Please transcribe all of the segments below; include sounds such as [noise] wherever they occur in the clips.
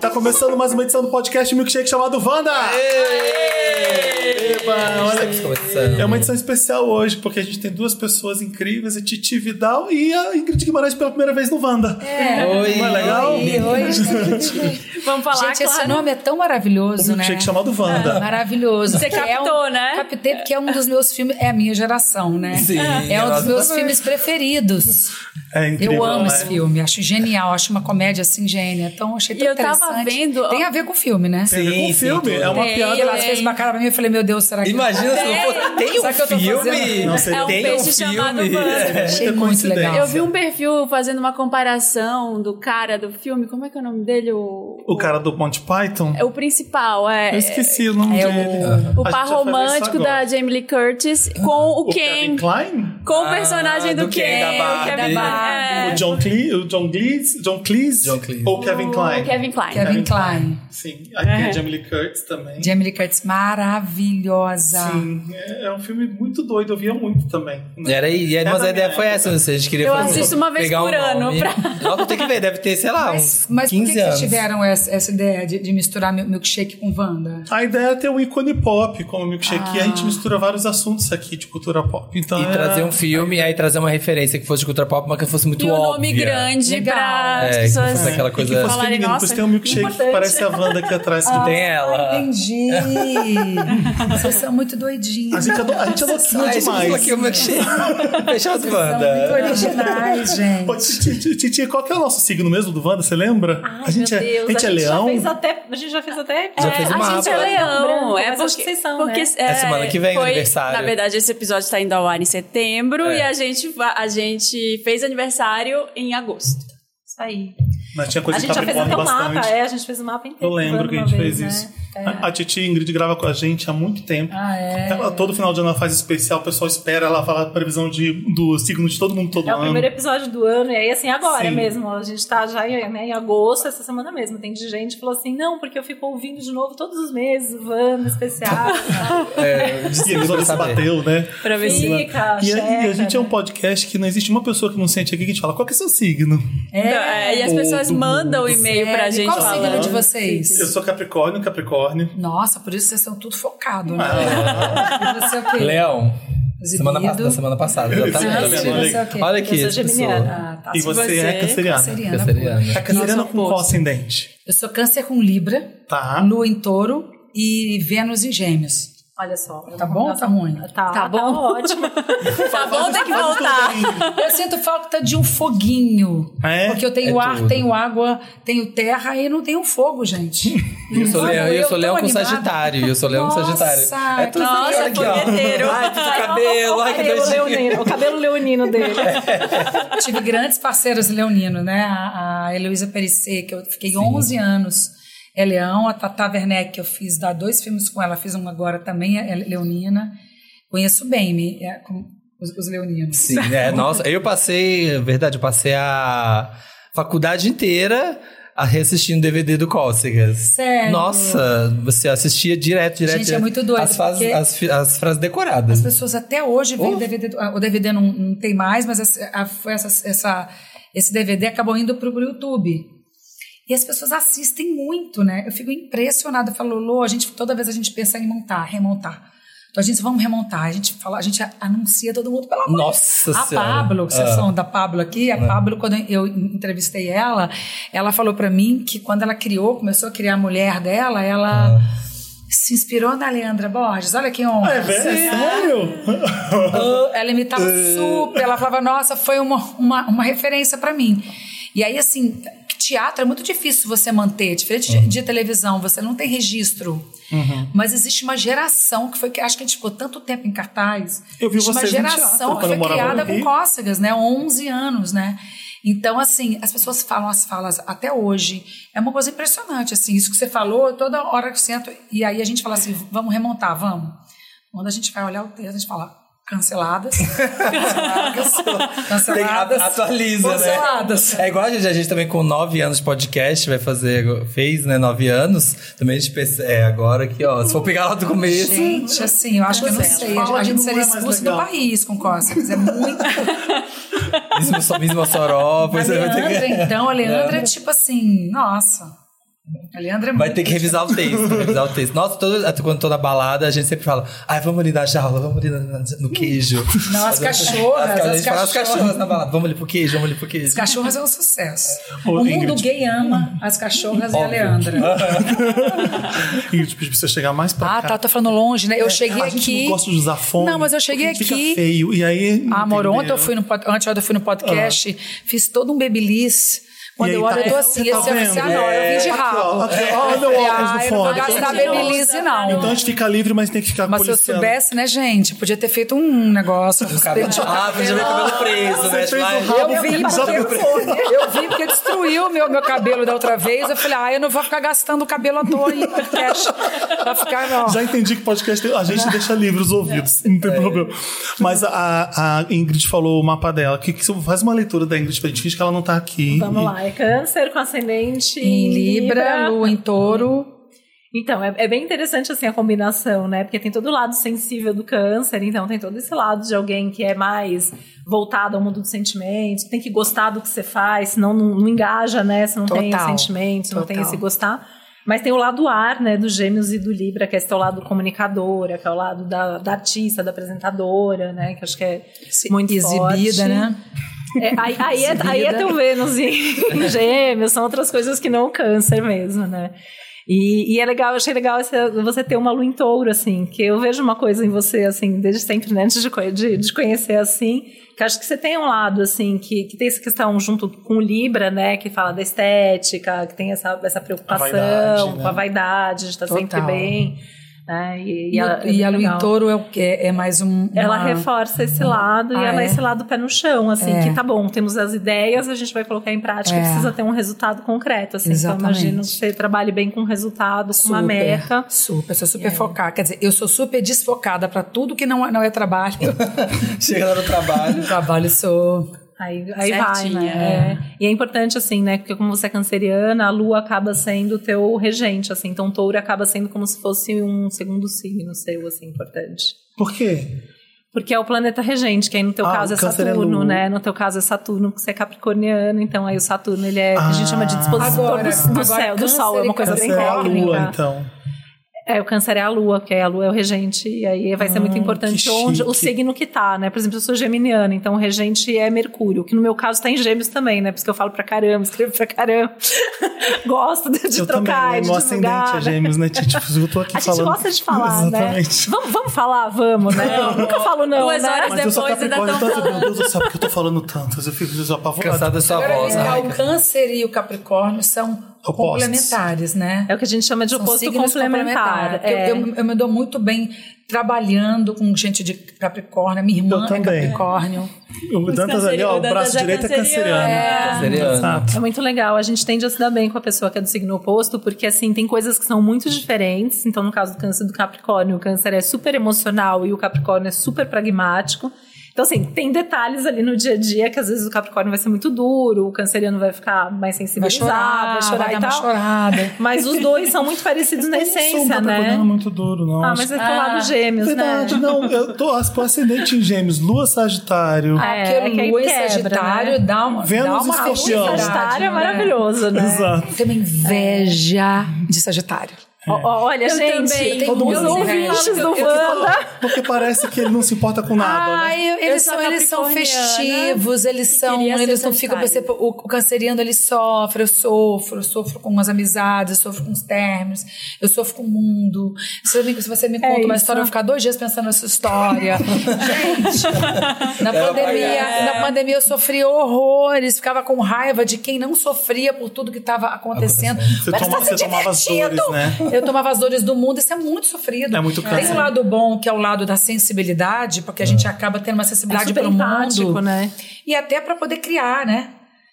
Tá começando mais uma edição do podcast Milkshake chamado Wanda! Eba, olha Estamos começando. É uma edição especial hoje, porque a gente tem duas pessoas incríveis, a Titi Vidal e a Ingrid Guimarães pela primeira vez no Wanda. É. Oi, Não é legal? Oi, é oi. Vamos falar, Gente, esse claro. nome é tão Um maravilhoso, né? milkshake chamado Wanda. Maravilhoso. Você Porque é captou, um- né? Captei, porque é um dos meus filmes, é a minha geração, né? Sim, É um dos nossa, meus também. filmes preferidos. É incrível. eu amo né? esse filme, acho genial, acho uma comédia assim gênia. Então achei E tão eu tava interessante. vendo- Tem a ver com o filme, né? Tem a ver com Sim, o sim, filme, tudo. é uma Tem, E piada. ela fez uma cara pra mim e eu falei, meu Deus, será que. Imagina se não fosse. Tem Será que eu tô um filme. fazendo? Não sei, É um tem peixe um [laughs] chamado filme. Wanda. muita Achei muito coincidência. legal. Eu vi um perfil fazendo uma comparação do cara do filme. Como é que é o nome dele? O, O cara do Monty Python? É o principal, é. Eu esqueci o nome é o- dele. O par A gente vai ver isso romântico agora. da Jamie Lee Curtis com o, O Kevin Ken. Klein? Com o Ah, personagem do, do Ken, da o Kevin Barbie. Klein. O É. John Cleese? O John Cleese? John Cleese? John Cleese. Ou Kevin Klein? O Kevin Klein. Kevin Klein. Sim. Aí É. tem a Jamie Lee Curtis também. Jamie Lee Curtis, maravilhosa. Sim. É, é um filme muito doido, eu via muito também. Era aí, e aí, mas Era a ideia minha foi essa, ou seja, a gente queria Eu fazer- assisto uma vez pegar por um ano nome. pra- Logo tem que ver, deve ter, sei lá, Mas, uns mas por que, 15 que vocês anos. tiveram essa, essa ideia de, de misturar mil- milkshake com Wanda? A ideia é ter um ícone pop como o Milkshake, e a gente Ah. mistura vários assuntos aqui de cultura pop. Então E é- trazer um filme, aí trazer uma referência que fosse de cultura pop, mas que fosse muito E um óbvia. nome grande Legal. pra as É, que pessoas. fosse aquela E coisa- que fosse falarem, feminino, nossa, pois tem um milkshake que importante. parece a Wanda aqui atrás. que Tem é. ela. Ah, [laughs] entendi. Vocês são muito A doidinhos. gente é, do, a gente é Ah, louquinho esse demais. aqui é o meu [laughs] cheiro. Fechado, Muito Wanda. originais, gente. Ô, Titi, Titi, qual que é o nosso signo mesmo do Wanda? Você lembra? a gente Meu é, Deus, a gente é já leão. fez até. A gente já fez até. Já fez É, o a mapa. gente é leão, Branco, é mas porque, acho que vocês são, porque né? É semana que vem, foi, aniversário. Na verdade, esse episódio está indo ao ar em setembro É. e a gente, va- a gente fez aniversário em agosto. Isso aí. Mas tinha coisa A de gente já fez até Capricórnio o mapa, bastante. é, a gente fez o mapa inteiro. Eu lembro Vanda que a uma gente vez, fez né? isso. A, a Titi Ingrid grava com a gente há muito tempo. Ah, é. Ela, todo final de ano ela faz especial, o pessoal espera ela falar a previsão de, do signo de todo mundo todo É o ano. primeiro episódio do ano, e aí assim, agora Sim. mesmo. A gente tá já em, né, em agosto, essa semana mesmo. Tem de gente que falou assim, não, porque eu fico ouvindo de novo todos os meses, o Vanda especial. É, E disse eles pra olham se saber. bateu, né? Pra ver se. Fica, E a, e a checa, gente é um podcast que não existe uma pessoa que não sente aqui que a gente fala qual que é seu signo. É, e as Todo pessoas mundo. mandam um e-mail pra É, gente Qual o falando. signo de vocês? Eu sou Capricórnio, Capricórnio. Nossa, por isso vocês são tudo focado, né? Ah. E Você é o quê? Leão. Exibido. Semana, pas- da semana passada, Exatamente. exatamente. Você é o quê? Olha aqui, Eu essa sou pessoa. geminiana. Ah, tá. e você, é você- canceriana. Canceriana. Canceriana. Tá canceriana Nós com qual somos. ascendente? Eu sou câncer com Libra, Tá. Lua em touro e Vênus em gêmeos. Olha só. Tá bom ou tá ruim? [laughs] Tá, tá bom? ótimo. Tá bom, tem que voltar. Eu sinto falta de um foguinho. É? Porque eu tenho É ar, tudo. tenho água, tenho terra e não tenho fogo, gente. [laughs] Eu sou leão, e eu sou Uhum. tô leão com animada. um sagitário. Eu sou leão com Nossa, é um sagitário. É tudo nossa, leão aqui, ó. fogueteiro. Ai, tudo cabelo. Ai, que cabelo um doidinho. leonino, o cabelo leonino dele. Tive grandes parceiros leonino, né? A, a Heloísa Perissé, que eu fiquei 11 anos. É leão. A Tata Werneck, que eu fiz dar dois filmes com ela. Fiz um agora também, é leonina. Conheço bem me, é, com- os, os leoninos. Sim, é, nossa, eu passei, é verdade, eu passei a faculdade inteira a- reassistindo DVD do Cócegas. Sério? Nossa, você assistia direto, direto. Gente, é direto. muito doido, As, fases- porque- as fi- as frases decoradas. As pessoas até hoje Oh. veem o DVD. do- ah, O DVD não, não tem mais, mas essa, a- foi essa- essa- esse DVD acabou indo para o YouTube. E as pessoas assistem muito, né? Eu fico impressionada. Eu falo, Lô, a gente, toda vez a gente pensa em montar, remontar. Então a gente, vamos remontar. A gente, fala, a gente a- anuncia todo mundo pela Nossa a Senhora. Pablo, que vocês Ah. falam da Pablo aqui, a Pablo, quando eu entrevistei ela, ela falou pra mim que quando ela criou, começou a criar a mulher dela, Ah. ela se inspirou na Leandra Borges. Olha que honra. Ah, é velho? É sério? [laughs] Ela imitava É. super. Ela falava, nossa, foi uma, uma, uma referência pra mim. E aí, assim, teatro é muito difícil você manter, diferente Uhum. de, de televisão, você não tem registro. Mas existe uma geração que foi. que Acho que a gente ficou tanto tempo em cartaz. Eu vi existe uma vocês no teatro, geração que quando eu foi morava no criada com Rio. cócegas, né? 11 anos, né? Então, assim, as pessoas falam as falas até hoje. É uma coisa impressionante, assim. Isso que você falou, toda hora que eu sento. E aí a gente fala assim: vamos remontar, vamos. Quando a gente vai olhar o texto, a gente fala. [laughs] Canceladas. Canceladas. Tem- a- Canceladas. atualiza, né? canceladas. É igual a gente, a gente também com nove anos de podcast, vai fazer, fez, né, nove anos. Também a gente pensa, é, agora aqui, ó, se for pegar lá do começo. Gente, assim, eu acho que eu não Cancela. sei. Fala A que gente Tá não seria é mais expulso do legal. país com cócegas. É muito Mesmo, só- mesmo a Soró, A pois você vai ter que... [laughs] É. Leandra, então, a Leandra é tipo assim, nossa. A Leandra é Vai muito ter que revisar o texto, revisar o texto. Nossa, todo, quando tô na balada, a gente sempre fala, ai, vamos ali na jaula, vamos ali na- na- no queijo. Não, as cachorras, As, a as gente fala, as cachorras cachorras. na balada, vamos ali pro queijo, vamos ali pro queijo. As cachorras é um sucesso. [laughs] Ô, o mundo Ingrid. gay ama as cachorras e a Óbvio. [laughs] Leandra. Ingrid, pediu pra tipo, você chegar mais pra Ah, cá. tá, tô falando longe, né? Eu cheguei É, a gente aqui. não gosta de usar fone. Não, mas eu cheguei porque aqui- Fica feio. E aí. Ah, amor, entendeu? Ah. ontem eu fui no pod... antes eu fui no podcast, fiz todo um babyliss. E Quando aí eu tá olho, eu tô vendo? assim, Você tá esse é vendo? oficial, não, eu vim de Aqui, ó. rabo. Aqui, ó, olha o óculos Falei, ah, do eu não vou fone. gastar Gente, não babyliss, usa, não. Então a gente fica livre, mas tem que ficar Mas se eu policiando. soubesse, né, gente, podia ter feito um negócio. tipo. O cabelo- Ah, podia ver o cabelo preso, né? Você um fez Mas- o rabo. Eu vim, Já um deu pra- porque, eu vim porque destruiu meu, meu cabelo da outra vez. Eu falei, ah, eu não vou ficar gastando o cabelo à toa em podcast. Pra ficar, não. Já entendi que podcast a gente deixa livre os ouvidos, não tem problema. Mas a, a Ingrid falou o mapa dela. Que, que você faz uma leitura da Ingrid pra gente finge que ela não tá aqui. Vamos E- lá, é câncer com ascendente Em Libra, Lua em Touro. Então, é, é bem interessante assim a combinação, né? Porque tem todo o lado sensível do câncer, então tem todo esse lado de alguém que é mais voltado ao mundo dos sentimentos, tem que gostar do que você faz, senão não, não engaja, né? Se não tem Total. sentimentos, não tem Total. esse gostar. Mas tem o lado ar, né? Do Gêmeos e do Libra, que é esse teu lado comunicadora, que é o lado da, da artista, da apresentadora, né? Que acho que é muito exibida, forte. né? É, aí, aí, é, aí é teu Vênus em, [laughs] em gêmeos, são outras coisas que não o câncer mesmo, né? E, e é legal, eu achei legal esse- você ter uma lua em touro, assim, que eu vejo uma coisa em você, assim, desde sempre, né, antes de, co- de, de conhecer, assim, que acho que você tem um lado, assim, que, que tem essa questão junto com o Libra, né, que fala da estética, que tem essa, essa preocupação vaidade, né? com a vaidade, de estar sempre Total. bem, né, e, e E, ela- a, é e a Lua em legal. Touro é, o quê? é mais um. Ela uma- reforça esse lado Ah, e ela é? é esse lado pé no chão, assim, É. que tá bom, temos as ideias, a gente vai colocar em prática, É. precisa ter um resultado concreto, assim. Exatamente. Então, imagino que você trabalhe bem com resultado, com uma Super, meta. Super, sou super focada. Quer dizer, eu sou super desfocada pra tudo que não, é- não é trabalho. Chega lá no trabalho. trabalho sou. Aí, aí vai, Certinha, né? É. E é importante, assim, né? Porque como você é canceriana, a lua acaba sendo o teu regente, assim. Então, touro acaba sendo como se fosse um segundo signo seu, assim, importante. Por quê? Porque é o planeta regente, que aí no teu Ah, caso o é câncer é Saturno, lua. né? No teu caso é Saturno, porque você é capricorniano, então aí o Saturno, ele é, a Ah. gente chama de dispositor Agora, do, do agora céu, do câncer sol, é e uma coisa bem Câncer é a técnica. lua, então. É, o câncer é a lua, que aí a lua é o regente, e aí vai ser muito importante Ah, que onde o chique. signo que tá, né? Por exemplo, eu sou geminiana, então o regente é Mercúrio, que no meu caso tá em gêmeos também, né? Por isso que eu falo pra caramba, escrevo pra caramba. [laughs] Gosto de, de eu também, né? trocar, de Meu divulgar, ascendente é né? gêmeos, né? Titi? Tipo, eu tô aqui A gente falando. gosta de falar, Exatamente. né? Vamos, vamos falar, vamos, né? Eu nunca falo não, Duas né? horas Mas eu sou Depois ainda capricórnio tão tanto, meu Deus do céu, porque eu tô falando tanto. Eu fico eu apavorado. Cansada da sua Agora, voz. né? Lisa, Ai, o câncer e o capricórnio são Opostos. complementares, né? É o que a gente chama de São oposto signos complementar. complementares. É. Eu, eu- eu me dou muito bem trabalhando com gente de Capricórnio. Minha Eu irmã é também. Capricórnio. O Dantas ali, ó, o braço direito é canceriano. Canceriano. Exato. É muito legal, a gente tende a se dar bem com a pessoa que é do signo oposto, porque assim, tem coisas que são muito diferentes. Então, no caso do câncer e do Capricórnio, o câncer é super emocional e o Capricórnio é super pragmático. Então, assim, tem detalhes ali no dia a dia que às vezes o Capricórnio vai ser muito duro, o canceriano vai ficar mais Vai sensibilizado, chorar, vai chorar e dar uma tal. chorada. Mas os dois são muito [laughs] parecidos é na Eu não sou essência, um capricorniano né? muito duro, não. Ah, Acho mas que- é teu lado gêmeos, né? Verdade, não. Eu tô as- com ascendente em gêmeos, lua sagitário. Ah, é, Aquilo que aí lua em quebra, Sagitário né? dá uma Vênus dá e uma Escorpião. felicidade, Sagitário é né? maravilhoso, né? Exato. Tem uma inveja de Sagitário. Ó, ó, Olha, Eu gente, também. tem Todo muitos mundo ouvintes inveja. do Porque, né? Wanda. porque parece que ele não se importa com nada, né? Ai, eles sou são, eles são capricorniana festivos, eles e são, queria ser eles não ficam, você, Sagitário. o, o canceriano ele sofre, eu sofro, eu sofro com as amizades, eu sofro com os términos, eu sofro com o mundo. Se, eu me- se É você me conta uma isso. história, eu vou ficar dois dias pensando [laughs] nessa história. Gente, É, na pandemia, na pandemia eu sofri horrores, ficava com raiva de quem não sofria por tudo que estava acontecendo. Você, Mas toma- tá se você tomava as divertindo. dores, né? Eu tomava as dores do mundo, isso é muito sofrido. É muito Tem câncer. o lado bom, que é o lado da sensibilidade, porque a É. gente acaba tendo uma sensibilidade pelo Tá mundo. né? E até pra poder criar, né?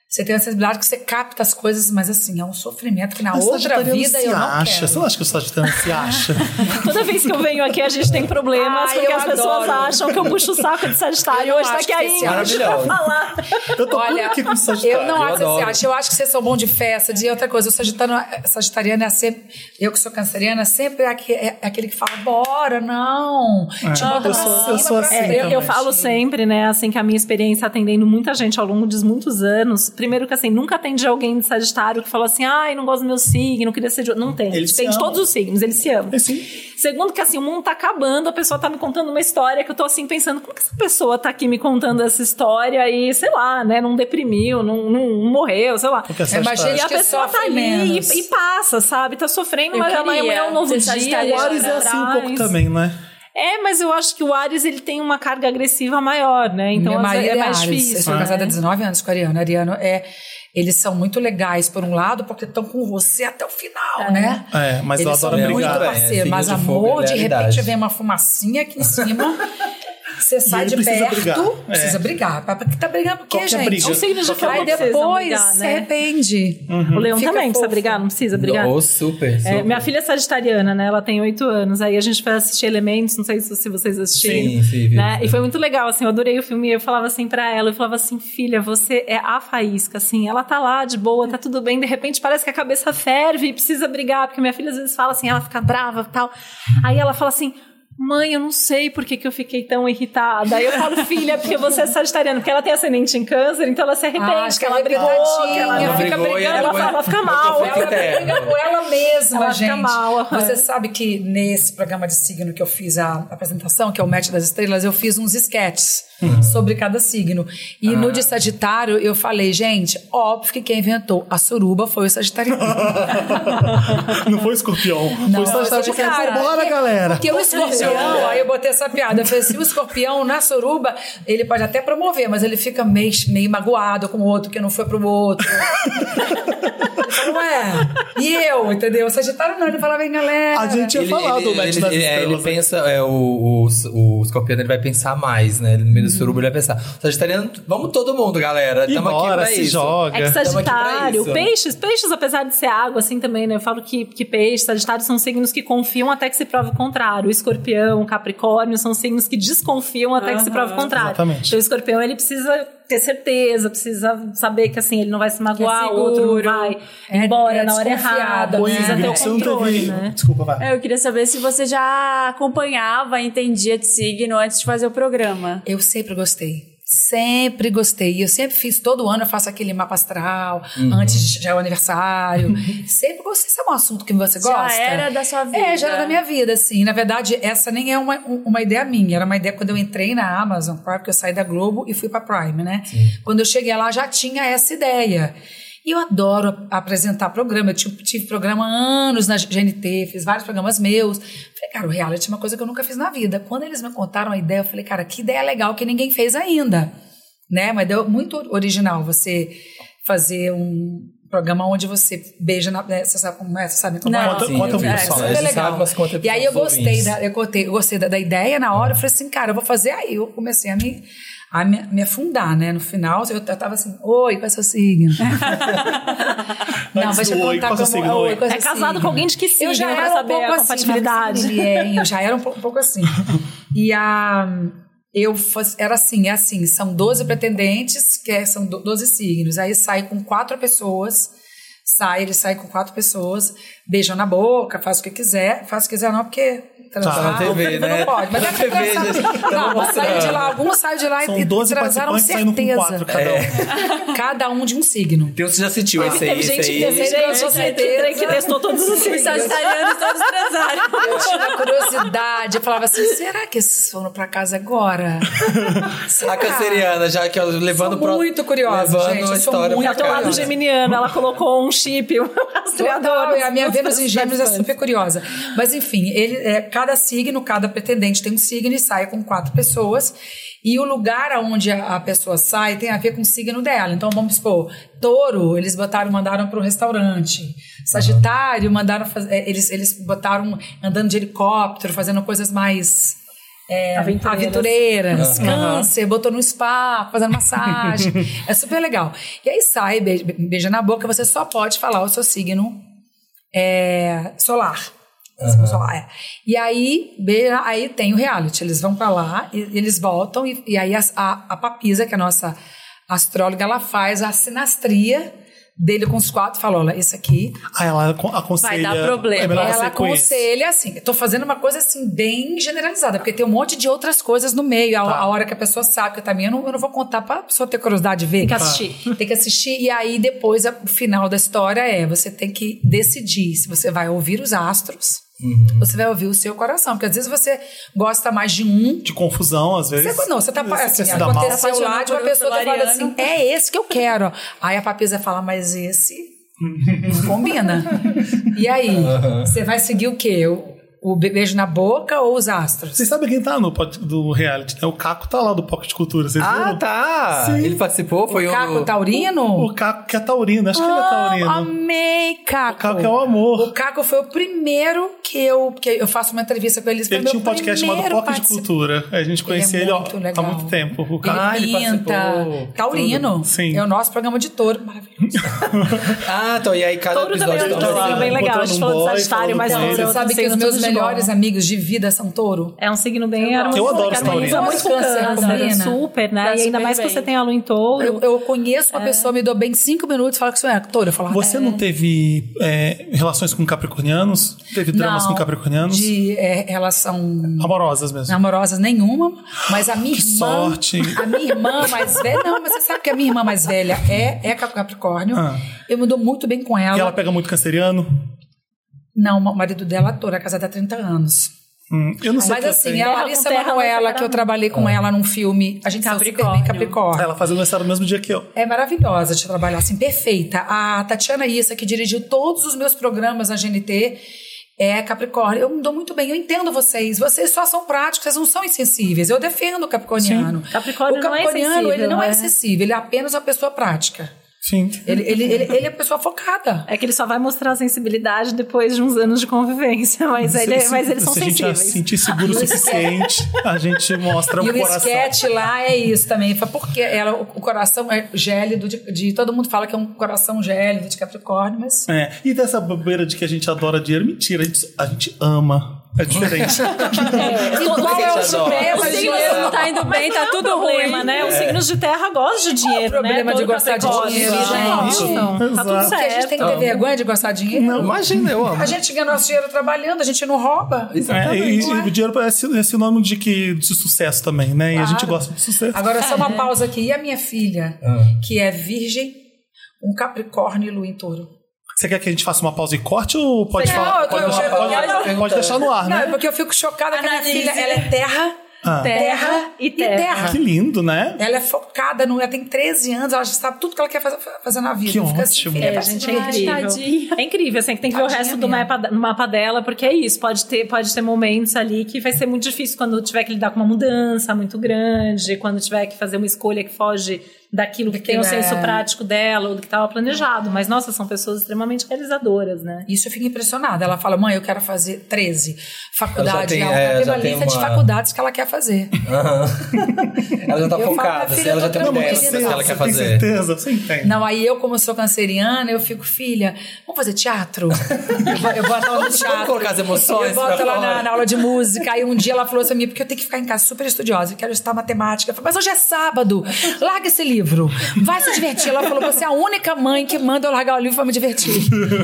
Você tem a sensibilidade que você capta as coisas, mas assim, é um sofrimento que na Mas outra sagitariano vida se eu não acha. quero. Você tá não acha que o sagitariano se acha? Toda vez que eu venho aqui, a gente tem problemas, Ai, porque eu as pessoas adoro. acham que eu puxo o saco de Sagitário. Eu Hoje tá acho aqui que a esse Ingrid pra Maravilhosa. falar. Eu tô tudo Olha, aqui com o sagitariano. eu não eu acho que você adoro. acha. Eu acho que vocês são bons de festa, de outra coisa. O sagitano, sagitariano é sempre. Eu que sou canceriana, sempre é aque- é aquele que fala, bora, não. Te É. bota Eu pra sou- eu cima, sou pra assim É, cima. eu, eu falo sempre, né, assim, que a minha experiência atendendo muita gente ao longo de muitos anos, Primeiro que assim, nunca atendi alguém de Sagitário que falou assim, ai, não gosto do meu signo, queria ser de outro. Não tem. Eles se tem de amam. todos os signos, eles se amam. Assim, Segundo que assim, o mundo tá acabando, a pessoa tá me contando uma história que eu tô assim pensando, como que essa pessoa tá aqui me contando essa história e, sei lá, né, não deprimiu, não, não morreu, sei lá. porque essa É, mas história. E a Acho que pessoa sofre tá ali e, menos. e passa, sabe? Tá sofrendo, Eu mas amanhã queria é um novo ser dia. sagitariana. deixa Ares é pra assim um pouco trás. também, né? É, mas eu acho que o Ares ele tem uma carga agressiva maior, né? Então Meu às marido vezes, é mais Ares. difícil. Eu sou né? casada há 19 anos com o Ariano. Ariano é. Eles são muito legais, por um lado, porque estão com você até o final, né? É, mas eu Eles adoro são brigar. muito É, parceiros. signo mas, de fogo amor, é de repente lealidade. vem uma fumacinha [laughs] aqui em cima. Você sai ele de precisa perto, brigar. É. precisa brigar. Pra que tá brigando por quê, Qualquer gente? briga. É um signo de fogo Aí que vocês vão depois brigar, se né? arrepende. Uhum. O leão Fica também precisa fofo. brigar, não precisa brigar. Ou super, super. É, minha filha é sagitariana, né? Ela tem oito anos. Aí a gente foi assistir Elementos, não sei se se vocês assistiram. Sim, sim, vi. né? E foi muito legal, assim, eu adorei o filme. Eu falava assim pra ela, eu falava assim, filha, você é a faísca, assim, ela tá lá de boa, tá tudo bem, de repente parece que a cabeça ferve e precisa brigar, porque minha filha às vezes fala assim, ela fica brava e tal. Aí ela fala assim. Mãe, eu não sei por que, que eu fiquei tão irritada. Aí eu falo, filha, é porque você é sagitariana, porque ela tem ascendente em câncer, então ela se arrepende, Ah, que ela brigou, que ela, ela fica brigou e brigando, ela, depois- ela fica mal. Foi que Ela eterno. briga com ela mesma, Ela gente. fica mal, aham. Você sabe que nesse programa de signo que eu fiz a apresentação, que é o Match das Estrelas, eu fiz uns sketches Uhum. sobre cada signo. E no Ah. de Sagitário, eu falei, gente, óbvio que quem inventou a suruba foi o [laughs] Sagitário. [laughs] Não foi escorpião. foi é só estar porque Sagitário. bora, galera. Porque o escorpião, aí eu botei essa piada. Eu falei assim: o escorpião na suruba, ele pode até promover, mas ele fica meio, meio magoado com o outro que não foi pro outro. Ele falou, ué, e eu, entendeu? O Sagitário não, ele falava, hein, galera. A gente tinha falado do match ele, das ele- é, ele estrelas. pensa, é, o, o, o escorpião ele vai pensar mais, né? Ele, no Uhum. meio do suruba ele vai pensar. Sagitariano, vamos todo mundo, galera. E Tamo aqui bora, pra se isso. joga. É que Tamo aqui pra Sagitário, isso. peixes, peixes, apesar de ser água, assim também, né? Eu falo que, que peixes, Sagitário são signos que confiam até que se prove o contrário. Escorpião, Capricórnio são signos que desconfiam até que se prove o contrário. Exatamente. Então, o escorpião, ele precisa ter certeza, precisa saber que, assim, ele não vai se magoar, Que é o outro não seguro. vai É- embora é na hora desconfiado, errada. né? Ô, Precisa ter um Ingrid, o você não teve. controle, né? Desculpa, vai. É, Eu queria saber se você já acompanhava, entendia de signo antes de fazer o programa. Eu sempre gostei. Sempre gostei. E Eu sempre fiz, todo ano eu faço aquele mapa astral, Uhum. antes de já é o aniversário. sempre gostei. Sabe um assunto que você Já gosta? era da sua vida. É, já era da minha vida, assim. Na verdade, essa nem é uma, um- uma ideia minha. Era uma ideia quando eu entrei na Amazon Prime, porque eu saí da Globo e fui pra Prime, né? Quando eu cheguei lá, já tinha essa ideia. E eu adoro ap- apresentar programa. Eu tive, tive programa há anos na GNT, fiz vários programas meus. Falei, cara, o reality é uma coisa que eu nunca fiz na vida. Quando eles me contaram a ideia, eu falei, cara, que ideia legal que ninguém fez ainda. Né? Uma ideia muito original você fazer um programa onde você beija na. né, Você sabe como é? Você sabe como é? Não. Conta, Sim, conta eu um vi, vídeo é, só. sim. né? Você sabe, mas conta E aí eu pros gostei, ouvintes. da, eu gostei, eu gostei da, da ideia na hora, eu falei assim, cara, eu vou fazer. Aí eu comecei a me, a me, me afundar, né? No final, eu, eu tava assim, oi, qual é seu signo? [laughs] Antes do oi, qual é seu signo? Oi. qual É seu casado signo? com alguém de que signo Eu já pra era um saber pouco a assim, compatibilidade. mas assim, é, hein, eu já era um pouco, um pouco assim. E a eu fos- era assim, é assim, são 12 pretendentes, que é- são do- 12 signos. Aí sai com quatro pessoas, sai, ele sai com quatro pessoas, beija na boca, faz o que quiser, faz o que quiser não, porque transar, na TV, não né? pode. Mas Na é que TV, transar- gente, tamo não, mas saiu de mostrando. lá, alguns saem de lá e São 12 transaram participantes saindo com 4 certeza. cada um. É. Cada um de um signo. Deus já sentiu esse aí, Teve esse gente, aí. teve com gente que, certeza. que testou todos os Os signos. sagitarianos todos transaram. [laughs] Eu tinha curiosidade, eu falava assim, será que esses foram pra casa agora? A canceriana, já que ó, levando Sou pro- muito curiosa, levando gente, eu a sou história muito Ela pra tem o lado casa. geminiano, ela colocou um chip, um Total, é rastreador. e a minha Vênus em Gêmeos é super curiosa. Mas enfim, ele é, cada signo, cada pretendente tem um signo e sai com quatro pessoas. E o lugar aonde a, a pessoa sai tem a ver com o signo dela. Então vamos supor, touro, eles botaram, mandaram para o restaurante. Sagitário, mandaram faz- é, eles, eles botaram andando de helicóptero, fazendo coisas mais. é, Aventureiras. aventureiras, câncer, botou no spa, fazendo massagem. é super legal. E aí sai, beija, beija na boca, você só pode falar o seu signo é, solar. solar é. E aí, be- aí tem o reality. Eles vão pra lá, e, eles voltam, e, e aí a, a, a Papisa, que é a nossa astróloga, ela faz a sinastria dele com os quatro e fala: olha, esse aqui. Ah, ela acon- aconselha. Vai dar problema. É melhor ela você com esse. aconselha, assim, eu tô fazendo uma coisa assim, bem generalizada, porque tem um monte de outras coisas no meio. A, a hora que a pessoa sabe que também eu não, eu não vou contar pra pessoa ter curiosidade de ver. Tá. Tem que assistir. Tem que assistir. E aí, depois, a- o final da história é: você tem que decidir se você vai ouvir os astros, você vai ouvir o seu coração. Porque às vezes você gosta mais de um. De confusão, às vezes. Você, não, você tá assim, quer se dar mal. aconteceu lá de uma Apaixonou por pessoa tá falando Ariano. assim, é esse que eu quero. Aí a papisa fala, mas esse não combina. e aí, você vai seguir o quê? O, o be- beijo na boca ou os astros? Vocês sabem quem tá no pod- do reality, né? O Caco tá lá do Pocket Cultura, vocês Ah, viram? tá! Sim. Ele participou, foi o Caco tá- o... Taurino? O Caco que é taurino, acho que Ah, ele é taurino. Amei, Caco. O Caco é o amor. O Caco foi o primeiro que eu, que eu faço uma entrevista com ele. Ele, foi Ele é meu tinha um podcast chamado primeiro Pocket participa- Cultura. A gente conhecia ele, muito ó, legal. há muito tempo. O Ele é Caco. Ah, ele pinta. participou. Taurino. Tudo. Sim. É o nosso programa de touro. Maravilhoso. Ah, então, e aí cada Touro também episódio... é um tá lá. signo bem legal. A encontrando gente um falou boy, de Sagitário, falando mas com não, ele. não, Você sabe que os meus melhores amigos de vida são touro? É um signo bem harmonioso. Eu adoro Cada um taurino. usa muito com Câncer, câncer, combina. super, né? Dá e ainda super mais bem. que você tem a lua em touro. Eu, eu conheço É. uma pessoa, me dou bem cinco minutos e fala que sou eu, touro. Eu falo, ah, Você não teve é, relações com capricornianos? Teve dramas não, com capricornianos? De é, relação Amorosas mesmo. amorosas nenhuma, mas a minha Que irmã, sorte. a minha irmã mais velha, não, mas você sabe que a minha irmã mais velha é é Capricórnio. Ah. Eu me dou muito bem com ela. E ela pega muito canceriano? Não, o marido dela é touro, é casada há 30 anos. Hum, eu não sei. o Mas que Ah. eu assim, tenho. a Terra Larissa com terra, é Manoela, muita que eu trabalhei com ela num filme, a gente saiu super bem Capricórnio. Capricórnio. Ela faz aniversário no mesmo dia que eu. É maravilhosa de trabalhar, assim, perfeita. A Tatiana Issa, que dirigiu todos os meus programas na GNT, é Capricórnio. Eu me dou muito bem, eu entendo vocês. Vocês só são práticos, vocês não são insensíveis. Eu defendo o capricorniano. Capricórnio o não é capricorniano, ele insensível, não é né? insensível, ele é apenas uma pessoa prática. Sim. Ele, ele, ele, ele é uma pessoa focada. É que ele só vai mostrar a sensibilidade depois de uns anos de convivência, mas, ele- é- Se- se- mas eles são se a gente já sensíveis. se sentir seguro o suficiente, a gente mostra o E o coração. esquete lá é isso também. Fala, Porque ela, o coração é gélido de, de- Todo mundo fala que é um coração gélido de Capricórnio, mas. É, e dessa bobeira de que a gente adora dinheiro, mentira, a gente, a gente ama. É diferente. Igual que é a o gente adora? supremo Sim, de não tá indo bem, tá tudo problema, ruim. né? Os signos de terra gostam de dinheiro, problema né? de Todo gostar de Capricórnio dinheiro, gosta, gente? gostam. Tá tudo Exato. Porque a gente tem que ter certo. vergonha de gostar de dinheiro. Imagina, eu amo. A gente ganha nosso dinheiro trabalhando, a gente não rouba. É, e, Exatamente. e o dinheiro é sin- é sinônimo de, que, de sucesso também, né? E a gente Claro. gosta de sucesso. Agora, só É. uma pausa aqui. E a minha filha, Ah. que é virgem, um capricórnio e lua em touro? Você quer que a gente faça uma pausa e corte ou pode Não, falar? eu pode, tô- deixar, eu tô- pode- eu tô- pode deixar no ar, Não, é né? porque eu fico chocada que a minha Analise. filha, ela é terra, Ah, terra e terra. que lindo, né? Ela é focada, no, ela tem 13 anos, ela já sabe tudo que ela quer fazer, fazer na vida. Que Fica ótimo. filha, É, tá gente, se é divertindo. incrível. tadinha. É incrível, assim, que tem que ver o Tadinha resto do mesmo. mapa, no mapa dela, porque é isso, pode ter, pode ter momentos ali que vai ser muito difícil quando tiver que lidar com uma mudança muito grande, quando tiver que fazer uma escolha que foge daquilo que tem o É. senso prático dela, ou do que estava planejado. Mas, nossa, são pessoas extremamente realizadoras, né? Isso eu fico impressionada. Ela fala, mãe, eu quero fazer 13 Ela já faculdades. tem, Ela, é, ela tem já uma tem lista de uma- faculdades que ela quer fazer. [laughs] Aham. Ela já tá Eu falo, minha focada, assim, filha, ela eu já tô tem uma ideia tranquila. do que ela Você quer tem fazer. certeza? Você entende. Não, aí eu, como sou canceriana, eu fico, filha, vamos fazer [laughs] teatro? Eu, bo- eu boto ela no Vamos teatro. colocar as emoções Eu boto pra ela fora. na, na aula de música. Aí um dia ela falou assim pra mim, porque eu tenho que ficar em casa super estudiosa, eu quero estudar matemática. Eu falei, mas hoje é sábado, larga esse livro, vai se divertir. Ela falou, você é a única mãe que manda eu largar o livro pra me divertir.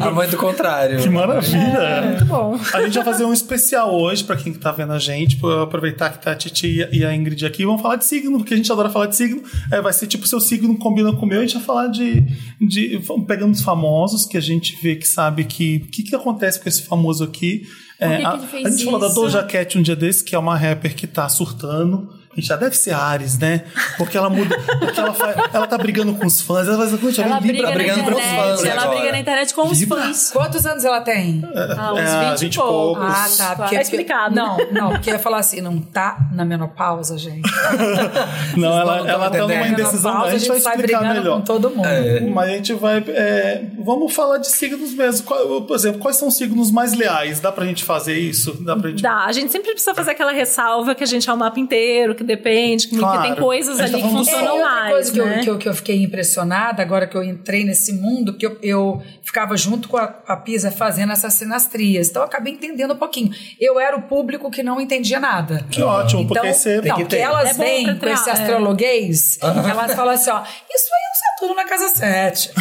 A mãe do contrário. É. Que maravilha! Muito bom. A gente vai fazer um especial hoje, pra quem tá vendo a gente, pra aproveitar que tá a Titi e a Ingrid aqui, vamos falar de signo, porque a gente adora falar de signo. É, vai ser tipo, seu signo combina com o meu, a gente vai falar de. de vamos pegando os famosos que a gente vê que sabe que. O que, que acontece com esse famoso aqui? É, que a, ele fez a gente falou da isso? Doja Cat um dia desse, que é uma rapper que tá surtando. E já deve ser Ares, né? Porque ela muda. Porque ela, faz, ela tá brigando com os fãs. Ela, faz, Ela briga na brigando com os fãs internet, ela agora. briga na internet com os fãs. Quantos anos ela tem? Ah, uns É, 20 vinte e e poucos. poucos. Ah, tá. Porque, Tá explicado. Não, não, porque eu ia falar assim, não tá na menopausa, gente. Não, não ela, tão ela tá Né? numa entendendo. indecisão. menopausa, a gente vai sai explicar brigando melhor. com todo mundo. É. Mas a gente vai. é, vamos falar de signos mesmo. Qual- por exemplo, quais são os signos mais leais? Dá pra gente fazer isso? Dá pra gente. Dá, a gente sempre precisa fazer aquela ressalva que a gente é o mapa inteiro, que depende, que Claro. tem coisas A gente ali tá que falando do funcionam sol. É, outra mais. coisa que, né? eu, que, eu, que eu fiquei impressionada agora que eu entrei nesse mundo, porque eu, eu ficava junto com a, a Pisa fazendo essas sinastrias. Então eu acabei entendendo um pouquinho. Eu era o público que não entendia nada. Que ótimo, Então, porque você. Tem não, que que ter. É elas bom vêm pra com esse entrar, é. astrologuês, elas falam assim, ó, isso aí é um Saturno na casa 7.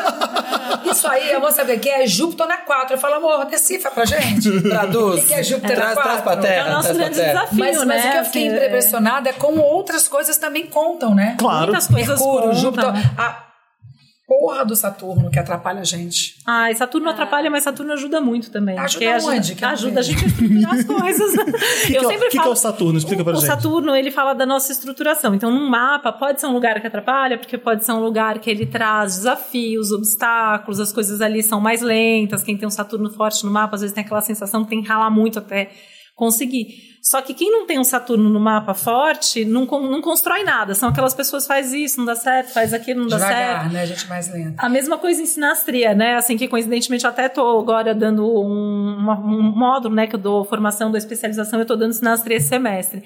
[laughs] isso aí, eu vou saber que é Júpiter na 4. Eu falo, amor, decifra pra gente. [laughs] Traduz. O que que é Júpiter traz, na traz pra quatro? terra. É o nosso traz pra grande terra. desafio, Mas, né? mas o que eu fiquei Assim, é- impressionada é como outras coisas também contam, né? Claro. Muitas coisas Mercúrio, contam. Júpiter, a porra do Saturno que atrapalha a gente. Ai, Saturno atrapalha, mas Saturno ajuda muito também. É. Ajuda porque onde? Que é eu não ajuda a vejo. gente a estruturar [laughs] as coisas. né? que é o- que que é o Saturno? Explica o, pra o gente. Saturno, ele fala da nossa estruturação. Então, num mapa, pode ser um lugar que atrapalha, porque pode ser um lugar que ele traz desafios, obstáculos, as coisas ali são mais lentas. Quem tem um Saturno forte no mapa, às vezes tem aquela sensação que tem que ralar muito até conseguir. Só que quem não tem um Saturno no mapa forte, não, con- não constrói nada. São aquelas pessoas faz isso, não dá certo, faz aquilo, não dá Tá certo. Devagar, né? A gente mais lenta. A mesma coisa em sinastria, né? Assim, que coincidentemente eu até tô agora dando um, uma- um módulo, né? Que eu dou formação, dou especialização, eu tô dando sinastria esse semestre.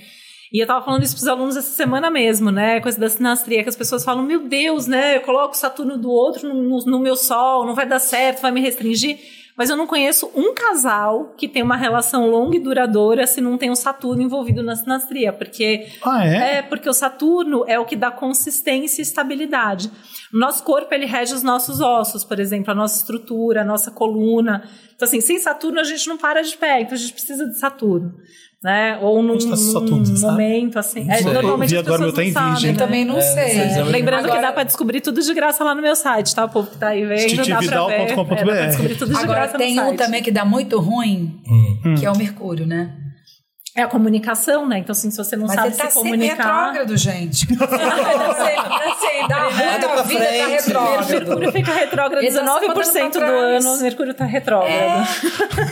E eu tava falando isso pros alunos essa semana mesmo, né? Coisa da sinastria, que as pessoas falam, meu Deus, né? Eu coloco o Saturno do outro no, no- no meu sol, não vai dar certo, vai me restringir. Mas eu não conheço um casal que tem uma relação longa e duradoura se não tem um Saturno envolvido na sinastria, porque Ah, é? é, porque o Saturno é o que dá consistência e estabilidade. O nosso corpo, ele rege os nossos ossos, por exemplo, a nossa estrutura, a nossa coluna. Então, assim, sem Saturno a gente não para de pé, então a gente precisa de Saturno. Né? Ou num, Onde tá esse Saturno, você num sabe? momento, assim. Não É, sei. normalmente Vi as agora, meu pessoas tá em não sabem, virgem. Eu né? também não É, sei. vocês vão- Lembrando que Agora- dá pra descobrir tudo de graça lá no meu site, tá? O povo que tá aí vendo, dá pra ver. É, dá titividal.com.br. pra descobrir tudo de Agora graça tem no um site. também que dá muito ruim, Hum. que é o Mercúrio, né? É a comunicação, né? Então, assim, se você não Mas sabe ele tá se sempre comunicar... retrógrado, gente. [laughs] Ele tá sempre, assim, dá ruim, pra da vida tá frente. retrógrado. Mercúrio fica retrógrado Ele tá se 19% do botando pra trás. É, ano, Mercúrio tá retrógrado.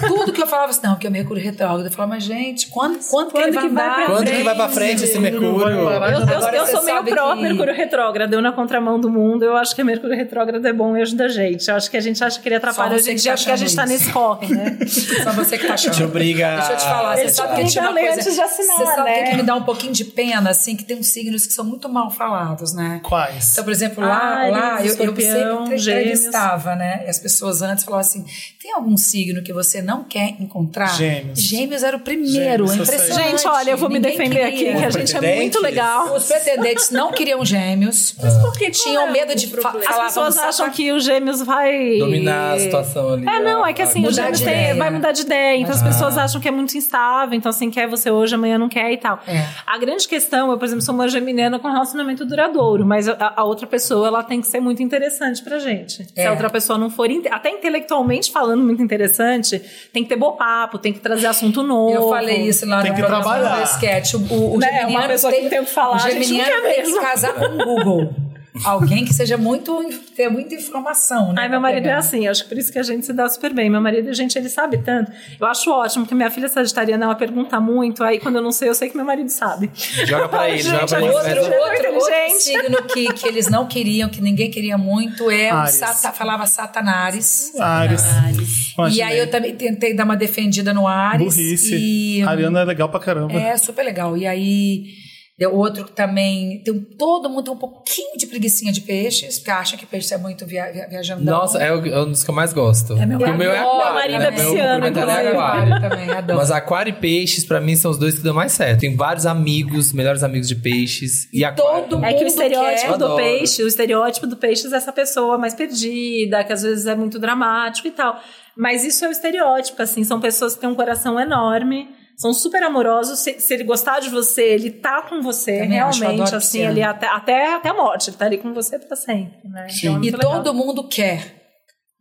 Tudo que eu falava assim, não, que é o Mercúrio retrógrado. Eu falava, mas gente, quando, quando, Quando que ele que vai vai andar? pra Quando que vai pra frente esse Mercúrio? Vai parar. Eu, eu- Agora eu você sou meio sabe pró que- Mercúrio retrógrado, eu na contramão do mundo, eu acho que Mercúrio retrógrado é bom e ajuda a gente. Eu acho que a gente acha que ele atrapalha Só a você gente, que tá acho que a gente tá achando isso. nesse corre, [laughs] né? Só você que tá achando. Te obriga. Deixa eu te falar, você Ele sabe te que tinha uma obriga a ler coisa... antes de assinar, você sabe né? que me dá um pouquinho de pena, assim, que tem uns signos que são muito mal falados, né? Quais? Então, por exemplo, lá, Ares, lá eu, eu é um escorpião, sempre gêmeos. entrevistava, né? E as pessoas antes falavam assim: tem algum signo que você não quer encontrar? Gêmeos. Gêmeos era o primeiro, Gêmeos, é eu sei. impressionante. gente, olha, eu vou me Ninguém defender queria. aqui, que a Os gente é pretendentes. muito legal. Os pretendentes não queriam gêmeos. Mas por que tinham medo de fa- falar? As pessoas vamos acham que o gêmeos vai... Dominar a situação ali. É, não, é que assim, o Mudar gêmeos de tem- ideia. vai mudar de ideia. Então as pessoas acham que é muito instável. Então, assim, quer você hoje, amanhã não quer e tal. É. A grande questão, eu, por exemplo, sou uma geminiana com relacionamento duradouro, mas a, a outra pessoa, ela tem que ser muito interessante pra gente. Se É. a outra pessoa não for, inte- até intelectualmente falando, muito interessante, tem que ter bom papo, tem que trazer assunto novo. Eu falei isso lá Tem no que programa trabalhar. do sketch. O, o, o Né, geminiano uma pessoa que não tem o que falar, o a gente não geminiano quer tem que mesmo. casar com o Google. Alguém que seja muito, tenha muita informação, né? pra Ai, meu marido é pegar. assim, acho que por isso que a gente se dá super bem. Meu marido, gente, ele sabe tanto. Eu acho ótimo, porque minha filha sagitariana, ela pergunta muito, aí quando eu não sei, eu sei que meu marido sabe. Joga pra ele, [laughs] Gente, joga pra ele. outro- Mas- Outro, é muito outro, outro inteligente. signo que, que eles não queriam, que ninguém queria muito, é o Ares. sata, falava Satanares. Ares. E aí eu também tentei dar uma defendida no Ares. Burrice. E Ariana é legal pra caramba. Uhum. é super legal. E aí deu outro que também. Tem um- todo mundo tem um pouquinho de preguiçinha de peixes, porque acha que peixe é muito via, via- viajandão. Nossa, é o- é um dos que eu mais gosto. É meu Porque o meu é marido. aquário. Meu marido né? é pisciano, Meu complementar é inclusive. aquário. também, adoro. Mas aquário e peixes, pra mim, são os dois que dão mais certo. Tem vários amigos, melhores amigos de peixes e aquário. Todo É que mundo o estereótipo quer. do Adoro. peixe, o estereótipo do peixe é essa pessoa mais perdida, que às vezes é muito dramático e tal. Mas isso é o estereótipo, assim, são pessoas que têm um coração enorme, são super amorosos, se, se ele gostar de você, ele tá com você Também acho, eu realmente, adoro assim, pisciano. ele até, até, até a morte, ele tá ali com você pra sempre, né? Então é muito E legal. todo mundo quer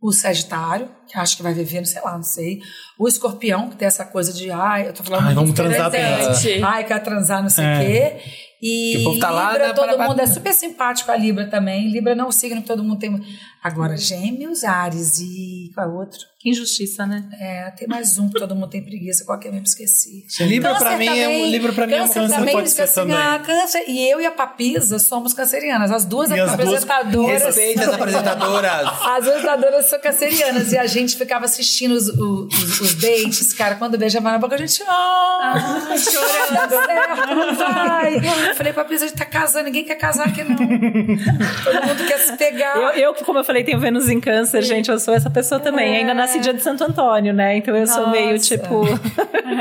o Sagitário, que acho que vai viver, não sei lá, não sei. O escorpião, que tem essa coisa de ai, eu tô falando Ai, muito vamos de transar presente, apenas. Ai, quero transar, não sei o É. quê. E Que o povo tá lá, Libra, né, todo para- mundo para- é super simpático a Libra também. Libra não é um signo que todo mundo tem. Uhum. Agora, gêmeos, Ares e qual é o outro? Que injustiça, né? É, tem mais um que todo mundo tem preguiça, qual que eu mesmo esqueci. Libra Câncer pra mim é um- também. Libra pra mim é um câncer câncer, também, pode fica ser assim, também. ah, câncer. E eu e a Papisa somos cancerianas. As duas é E as duas- apresentadoras. Respeita as apresentadoras. As usadoras são cancerianas e a gente ficava assistindo os, o- os, os dates, cara. Quando beijava na boca, a gente. Ah, chorando. Dá certo, não vai. Eu falei pra Pisa, a gente tá casando, ninguém quer casar aqui, não. Todo mundo quer se pegar. Eu, eu, como eu falei, tenho Vênus em câncer, gente, eu sou essa pessoa também. Ainda nasci dia de Santo Antônio, né? Então eu sou meio, [laughs] tipo,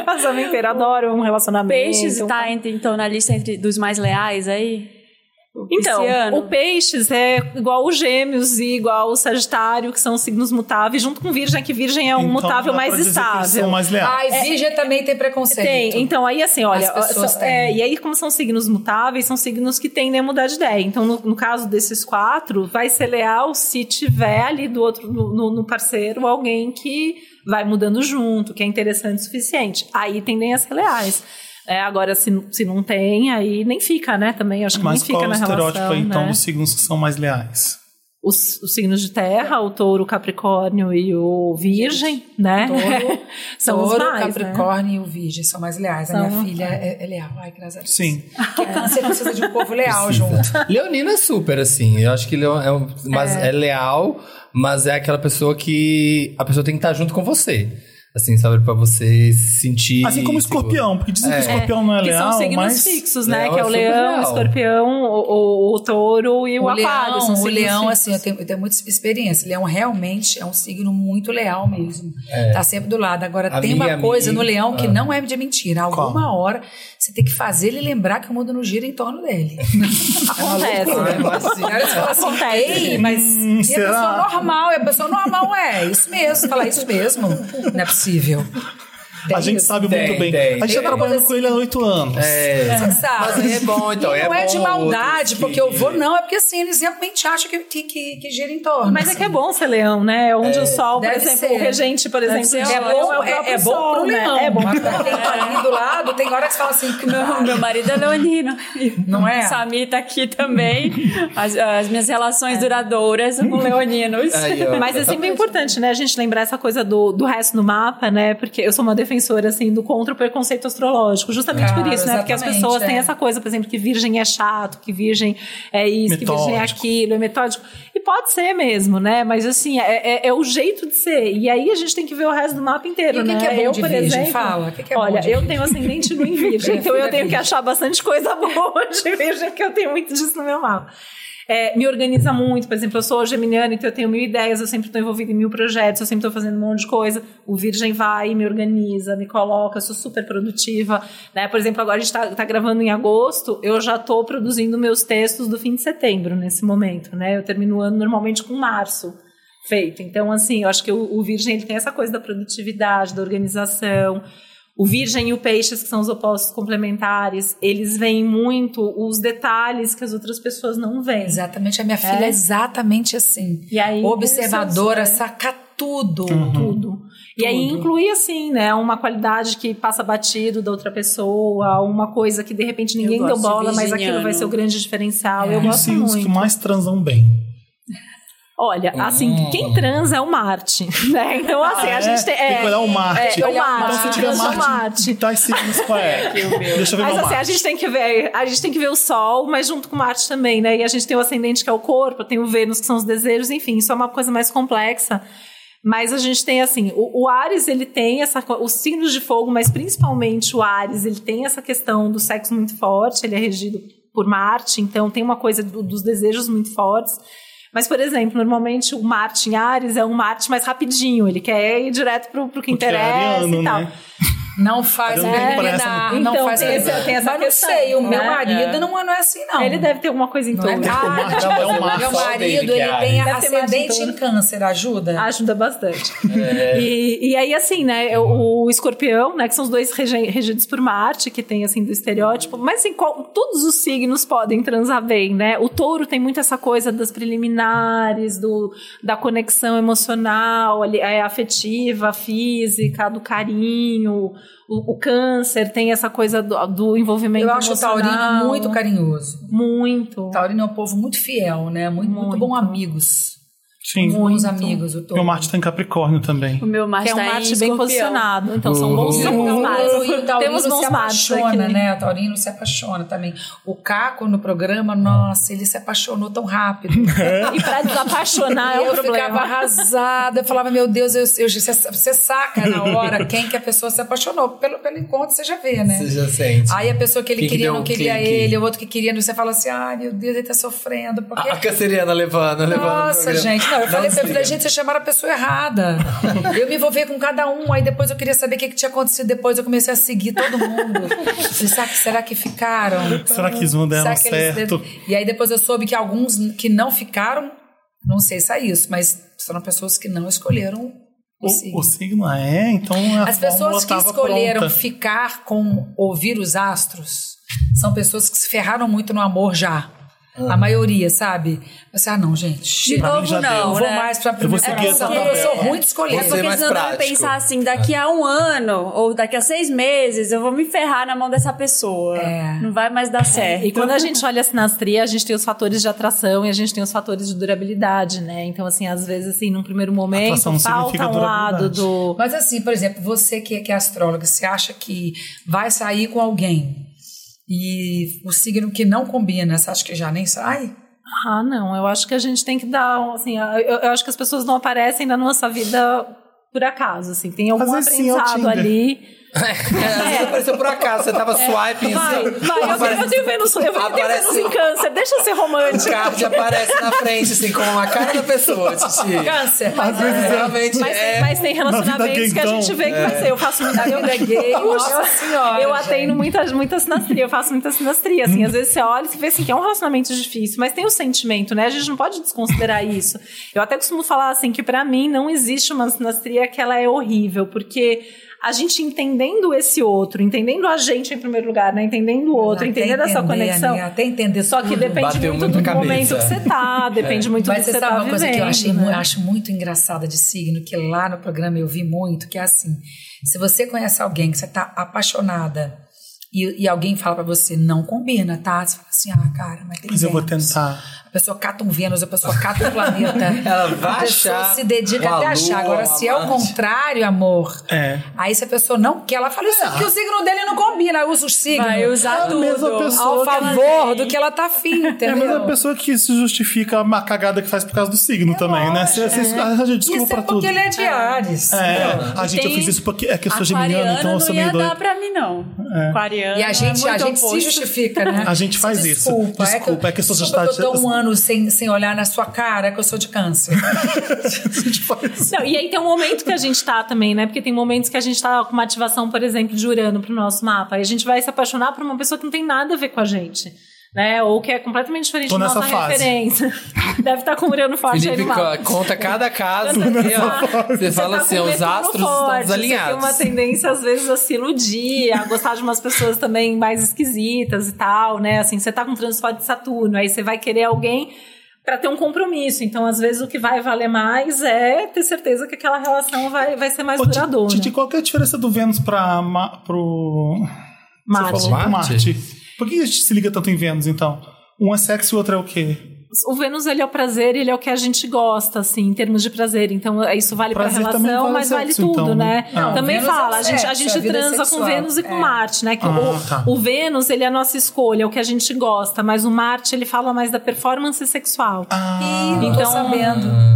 passando inteira, adoro um relacionamento. Peixes um tá entre- então na lista entre, dos mais leais aí? Então, Esse ano? o peixes é igual os gêmeos e igual o sagitário, que são signos mutáveis, junto com virgem, que virgem é um Então, mutável dá pra mais dizer que eles estável. São mais leais. Ai, virgem também tem preconceito. É, Tem, então aí assim, olha, As pessoas são- têm. é, e aí como são signos mutáveis, são signos que tendem a mudar de ideia. Então, no, no caso desses quatro, vai ser leal se tiver ali do outro, no, no- no parceiro, alguém que vai mudando junto, que é interessante o suficiente. Aí tendem a ser leais. É, agora, se, se não tem, aí nem fica, né? Também acho que Mas nem fica qual é o na relação. estereótipo aí, então né? dos signos que são mais leais? os, os signos de terra, o touro, o capricórnio e o virgem, Touro, né? [laughs] São os Touro, mais, né? Capricórnio e o Virgem são mais leais. A São- minha filha é, é leal. Ai, graças a Deus. Sim. Porque câncer precisa de um povo [laughs] leal junto. Precisa. Leonina é super, assim. Eu acho que Leon é, um- mas é. leal, mas é aquela pessoa que a pessoa tem que estar junto com você. Assim, sabe? Pra você se sentir. Assim como escorpião, porque dizem É. que escorpião não é que leal, são signos mas... fixos, né? Leão que é é o super leão, leal. o escorpião, o, o- o touro e o, O aquário. São leão, o signos leão fixos. assim, eu tenho, eu tenho muita experiência. Leão realmente é um signo muito leal mesmo. Tá sempre do lado. Agora, A tem minha uma coisa É. amiga- no leão que Ah. não é de mentira. Alguma Qual? hora, você tem que fazer ele lembrar que o mundo não gira em torno [laughs] dele. Acontece. Ah, mas sim. É, assim, Agora você fala assim, Acontece. Ei, mas Hum, e a será? pessoa normal? E a pessoa normal é isso mesmo. Falar isso mesmo. Não é possível. A Tem gente isso. sabe Tem, muito bem. tem, a gente tem. tá trabalhando com ele há oito anos. É. Você sabe. Mas aí é bom, então. "Ah, E não é, bom de o maldade, outro porque eu que- vou, não. É porque assim, eles realmente acham que, que, que, que gira em torno. Mas é que é bom ser leão, né? É Onde o sol, por Deve exemplo, ser. o regente, por exemplo, ser. de É leão bom, o é, próprio é bom sol, pro né? leão. É [laughs] bom. Mas pra quem tá ali do lado, tem hora que você fala assim, que Meu, meu, meu marido é [laughs] leonino. Não é? Sami tá aqui também. As, as minhas relações duradouras com leoninos. Aí, [laughs] ó. Mas é sempre importante, né, a gente lembrar essa coisa do, do resto do mapa, né? Porque eu sou uma defensora, assim, do contra o preconceito astrológico, justamente Claro, por isso, né? Porque as exatamente, pessoas têm é. essa coisa, por exemplo, que virgem é chato, que virgem é isso, que virgem é Metódico. aquilo, é metódico. E pode ser mesmo, né? Mas assim, é, é- é o jeito de ser. E aí a gente tem que ver o resto do mapa inteiro, E o que né? que é bom eu, de por virgem? exemplo. Fala, o que que é bom olha, de eu virgem? tenho ascendente no em virgem, então eu Prefiro tenho que virgem. achar bastante coisa boa de virgem, porque eu tenho muito disso no meu mapa. É, me organiza muito, por exemplo, eu sou geminiana, então eu tenho mil ideias, eu sempre estou envolvida em mil projetos, eu sempre estou fazendo um monte de coisa. O Virgem vai, me organiza, me coloca, eu sou super produtiva. Né? Por exemplo, agora a gente está gravando em agosto, eu já estou produzindo meus textos do fim de setembro, nesse momento. Né? Eu termino o ano normalmente com março feito. Então, assim, eu acho que o, o Virgem ele tem essa coisa da produtividade, da organização. O Virgem e o Peixes, que são os opostos complementares, eles veem muito os detalhes que as outras pessoas não veem. Exatamente, a minha filha é, exatamente assim. E aí, Observadora, isso, saca tudo. Uhum. né? tudo. E aí Tudo. inclui, assim, né? Uma qualidade que passa batido da outra pessoa, uma coisa que de repente ninguém Eu deu gosto de bola, mas aquilo virginiano. vai ser o grande diferencial. É. E Eu os gosto signos muito. que mais transam bem. Olha, assim, Hum. quem transa é o Marte, [laughs] né? Então, assim, a gente tem. é, tem que olhar o Marte. É, o Olhar o Marte. Então, se tiver transa o Marte, tais signos qual é? Deixa eu ver Mas meu assim, a Marte. gente tem que ver, a gente tem que ver o Sol, mas junto com Marte também, né? E a gente tem o ascendente que é o corpo, tem o Vênus que são os desejos, enfim, isso é uma coisa mais complexa. Mas a gente tem assim, o, o Ares ele tem essa, co- os signos de fogo, mas principalmente o Ares ele tem essa questão do sexo muito forte, ele é regido por Marte, então tem uma coisa do- dos desejos muito fortes. Mas, por exemplo, normalmente o Marte em Ares é um Marte mais rapidinho, ele quer ir direto pro, pro Porque que é interessa ariano, e tal. né? Não faz Tá dando é, tempo pra essa, não, né? não Então, faz tem essa- tem essa Mas não questão, sei, o meu né? marido É. não, não é assim, não. Ele deve ter alguma coisa em não é torno. Ah, nada. Marte é o Marte. meu Só dele marido, que é ele tem Ares. Deve ter mais de ascendente tudo. em câncer, ajuda? Ajuda bastante. E, e aí, assim, né? O, o escorpião, né? Que são os dois rege- regidos por Marte, que tem, assim, do estereótipo. Mas, assim, qual- todos os signos podem transar bem, né? O touro tem muito essa coisa das preliminares, do, da conexão emocional, ali, é, afetiva, física, do carinho. O, o câncer tem essa coisa do, do envolvimento Eu acho o emocional. Taurino muito carinhoso. Muito. O Taurino é um povo muito fiel, né? Muito, muito Muito. bom amigos. Sim. Bons amigos, o todo. Meu Marte tá em Capricórnio também. O meu Marte Que é um tá em mate bem escorpião. posicionado. Então, são bons Uhum. bons mates. O Taurino Temos se bons mates aqui. apaixona, né? O Taurino se apaixona também. O Caco no programa, nossa, ele se apaixonou tão rápido. [laughs] né? E pra [laughs] desapaixonar é um eu ficava problema. arrasada, eu falava, meu Deus, eu, eu- você, você saca na hora quem que a pessoa se apaixonou. Pelo, pelo encontro você já vê, né? Você já sente. Aí a pessoa que ele Quem que queria deu não um queria clique? ele, o outro que queria, não. você fala assim, ai meu Deus, ele tá sofrendo. Porque... A, a canceriana levando, Tá levando. o Nossa, programa. gente. Não, eu falei pra desliga. ele, falei, gente, vocês chamaram a pessoa [laughs] errada. Eu me envolvi com cada um, aí depois eu queria saber o que, que tinha acontecido. Depois eu comecei a seguir todo mundo. Eu Falei, será que, será que ficaram? Será que eles não deram que eles- certo? E aí depois eu soube que alguns que não ficaram, não sei se é isso, mas foram pessoas que não escolheram o, signo. O, o signo ah, é, então a As pessoas fórmula que tava escolheram pronta. ficar com ouvir os astros são pessoas que se ferraram muito no amor já. A maioria, sabe? Você, ah, não, gente. De Pra mim novo, já deu. não, Eu vou né? mais pra vou primeira seguir opção. essa Eu sou ruim de É escolher. Você porque mais senão eu ia prático. pensar assim, daqui a um ano ou daqui a seis meses eu vou me ferrar na mão dessa pessoa. É. Não vai mais dar certo. E quando a gente olha a sinastria, a gente tem os fatores de atração e a gente tem os fatores de durabilidade, né? Então, assim, às vezes, assim, num primeiro momento, Atração significa falta um lado durabilidade. do... Mas assim, por exemplo, você que é, que é astróloga, você acha que vai sair com alguém e o signo que não combina, você acha que já nem sai? Ah, não, eu acho que a gente tem que dar, um, assim, a- eu, eu acho que as pessoas não aparecem na nossa vida por acaso, assim, tem algum vezes sim, é o aprendizado Tinder. ali. [laughs] É. É, Você apareceu por acaso, você tava swiping Vai, assim. vai, eu, tenho- eu tenho Vênus, eu tenho Aparece- Vênus em câncer, deixa eu ser O romântica. card aparece na frente, assim, com a cara da pessoa, Titi. [laughs] Câncer. Às vezes realmente Mas, é. mas tem Na vida relacionamentos que a gay, gente vê que vai ser, eu faço muita Eu neguei, então. [laughs] nossa senhora. Eu gente. atendo muita, muita sinastria, eu faço muita sinastria, assim, às vezes você olha e você vê assim, que é um relacionamento difícil, mas tem o sentimento, né? A gente não pode desconsiderar isso. Eu até costumo falar assim, que pra mim não existe uma sinastria que ela é horrível, porque a gente entendendo esse outro, entendendo a gente em primeiro lugar, né? Entendendo o outro, Até entendendo essa entender, conexão. amiga, até entender Só que tudo. depende Bateu muito muito do a cabeça. É. momento que você tá, depende muito Mas do que você você sabe tá uma coisa que é eu vivendo, achei, né? mu- acho muito engraçada de signo, que lá no programa eu vi muito, que é assim, se você conhece alguém que você tá apaixonada e, e alguém fala pra você, não combina, tá? Você fala assim, ah, cara, mas tem Mas eu vou Vênus. tentar. A pessoa cata um Vênus, a pessoa cata um planeta. Ela vai a pessoa achar se dedica uma até lua, achar. Agora, uma se é o Marte. contrário, amor, É. aí se a pessoa não quer, ela fala isso porque o signo dele não combina, Ah, eu uso o signo. Vai usar É a tudo. mesma pessoa ao que ela favor tem. do que ela tá afim, É, entendeu? mas é a pessoa que se justifica a cagada que faz por causa do signo também, né? Você, você, arranja desculpa Isso é pra tudo. porque ele é de Ares. É, a gente, eu tem fiz isso porque é que eu sou geminiano, Aquariano então eu não sou ia meio doido. É. dar pra mim, não. Aquariano E a gente, é a muito gente se oposto. justifica, né? [laughs] A gente faz Se isso. desculpa, Desculpa, é que eu sou desculpa que eu tô sagitado- um ano sem, sem olhar na sua cara, é que eu sou de câncer. Ah, A gente faz. Não, e aí tem um momento que a gente tá também, né? Porque tem momentos que a gente tá com uma ativação, por exemplo, de Urano pro nosso mapa. Aí a gente vai se apaixonar por uma pessoa que não tem nada a ver com a gente. Né? Ou que é completamente diferente Tô da nessa nossa fase. [laughs] referência. Deve estar com Urano forte aí Felipe no mapa. co- conta cada caso. tá aqui, ó. Você fala tá assim, com os Netuno astros estão forte, desalinhados. Você tem uma tendência, às vezes, a se iludir, a gostar de umas pessoas também mais esquisitas e tal, né? Assim, você tá com transporte de Saturno, aí você vai querer alguém pra ter um compromisso. Então, às vezes, o que vai valer mais é ter certeza que aquela relação vai, vai ser mais Ô, Ti- duradoura. Titi, qual que é a diferença do Vênus pra, ma, pro Você Mate. falou Marte? Marte. Por que a gente se liga tanto em Vênus, então? Um é sexo e o outro é o quê? O Vênus, ele é o prazer, ele é o que a gente gosta, assim, em termos de prazer. Então, é, isso vale pra Prazer também relação, vale mas vale sexo, tudo, então, né? né? Não, também Vênus é fala, a gente, a sexo, gente a vida é transa com sexual, Vênus e com é. Marte, né? Que Ah, o, tá. o Vênus, ele é a nossa escolha, é o que a gente gosta, mas o Marte, ele fala mais da performance sexual. Ah, Ih, não tô Então- sabendo.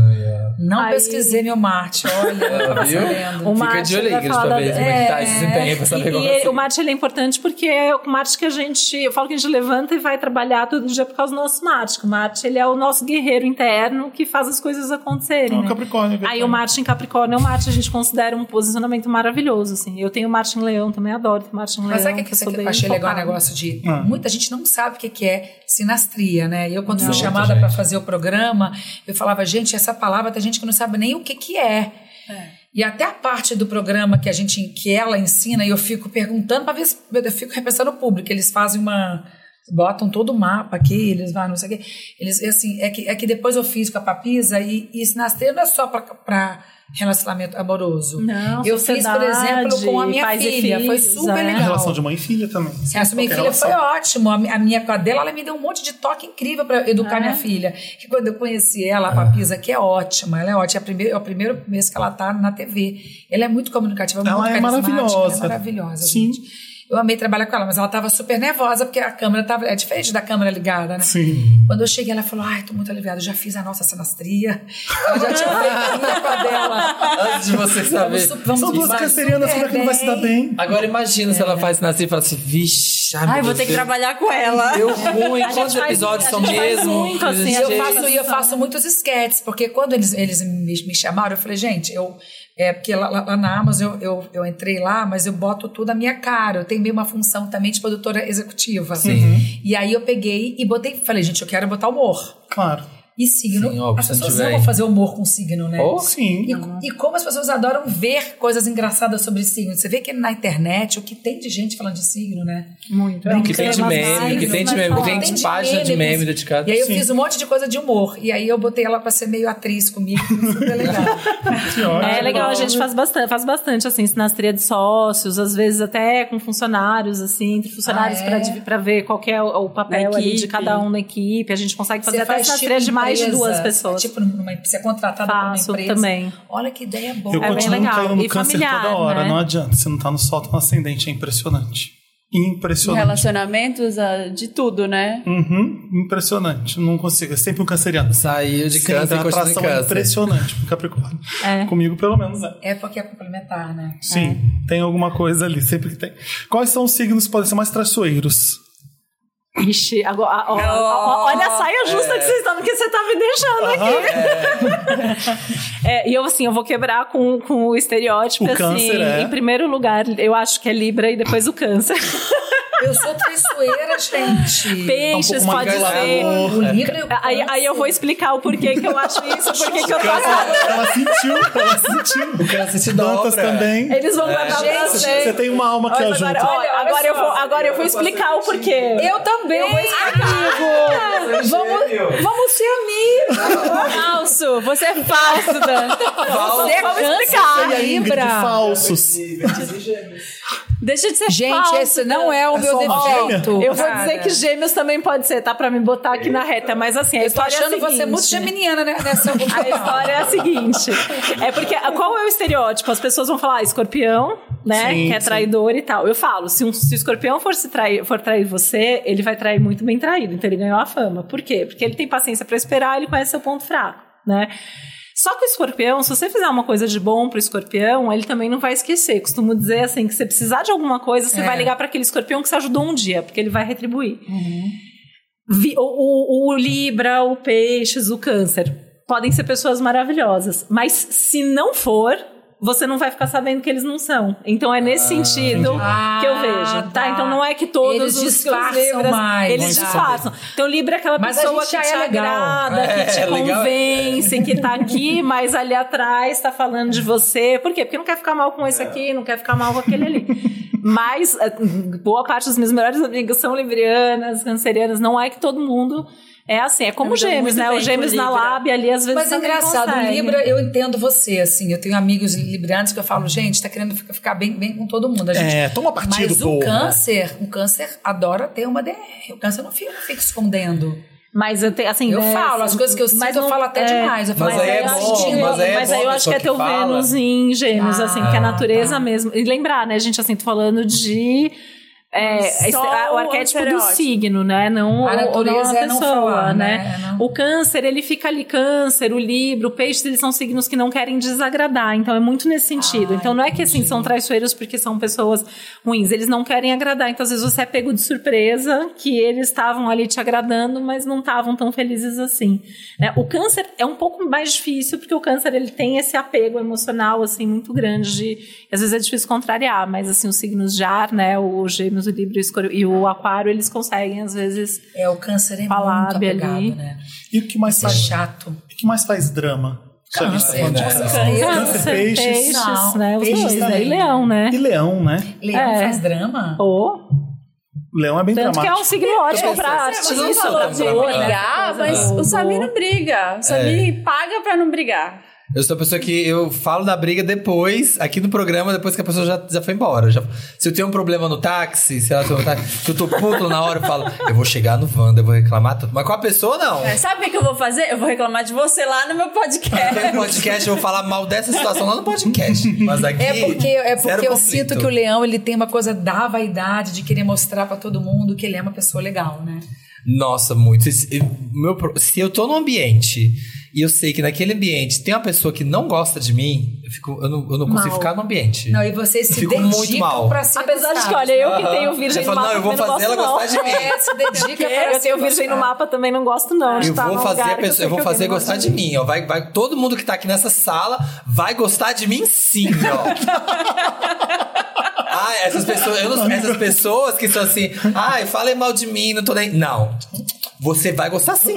Não Aí- pesquisei meu Marte, olha, Tá não tava Ah, Viu? Tá sabendo. O Fica Marte de olho aí, vai Cris, falar pra da- ver como é que tá esse desempenho, pra E, saber como e é ele- o Marte ele é importante porque é o Marte que a gente. Eu falo que a gente levanta e vai trabalhar todo dia por causa do nosso Marte. que O Marte ele é o nosso guerreiro interno que faz as coisas é acontecerem. Então, um né? Capricórnio. Aí o Marte em Capricórnio é o Marte, a gente considera um posicionamento maravilhoso, assim. Eu tenho o Marte em Leão, também adoro ter Marte em Leão. Mas sabe o que, eu que, sou que bem eu achei legal o focada. negócio de. Ah. Muita gente não sabe o que, que é sinastria, né? Eu, quando Não. fui chamada Muita para gente. fazer o programa, eu falava, gente, essa palavra tem gente que não sabe nem o que, que é. E até a parte do programa que a gente que ela ensina, e eu fico perguntando para ver se eu fico repensando o público. Eles fazem uma botam todo o mapa aqui, eles vão, não sei o quê. Eles, assim, é que, é que depois eu fiz com a Papisa e, e Sinastê não é só para relacionamento amoroso. Não, eu fiz, por exemplo, com a minha pais e filha. Foi filhos, super é. A legal. relação de mãe e filha também. Essa minha Qualquer filha foi relação. ótimo. A mi- a minha com a dela, ela me deu um monte de toque incrível para educar Ah. minha filha. Que quando eu conheci ela, a Papisa, que é ótima, ela é ótima. É, a primeira, é o primeiro mês que ela tá na TV. Ela é muito comunicativa, Ela muito é carismática, maravilhosa. Ela é maravilhosa, Sim. gente. Eu amei trabalhar com ela, mas ela tava super nervosa, porque a câmera tava. É diferente da câmera ligada, né? Sim. Quando eu cheguei, ela falou: Ai, tô muito aliviada, eu já fiz a nossa sinastria. Ela já [laughs] tinha feito a minha com a dela. Antes de você saber. su- vamos São duas vai cancerianas, como é super que não vai se dar bem? Agora imagina se ela faz nascer e fala assim, vixe, ai, Ai, meu vou ter que Deus, trabalhar com ela. Deu ruim, quantos faz- episódios a são gente faz mesmo? muito, assim, Gente, a Eu gente- faço, e eu faço muitos esquetes, porque quando eles, eles me, me chamaram, eu falei, gente, eu. É, porque lá, lá- lá na Amazon eu, eu, eu entrei lá, mas eu boto tudo a minha cara. Eu tenho meio uma função também de produtora executiva. Sim. E aí eu peguei e botei, falei, gente, eu quero botar humor. Claro. E signo. Sim, óbvio, as se não pessoas tiver aí. amam fazer humor com signo, né? Oh, Sim. E, e como as pessoas adoram ver coisas engraçadas sobre signo. Você vê que na internet o que tem de gente falando de signo, né? Muito. o que tem de Mas meme, o que vários, tem de mas meme, o que Tem tem de vários. de página de meme, meme tem- dedicada. E aí eu Sim. fiz um monte de coisa de humor. E aí eu botei ela pra ser meio atriz comigo. é [laughs] Super legal. Que ótimo. É legal, a gente faz bastante, faz bastante assim, sinastria de sócios, às vezes até com funcionários, assim, entre funcionários Ah, é? pra div- pra ver qual que é o, o papel Da ali de equipe. cada um na equipe. A gente consegue fazer até sinastria de mais de tipo empresa, duas pessoas. Tipo, numa, você é contratada por uma Faço empresa. também. Olha que ideia boa. Eu É bem continuo legal. caindo no E câncer familiar, toda hora, né? não adianta. Se não tá no sótão ascendente, é impressionante. Impressionante. Relacionamentos ah, de tudo, né? Uhum, impressionante. Não consigo. É sempre um canceriano. Saiu de Sempre câncer e é uma continua em atração câncer. impressionante pro Capricórnio. É. Comigo, pelo menos, é. É porque é complementar, né? Sim, tem alguma coisa ali, sempre que tem. Quais são os signos que podem ser mais traiçoeiros? Ixi, agora, ó, ó, ó, olha a saia justa que vocês estão, porque você tá me deixando aqui. [laughs] É, e eu, assim, eu vou quebrar com, com o estereótipo, O assim, câncer é- em primeiro lugar, eu acho que é Libra e depois o câncer. Eu sou traiçoeira, [laughs] gente. Peixes, mais pode enganado. ser. O livro é o Aí, aí eu vou câncer. explicar o porquê que eu acho isso, porque que eu tô Ela, ela sentiu, ela sentiu. O é câncer se dobra. Dantas também. Eles vão guardar pra Gente, Você vocês. tem uma alma que Olha, ajuda. agora, olha, Olha, agora olha eu vou, só. agora eu vou explicar o porquê. Eu também. Eu vou amigo! Vamos, vamos ser amigos! Falso! Você é falso, Dan. Você é E câncer, a Ingrid, Libra. um falsos. Deixa de ser falso. Gente, esse não é o É meu só uma defeito. Eu vou cara. dizer que gêmeos também pode ser, tá? Pra me botar aqui na reta, mas assim, a Eu tô história é a achando seguinte. você muito geminiana né, nessa A história é a seguinte. É porque qual é o estereótipo? As pessoas vão falar ah, escorpião, né? Sim, que é sim. traidor e tal. Eu falo, se, um, se o escorpião for, se trair, for trair você, ele vai trair muito bem traído. Então ele ganhou a fama. Por quê? Porque ele tem paciência pra esperar, ele conhece seu ponto fraco, né? Só que o escorpião, se você fizer uma coisa de bom pro escorpião, ele também não vai esquecer. Costumo dizer assim, que se você precisar de alguma coisa, você É. vai ligar pra aquele escorpião que você ajudou um dia, porque ele vai retribuir. Vi- o, o- o Libra, o Peixes, o Câncer podem ser pessoas maravilhosas, mas se não for, você não vai ficar sabendo que eles não são. Então é nesse sentido que eu vejo, Ah, tá? tá. Então não é que todos Eles os que os disfarçam Libras- mais, eles tá. disfarçam. Então Libra é aquela Mas a pessoa gente que já te é legal. agrada, É, que te é legal. convence, que tá aqui, mas ali atrás tá falando de você. Por quê? Porque não quer ficar mal com É. esse aqui, não quer ficar mal com aquele ali. Mas eh, boa parte dos meus melhores amigos são librianas, cancerianas. Não é que todo mundo é assim. É como Eu me dou gêmeos, muito né? bem Os gêmeos com na Libra. lábia ali, às vezes. Mas é também engraçado, conseguem. Libra, eu entendo você, assim. Eu tenho amigos librianos que eu falo, gente, tá querendo fica- ficar bem, bem com todo mundo. A gente, É, toma partido, Mas o né? porra. câncer, o câncer adora ter uma DR. O câncer não fica, não fica escondendo. Mas eu te- assim. Eu é, falo, as coisas que eu sinto, mas eu não- falo até é, demais. Eu falo, Mas aí é eu bom, acho que- mas aí é bom eu a acho pessoa que é que teu fala. Vênus em gêmeos, Ah, assim, que é a natureza tá. mesmo. E lembrar, né, gente, assim, tô falando de. é, este- Só a- o o arquétipo do estereótipo. signo, né? Não A o- natureza não a é não pessoa, falar, né? né? É não- O câncer, ele fica ali, câncer, o libro, o peixe, eles são signos que não querem desagradar. Então é muito nesse sentido. Ah, então não é que assim são traiçoeiros porque são pessoas ruins. Eles não querem agradar. Então às vezes você é pego de surpresa que eles estavam ali te agradando, mas não estavam tão felizes assim. né? O câncer é um pouco mais difícil porque o câncer ele tem esse apego emocional assim muito grande. de- e às vezes é difícil contrariar, mas assim os signos de ar, né? O Gêmeos, o Libra e o Escorpio- e o Aquário, eles conseguem às vezes. É, o câncer é muito Palábio apegado, ali. né? E o que mais Isso é faz, chato. o que mais faz drama? é Já visto Câncer, é falando de com né? câncer? certeza. Câncer, peixes. Não, né? Os peixes dois, né? é também. E leão, né? E leão, né? Leão É. faz drama? Ou Leão é bem Tanto que é dramático. um signo ótimo pra arte. Você não isso, falou de né? dramático. brigar, mas o Samir não briga. O É. Samir paga pra não brigar. Eu sou a pessoa que eu falo da briga depois, aqui no programa, depois que a pessoa já, já foi embora. Já- se eu tenho um problema no táxi, sei lá, se eu, se eu tô puto na hora, eu falo, eu vou chegar no Wanda, eu vou reclamar tudo. Mas com a pessoa, não. É, Sabe o que que eu vou fazer? Eu vou reclamar de você lá no meu Tem um podcast. podcast, eu vou falar mal dessa situação lá no podcast. Mas aqui. É porque, é zero porque eu conflito. sinto que o leão ele tem uma coisa da vaidade de querer mostrar pra todo mundo que ele é uma pessoa legal, né? Nossa, muito. Se- se- meu pro- se eu tô num ambiente e eu sei que naquele ambiente tem uma pessoa que não gosta de mim, eu, fico, eu, não, eu não consigo Mal. ficar no ambiente. Não, e vocês se Fico muito dedicam mal. pra ser Apesar de que, gostados, olha, eu Aham. que tenho virgem Eu no falo, mapa não, eu vou também fazer ela não gosto, gostar de mim. É, se dedica pra Eu ser um tenho virgem no gostado. mapa também não gosto, não. de Eu estar vou num fazer lugar a que eu pessoa, sei eu vou que alguém fazer não gostar gosta de mim, ó. Vai, vai, todo mundo que tá aqui nessa sala vai gostar de mim sim, ó. [laughs] Ah, essas pessoas, eu não- essas pessoas que são assim, ai, falem mal de mim, não tô nem. Não. Você vai gostar [laughs] sim.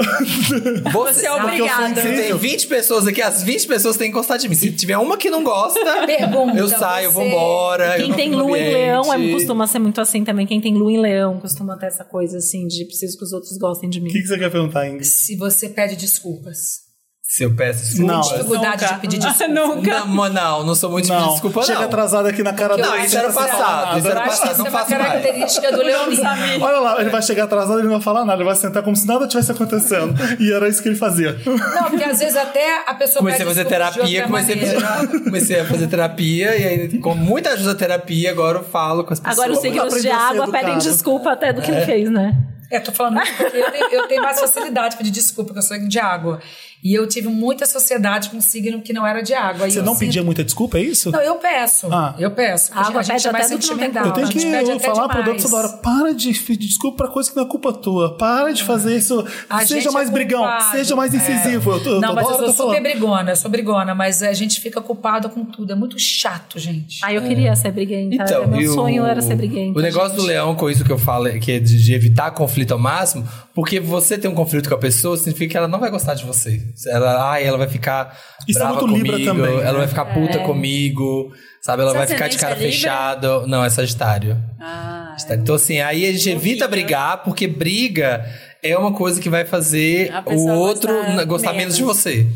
Você, é um obrigada. Se tem 20 pessoas aqui, as 20 pessoas têm que gostar de mim. Se tiver uma que não gosta, Pergunta, eu saio, eu você- vou embora. eu Quem não tem fico no lua em leão é, ambiente. costuma ser muito assim também. Quem tem lua em leão costuma ter essa coisa assim de preciso que os outros gostem de mim. O que, que você quer perguntar, Ingrid? Se você pede desculpas. Se eu peço desculpa. Não. Dificuldade Nunca. de pedir desculpas. Nunca. Não, não, não sou muito de pedir Não, desculpa, chega não. atrasado aqui na cara tá Não, dele, isso era sem falar passado, nada. isso era Eu acho que passado, isso não é uma faço mais. característica do leonino. Olha lá, ele vai chegar atrasado, ele não vai falar nada, ele vai sentar como se nada tivesse acontecendo. E era isso que ele fazia. Não, porque às vezes até a pessoa Comecei a pede fazer desculpas de terapia, outra comecei a, maneira. fazer- [laughs] comecei a fazer terapia e aí, com muita ajuda da terapia, agora eu falo com as pessoas. Agora os Como signos de aprendeu a ser água pedem educado? desculpa até do que ele fez, né? É, tô falando isso porque eu tenho, eu tenho mais facilidade de pedir desculpa, porque eu sou de água. E eu tive muita sociedade com um signo que não era de água. E Você eu não sinto- pedia muita desculpa, é isso? Não, eu peço. Ah. Eu peço. porque A água a gente pede é mais até do que não tem sentimental. Eu tenho a gente que pede até falar pro doutor demais. toda hora, para de pedir desculpa pra coisa que não é culpa tua. Para de fazer isso. A gente seja é mais brigão, culpado. seja mais incisivo. Eu tô, Não, toda mas hora eu sou tô super falando. brigona, eu sou brigona, mas a gente fica culpada com tudo. É muito chato, gente. Ah, eu queria ser briguenta. Então, e Meu o- sonho era ser briguenta. O negócio do leão com isso que eu falo, é que é de, de evitar conflito ao máximo, porque você ter um conflito com a pessoa significa que ela não vai gostar de você. Ela, ai, ela vai ficar Isso é brava muito Libra comigo, também, né? ela vai ficar puta comigo, sabe? Ela Seu vai ficar de ascendente cara é Libra? fechada. Não, é Sagitário. Ah, Tá, Então, assim, aí a gente evita brigar, porque briga é uma coisa que vai fazer A o pessoa outro gostar na- gostar menos. menos. de você.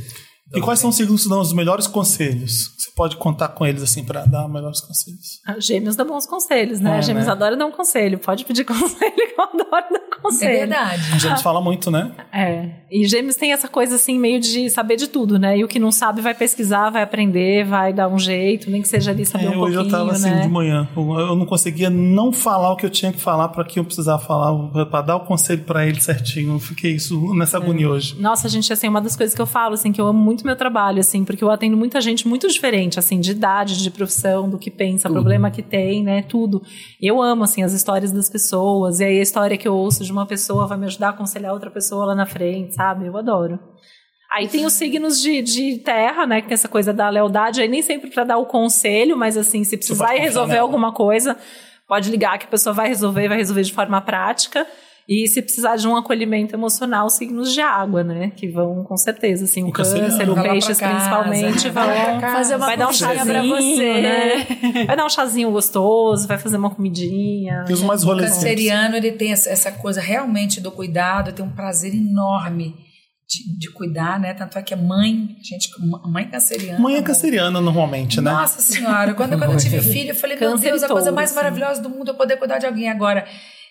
E quais são os signos que dão os melhores conselhos? Você pode contar com eles, assim, pra dar melhores conselhos. Ah, Gêmeos dão bons conselhos, né? É, gêmeos né? adoram dar um conselho. Pode pedir [laughs] conselho, eu adoro dar É conselho. verdade. A gente fala muito, né? É. E gêmeos tem essa coisa assim, meio de saber de tudo, né? E o que não sabe vai pesquisar, vai aprender, vai dar um jeito, nem que seja ali saber É, um pouquinho, hoje eu tava assim né? de manhã. Eu, eu não conseguia não falar o que eu tinha que falar pra quem eu precisava falar, pra dar o conselho pra ele certinho. Eu fiquei isso nessa agonia hoje. Nossa, gente, assim, uma das coisas que eu falo, assim, que eu amo muito meu trabalho, assim, porque eu atendo muita gente muito diferente, assim, de idade, de profissão, do que pensa, problema que tem, né, tudo. E eu amo, assim, as histórias das pessoas, e aí a história que eu ouço de uma pessoa vai me ajudar a aconselhar outra pessoa lá na frente, sabe? Eu adoro. Aí tem os signos de, de terra, né? Que tem essa coisa da lealdade, aí nem sempre pra dar o conselho, mas assim, se precisar pode e resolver confiar nela. alguma coisa, pode ligar que a pessoa vai resolver e vai resolver de forma prática. E se precisar de um acolhimento emocional, signos de água, né? Que vão com certeza, assim, o O câncer, câncer, né? o Vai lá pra peixes casa, principalmente, né? vão Vai lá pra casa. fazer uma vai dar um coxinha pra chazinho, você. né? Vai dar um chazinho gostoso, vai fazer uma comidinha. E os mais O rolezinhos. canceriano, ele tem essa- essa coisa realmente do cuidado, tem um prazer enorme de, de cuidar, né? Tanto é que é mãe, gente, m- mãe canceriana. né? Mãe é canceriana normalmente, né? Nossa senhora, quando, quando eu tive filho, eu falei, meu Câncer e Deus, a coisa touro, mais sim. maravilhosa do mundo é poder cuidar de alguém. Agora,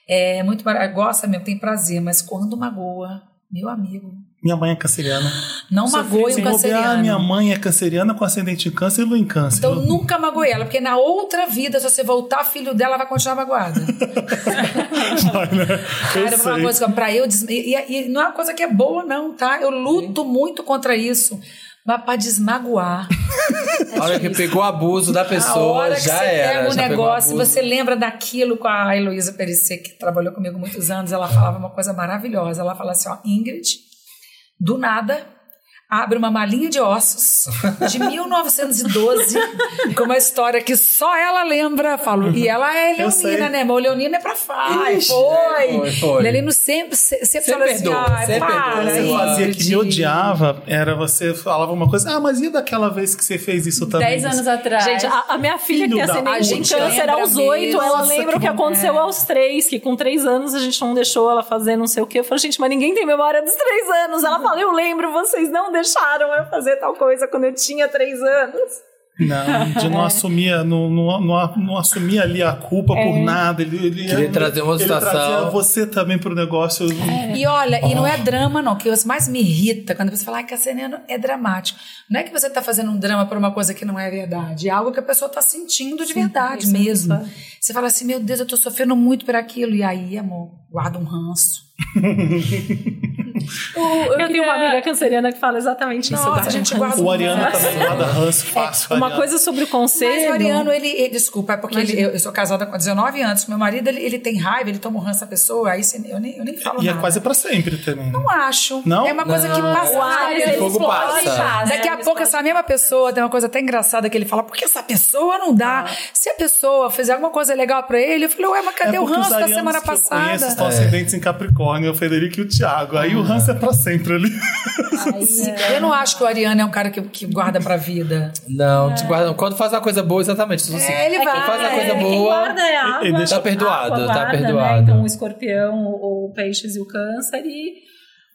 é muito mara- gosta mesmo, tem prazer, mas quando magoa, meu amigo, Minha mãe é canceriana. não Sofri magoe assim, um bobear, canceriano. minha mãe é canceriana com ascendente em câncer e lua em câncer. Então nunca magoe ela, porque na outra vida, se você voltar filho dela, vai [laughs] continuar magoada. [laughs] Vai, né? Eu Cara, uma sei. coisa que, pra eu. des- E, e- e não é uma coisa que é boa, não, tá? Eu luto muito contra isso. Mas pra desmagoar. a hora que pegou o abuso da a pessoa, hora que já você era. pega um já pegou negócio, abuso. você lembra daquilo com a Heloísa Perissé, que trabalhou comigo muitos anos, ela falava uma coisa maravilhosa. Ela falava assim: ó, Ingrid, do nada, abre uma malinha de ossos de 1912, com uma história que só ela lembra. Falo, e ela é Eu sei. leonina, né? Mas o leonino é pra Fai, Ixi, foi. é, foi, foi. Leonino sempre, se- sempre, Sempre fala assim, perdoa, ai, sempre para. perdoa. Você Sim. fazia que me Gordinho. odiava era você falava uma coisa, ah, mas e daquela vez que você fez isso também? Dez anos atrás. Gente, a, a minha filha Filho que da acendeu puta. um câncer Lembra aos oito, mesmo, ela nossa, lembra o né? que que aconteceu mulher. aos três, que com três anos a gente não deixou ela fazer não sei o que. Eu falei, gente, mas ninguém tem memória dos três anos. Ela fala, eu lembro, vocês não deixaram eu fazer tal coisa quando eu tinha três anos. Não, de É. não assumia, não, não, não, não assumia ali a culpa É. por nada. Ele, ele Queria trazer uma ele situação. trazia você também pro negócio. E olha, e não é drama, não. O que mais me irrita quando você fala, ai, Casseneno é dramático. Não é que você tá fazendo um drama por uma coisa que não é verdade. É algo que a pessoa tá sentindo de verdade mesmo. Você fala assim, meu Deus, eu tô sofrendo muito por aquilo. E aí, amor, guarda um ranço. Eu, tenho uma amiga canceriana que fala exatamente isso. Nossa, Bárbara. a gente guarda um O Ariano ranço. também guarda É, ranço fácil. Uma Ariano. coisa sobre o conselho. Mas o Ariano, ele, ele- desculpa, é porque ele- eu, eu sou casada com 19 anos, meu marido, ele, ele tem raiva, ele toma um ranço da pessoa, aí você- eu, nem, eu nem falo E é nada. quase pra sempre também. né? Não acho. Não? É uma coisa que passa Ah, rápido. mas eles Fogo podem passa. passar, Daqui né? a Eles pouco, podem- essa mesma pessoa tem uma coisa até engraçada que ele fala: por que essa pessoa não dá? Se a pessoa fizer alguma coisa legal pra ele, eu falei: ué, mas cadê É o porque os ranço da arianos semana que eu Conheço, passada? É. estão acidentes em Capricórnio, o Federico e o Thiago. Aí o ranço é pra sempre ali. Eu não acho que o Ariano é um cara que, que guarda pra vida. Não, te guarda. Quando faz uma coisa boa, exatamente. Isso assim. É, ele É vai. quem faz a coisa é, quem boa guarda é a água. e deixa- Tá perdoado, a água tá guarda, perdoado. Né? Então o escorpião, o, o peixes e o câncer e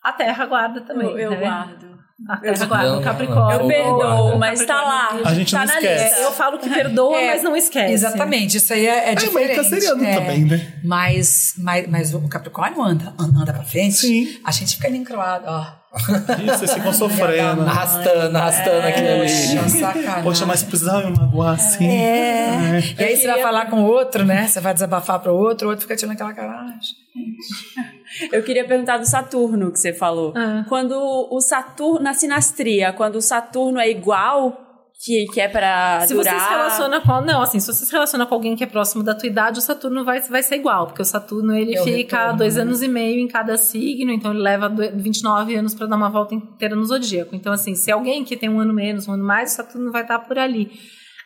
a terra guarda também. Eu, eu né? guardo. A terra Eu- guarda, Não, o não, Capricórnio. não. Eu Fogo perdoo, guarda. mas tá lá. A gente tá não na esquece. lista. Eu falo que perdoa, É, mas não esquece. Exatamente, isso aí é, é É, mas é diferente. canceriano é. também, né? Mas, mas, mas o Capricórnio anda, anda pra frente. Sim. A gente fica encroado, ó. Isso, vocês ficam sofrendo. Arrastando, arrastando aquilo ali. É Poxa, sacanagem. Poxa, mas precisava me magoar assim. É. É. E aí você vai falar com o outro, né? Você vai desabafar pro outro, o outro fica tirando aquela "Ah, caragem. Eu queria perguntar do Saturno que você falou. Ah. Quando o Saturno, na sinastria, quando o Saturno é igual, que, que é pra Se durar. você se relaciona com. Não, assim, se você se relaciona com alguém que é próximo da tua idade, o Saturno vai, vai ser igual, porque o Saturno ele É o fica retorno, dois né? anos e meio em cada signo, então ele leva do- 29 anos pra dar uma volta inteira no zodíaco. Então, assim, se alguém que tem um ano menos, um ano mais, o Saturno vai estar por ali.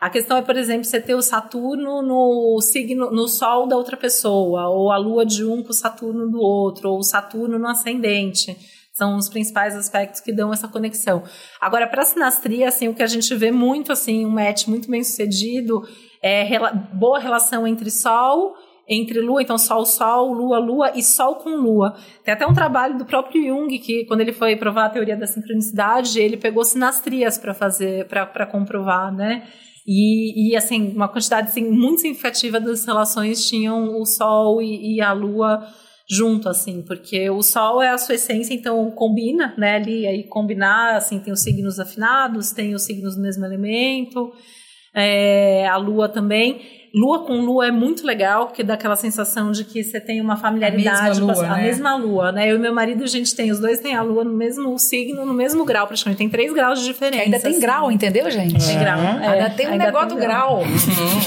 A questão é, por exemplo, você ter o Saturno no signo, no Sol da outra pessoa, ou a Lua de um com o Saturno do outro, ou o Saturno no ascendente. São os principais aspectos que dão essa conexão. Agora, para sinastria, assim, o que a gente vê muito, assim, um match muito bem sucedido é rela- boa relação entre Sol, entre Lua, então Sol, Sol, Lua, Lua e Sol com Lua. Tem até um trabalho do próprio Jung que, quando ele foi provar a teoria da sincronicidade, ele pegou sinastrias para fazer, para comprovar, né? E, e, assim, uma quantidade assim, muito significativa das relações tinham o Sol e, e a Lua junto, assim, porque o Sol é a sua essência, então combina, né, ali, aí combinar, assim, tem os signos afinados, tem os signos do mesmo elemento, é, a Lua também. Lua com Lua é muito legal, porque dá aquela sensação de que você tem uma familiaridade É mesma com lua, a, a né? mesma Lua, né, eu e meu marido, a gente tem, os dois tem a Lua no mesmo signo, no mesmo grau, praticamente, tem três graus de diferença. Ainda tem assim. grau, entendeu, gente? Tem grau. é. ainda tem um Ainda negócio tem do grau.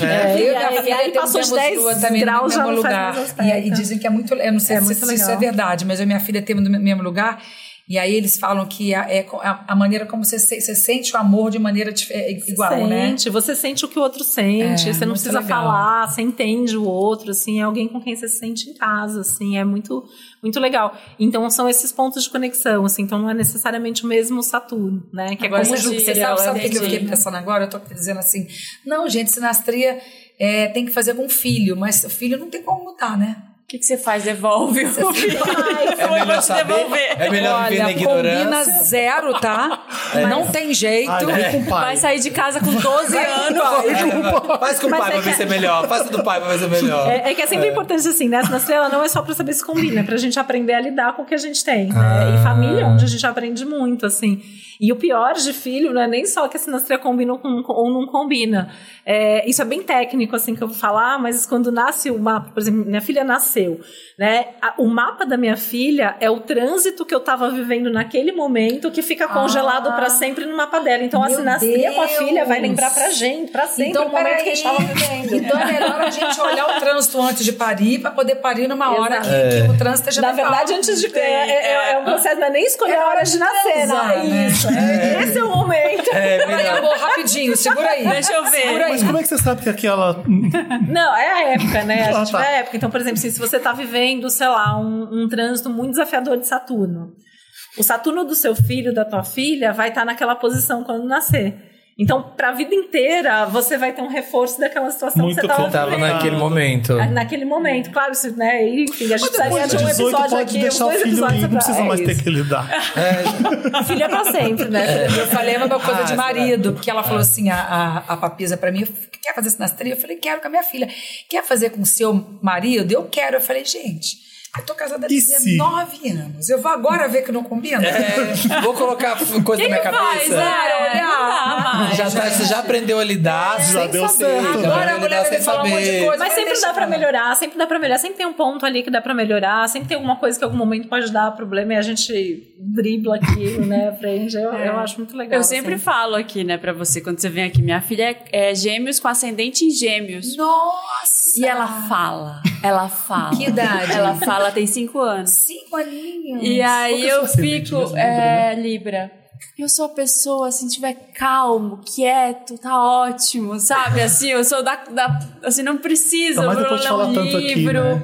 É, Eu e minha aí- filha e aí temos passou os ambos 10 duas também no graus, já mesmo não faz lugar. mais E aí aspecto. dizem que é muito. Eu não sei É se, muito se isso é legal. verdade, mas eu e minha filha temos no mesmo lugar. E aí eles falam que a- é co- a, a maneira como você, se- você sente o amor de maneira dif- é igual, né? sente, Você sente o que o outro sente, É, você não muito precisa legal. falar, você entende o outro, assim, é alguém com quem você se sente em casa, assim, é muito, muito legal. Então são esses pontos de conexão, assim, então não é necessariamente o mesmo Saturno, né? Que Agora, é como você, Júpiter. você sabe, sabe o que que eu entendi. fiquei pensando agora? Eu tô dizendo assim, não, gente, sinastria é, tem que fazer com o filho, mas o filho não tem como mudar, né? O que, que você faz? Devolve o filho. É melhor saber. É melhor viver na Olha, combina assim, ignorância. É. zero, tá? Não tem jeito. Ai, Ah, vem com o pai. Vai sair de casa com 12 anos. [laughs] Faz com o pai pra ver se é melhor. Faz do pai pra ver se é melhor. É, é que é sempre importante, assim, né? Na estrela não é só pra saber se combina, é pra gente aprender a lidar com o que a gente tem, né? Ah. E família, é onde a gente aprende muito, assim. E o pior de filho não é nem só que a sinastria combina com- ou não combina. É, isso é bem técnico, assim, que eu vou falar, mas quando nasce o mapa, por exemplo, minha filha nasceu, né? A- o mapa da minha filha é o trânsito que eu tava vivendo naquele momento que fica congelado Ah. pra sempre no mapa dela. Então a Meu sinastria com a filha Deus. vai Então, lembrar pra gente, pra sempre, Então, o momento peraí. que a gente tava vivendo. Então é melhor a gente olhar o trânsito antes de parir para poder parir numa hora que, que o trânsito esteja Na melhor. verdade, antes de. É, é. é- é um processo, não é nem escolher a hora de nascer, transar, não. É né? isso. Esse é o momento. É, Peraí, melhor. amor, rapidinho, segura aí. Deixa eu ver. Segura aí. Mas como é que você sabe que aquela. Não, é a época, né? A Ah, gente tá. vê a época. Então, por exemplo, assim, se você tá vivendo, sei lá, um, um trânsito muito desafiador de Saturno. O Saturno do seu filho, da tua filha, vai estar naquela posição quando nascer. Então, pra vida inteira, você vai ter um reforço daquela situação Muito um que você tava, bom. Eu tava vivendo. naquele momento. É. Naquele momento, claro, isso, né? e, Enfim, a gente precisaria Depois de de um 18 episódio é pode aqui, uns deixar o dois filho episódios livre, não precisa atrás. mais ter que lidar. A filha é pra sempre, né? Eu falei a mesma coisa Ah, de será? marido, porque ela falou assim, a, a, a papisa pra mim, quer fazer sinastria? Eu falei, quero com a minha filha. Quer fazer com o seu marido? Eu quero. Eu falei, gente, eu tô casada há E se? 19 anos, eu vou agora ver que não combina? É, vou colocar f- coisa na minha cabeça. né? É, não dá mais. Já, tá- você já aprendeu a lidar. Já sem deu saber. certo. Já Agora a aprendeu a mulher lidar vai sem me falar um monte de saber. coisa. Mas Vai sempre deixar. dá pra melhorar, sempre dá pra melhorar, sempre tem um ponto ali que dá pra melhorar, sempre tem alguma coisa que em algum momento pode dar problema e a gente dribla aquilo, né? Aprende. Eu, eu acho muito legal. Eu sempre assim. falo aqui, né, pra você, quando você vem aqui, minha filha é, é gêmeos com ascendente em gêmeos. Nossa! E ela fala, ela fala. Que idade? Hum, Ela fala, ela tem cinco anos. Cinco aninhos. E Qual que aí é o seu eu ascendente fico, mesmo, Libra, é, Libra. Eu sou a pessoa, assim, tiver calmo, quieto, tá ótimo, sabe? Assim, eu sou da. da- assim, não precisa, Ainda mais vou depois de ler um falar tanto aqui, livro. né?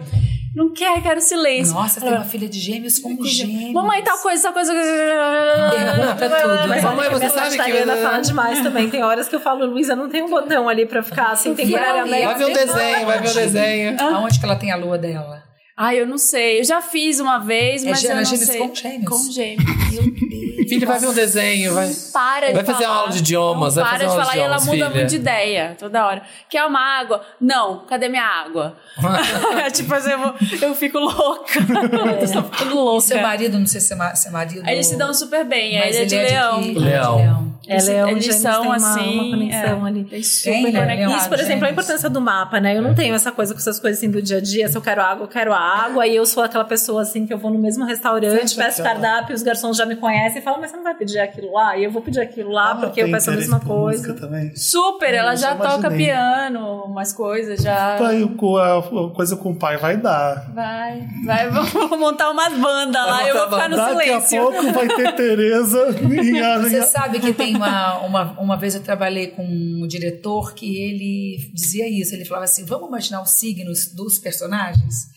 Não quer, quero silêncio. Nossa, tem uma filha de gêmeos com gêmeos. Mamãe, tá tal coisa, tal coisa. Pergunta tudo. né? Mas Mamãe, a você minha sabe que- vegetariana fala demais também. Tem horas que eu falo, Luísa, não tem um botão ali pra ficar assim temporariamente. Vai ver o desenho, vai ver o desenho. Aonde que ela tem a lua dela? Ai, eu não sei. Eu já fiz uma vez, É mas eu gêmeos, não gêmeos sei. com gêmeos? Com gêmeos. Filho, vai ver um desenho, vai. Para de Vai fazer falar. aula de idiomas, Não vai para de fazer aula falar de e ela idiomas, muda filha. muito de ideia toda hora. Quer uma água? Não. Cadê minha [laughs] água? tipo assim, eu, vou- eu fico louca. eu tô ficando O seu louca. marido, não sei se é ma- se é marido. Aí eles se dão super bem. mas Aí ele é de leão. que- Leão. Ela é um eles gêmeos, são tem uma, assim. uma conexão é. ali. Eles Tem, super né? conectados. Isso, por exemplo, a gêmeos. importância do mapa, né? Eu É. não tenho essa coisa com essas coisas assim do dia a dia, se eu quero água, eu quero água, e eu sou aquela pessoa assim que eu vou no mesmo restaurante, Você acha peço que ela- cardápio, os garçons já me conhecem e falam, mas você não vai pedir aquilo lá? E eu vou pedir aquilo lá Ah, porque eu tem peço a interesse mesma por música tá. coisa. Também. Super, ela Eu já já imaginei. toca piano, umas coisas, já. Tá aí, o- a a coisa com o pai vai dar. Vai, vai, [laughs] vou montar umas bandas lá, Vai eu vou montar ficar no Daqui a silêncio. pouco vai ter Tereza [laughs] em Você a- sabe que tem uma, uma. Uma vez eu trabalhei com um diretor que ele dizia isso. Ele falava assim: vamos imaginar os signos dos personagens?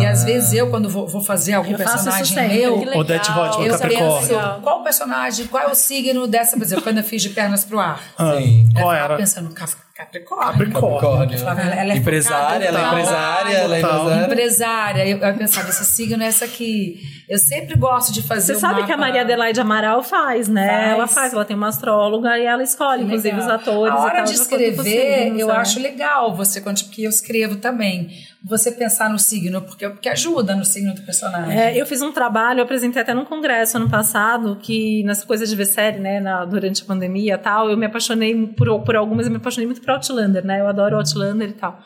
E às vezes eu, quando vou, vou fazer algum Eu faço isso personagem sempre, meu, que legal. Odete Roitman, eu Capricórnio. penso Legal. qual personagem, qual é o signo dessa. Por exemplo, quando eu fiz de pernas pro ar. Ah, Sim. Qual eu tava era? pensando, Cap- Capricórnio. Capricórnio. Capricórnio. Ela- ela é focada, Empresária, ela é total. empresária, ela é Total. empresária. Empresária, eu, eu pensava, esse signo é essa aqui. Eu sempre gosto de fazer Você um sabe que a mapa- Maria Adelaide Amaral faz, né? Faz. Ela faz, ela tem uma astróloga e ela escolhe, Legal. inclusive, os atores. A e hora tal, de acordo com os escrever, signos, eu né? acho legal você, quando- porque eu escrevo também. Você pensar no signo, porque, porque ajuda no signo do personagem. É, eu fiz um trabalho, eu apresentei até num congresso ano passado, que nessa coisa de ver série, né, na- durante a pandemia e tal, eu me apaixonei por, por algumas, eu me apaixonei muito por Outlander, né, eu adoro Outlander e tal.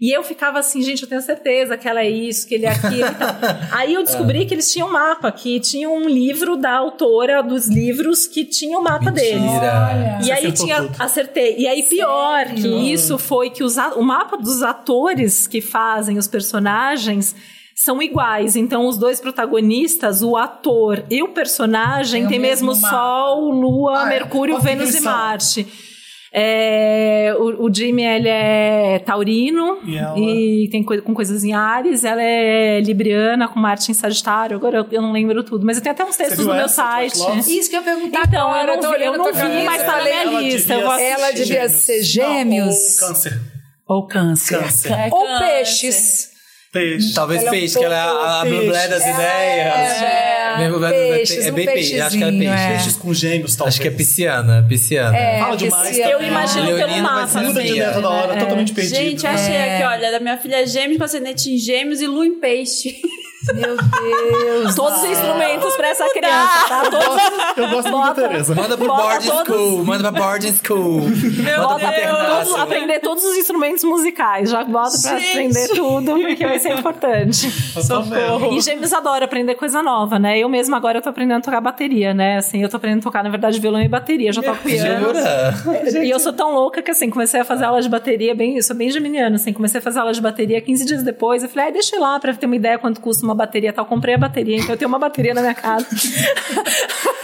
E eu ficava assim, gente, eu tenho certeza que ela é isso, que ele é aquilo e tal. Aí eu descobri que eles tinham um mapa, que tinha um livro da autora dos livros que tinha o mapa deles. Mentira. E Você aí acertou tinha. tudo. Acertei. E aí, pior que isso foi que os, a- o mapa dos atores que fazem os personagens são iguais. Então, os dois protagonistas, o ator e o personagem, Tem o têm mesmo, mesmo mapa. Sol, Lua, Ah, é. Mercúrio, Qual que Vênus eles e são? Marte. É, o, o Jimmy ele é taurino E ela? e tem coisa com coisas em Ares. Ela é libriana com Marte em Sagitário. Agora eu, eu não lembro tudo, mas eu tenho até uns textos viu no meu essa, site. Atlas? Isso que eu ia perguntar. Então, agora, eu não tô vi, olhando eu não tua vi, cabeça, mas tá na falei, minha Ela lista, devia eu vou ser Ela devia ser Não, gêmeos. ou câncer. Ou câncer. Câncer. Ou Câncer. peixes. Peixe. Talvez Ela é um peixe, que ela é a, a pouco blé das peixe. ideias. É, Minha blé- peixes, é um bem peixe, acho que ela é peixezinho, é. peixe. Peixes com gêmeos, talvez. Acho que é pisciana, pisciana. Fala que demais se- também. tá Eu imagino pelo Leonino vai mapa. ser assim. Muda de Sim, ideia toda hora, totalmente perdido. Gente, é. achei aqui, olha, da minha filha é gêmeos, com ascendente em gêmeos e lua em peixe. Meu Deus. Todos os instrumentos pra essa criança, tá? Todos, Eu gosto muito da Tereza. Manda pro Bota boarding todos- school, manda pra boarding school. manda pro todos internato. aprender todos os instrumentos musicais. Já bota pra Gente. aprender tudo, porque vai ser importante. Socorro. E gêmeos adoram aprender coisa nova, né? Eu mesma agora eu tô aprendendo a tocar bateria, né? Assim, eu tô aprendendo a tocar, na verdade, violão e bateria. Eu já toco piano. Jura? E eu sou tão louca que assim, comecei a fazer aula de bateria bem, eu sou bem geminiana, assim, comecei a fazer aula de bateria 15 dias depois, eu falei, ai, deixa eu ir lá pra ter uma ideia quanto custa uma bateria e tal, comprei a bateria, então eu tenho uma bateria na minha casa.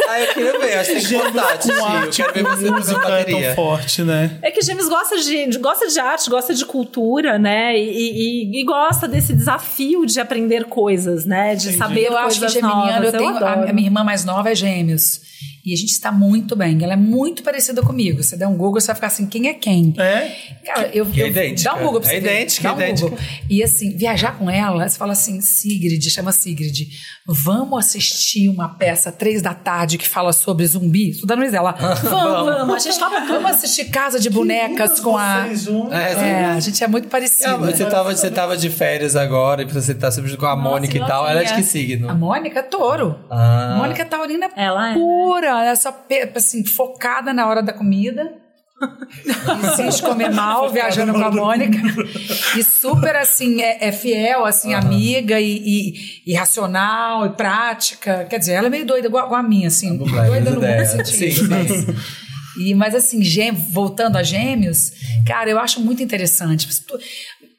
Ah, eu queria ver, acho que tem que contar, Titi. com Eu arte, quero ver com você tocando música é bateria. tão forte, né? É que Gêmeos gosta de, de- gosta de arte, gosta de cultura, né? E, e- e gosta desse desafio de aprender coisas, né? De Entendi. saber Eu acho coisas que geminiano, novas. eu tenho, a, adoro. a minha irmã mais nova é gêmeos. E a gente está muito bem. Ela é muito parecida comigo. Você der um Google, você vai ficar assim, quem é quem? É? Cara, eu, Que é eu- idêntica. Dá um Google pra É você ver. idêntica, Dá um é idêntica. Google. E assim, viajar com ela, você fala assim, Sigrid, chama Sigrid, vamos assistir uma peça três da tarde que fala sobre zumbi? Estou dando um exemplo. Ela, vamos, vamos, a gente topa, vamos assistir Casa de Bonecas com a... Vocês juntos. É, É, a gente é muito Ah, parecido. mas você, tava, você tava de férias agora, e você tá sempre com a Mônica e tal. Ela é de que Lovinha. A signo? Mônica é touro. Ah. [laughs] Mônica Taurina Ela é, né? pura, ela é só pe- assim, focada na hora da comida. Insiste comer mal, viajando com a Mônica. E super assim, é, é fiel, assim, amiga e, e, e racional e prática. Quer dizer, ela é meio doida, igual, igual a minha, assim. Vamos lá, doida no bom ideia. sentido. um é Sim, mas- e, mas assim, gê- voltando a gêmeos, cara, eu acho muito interessante. Tu-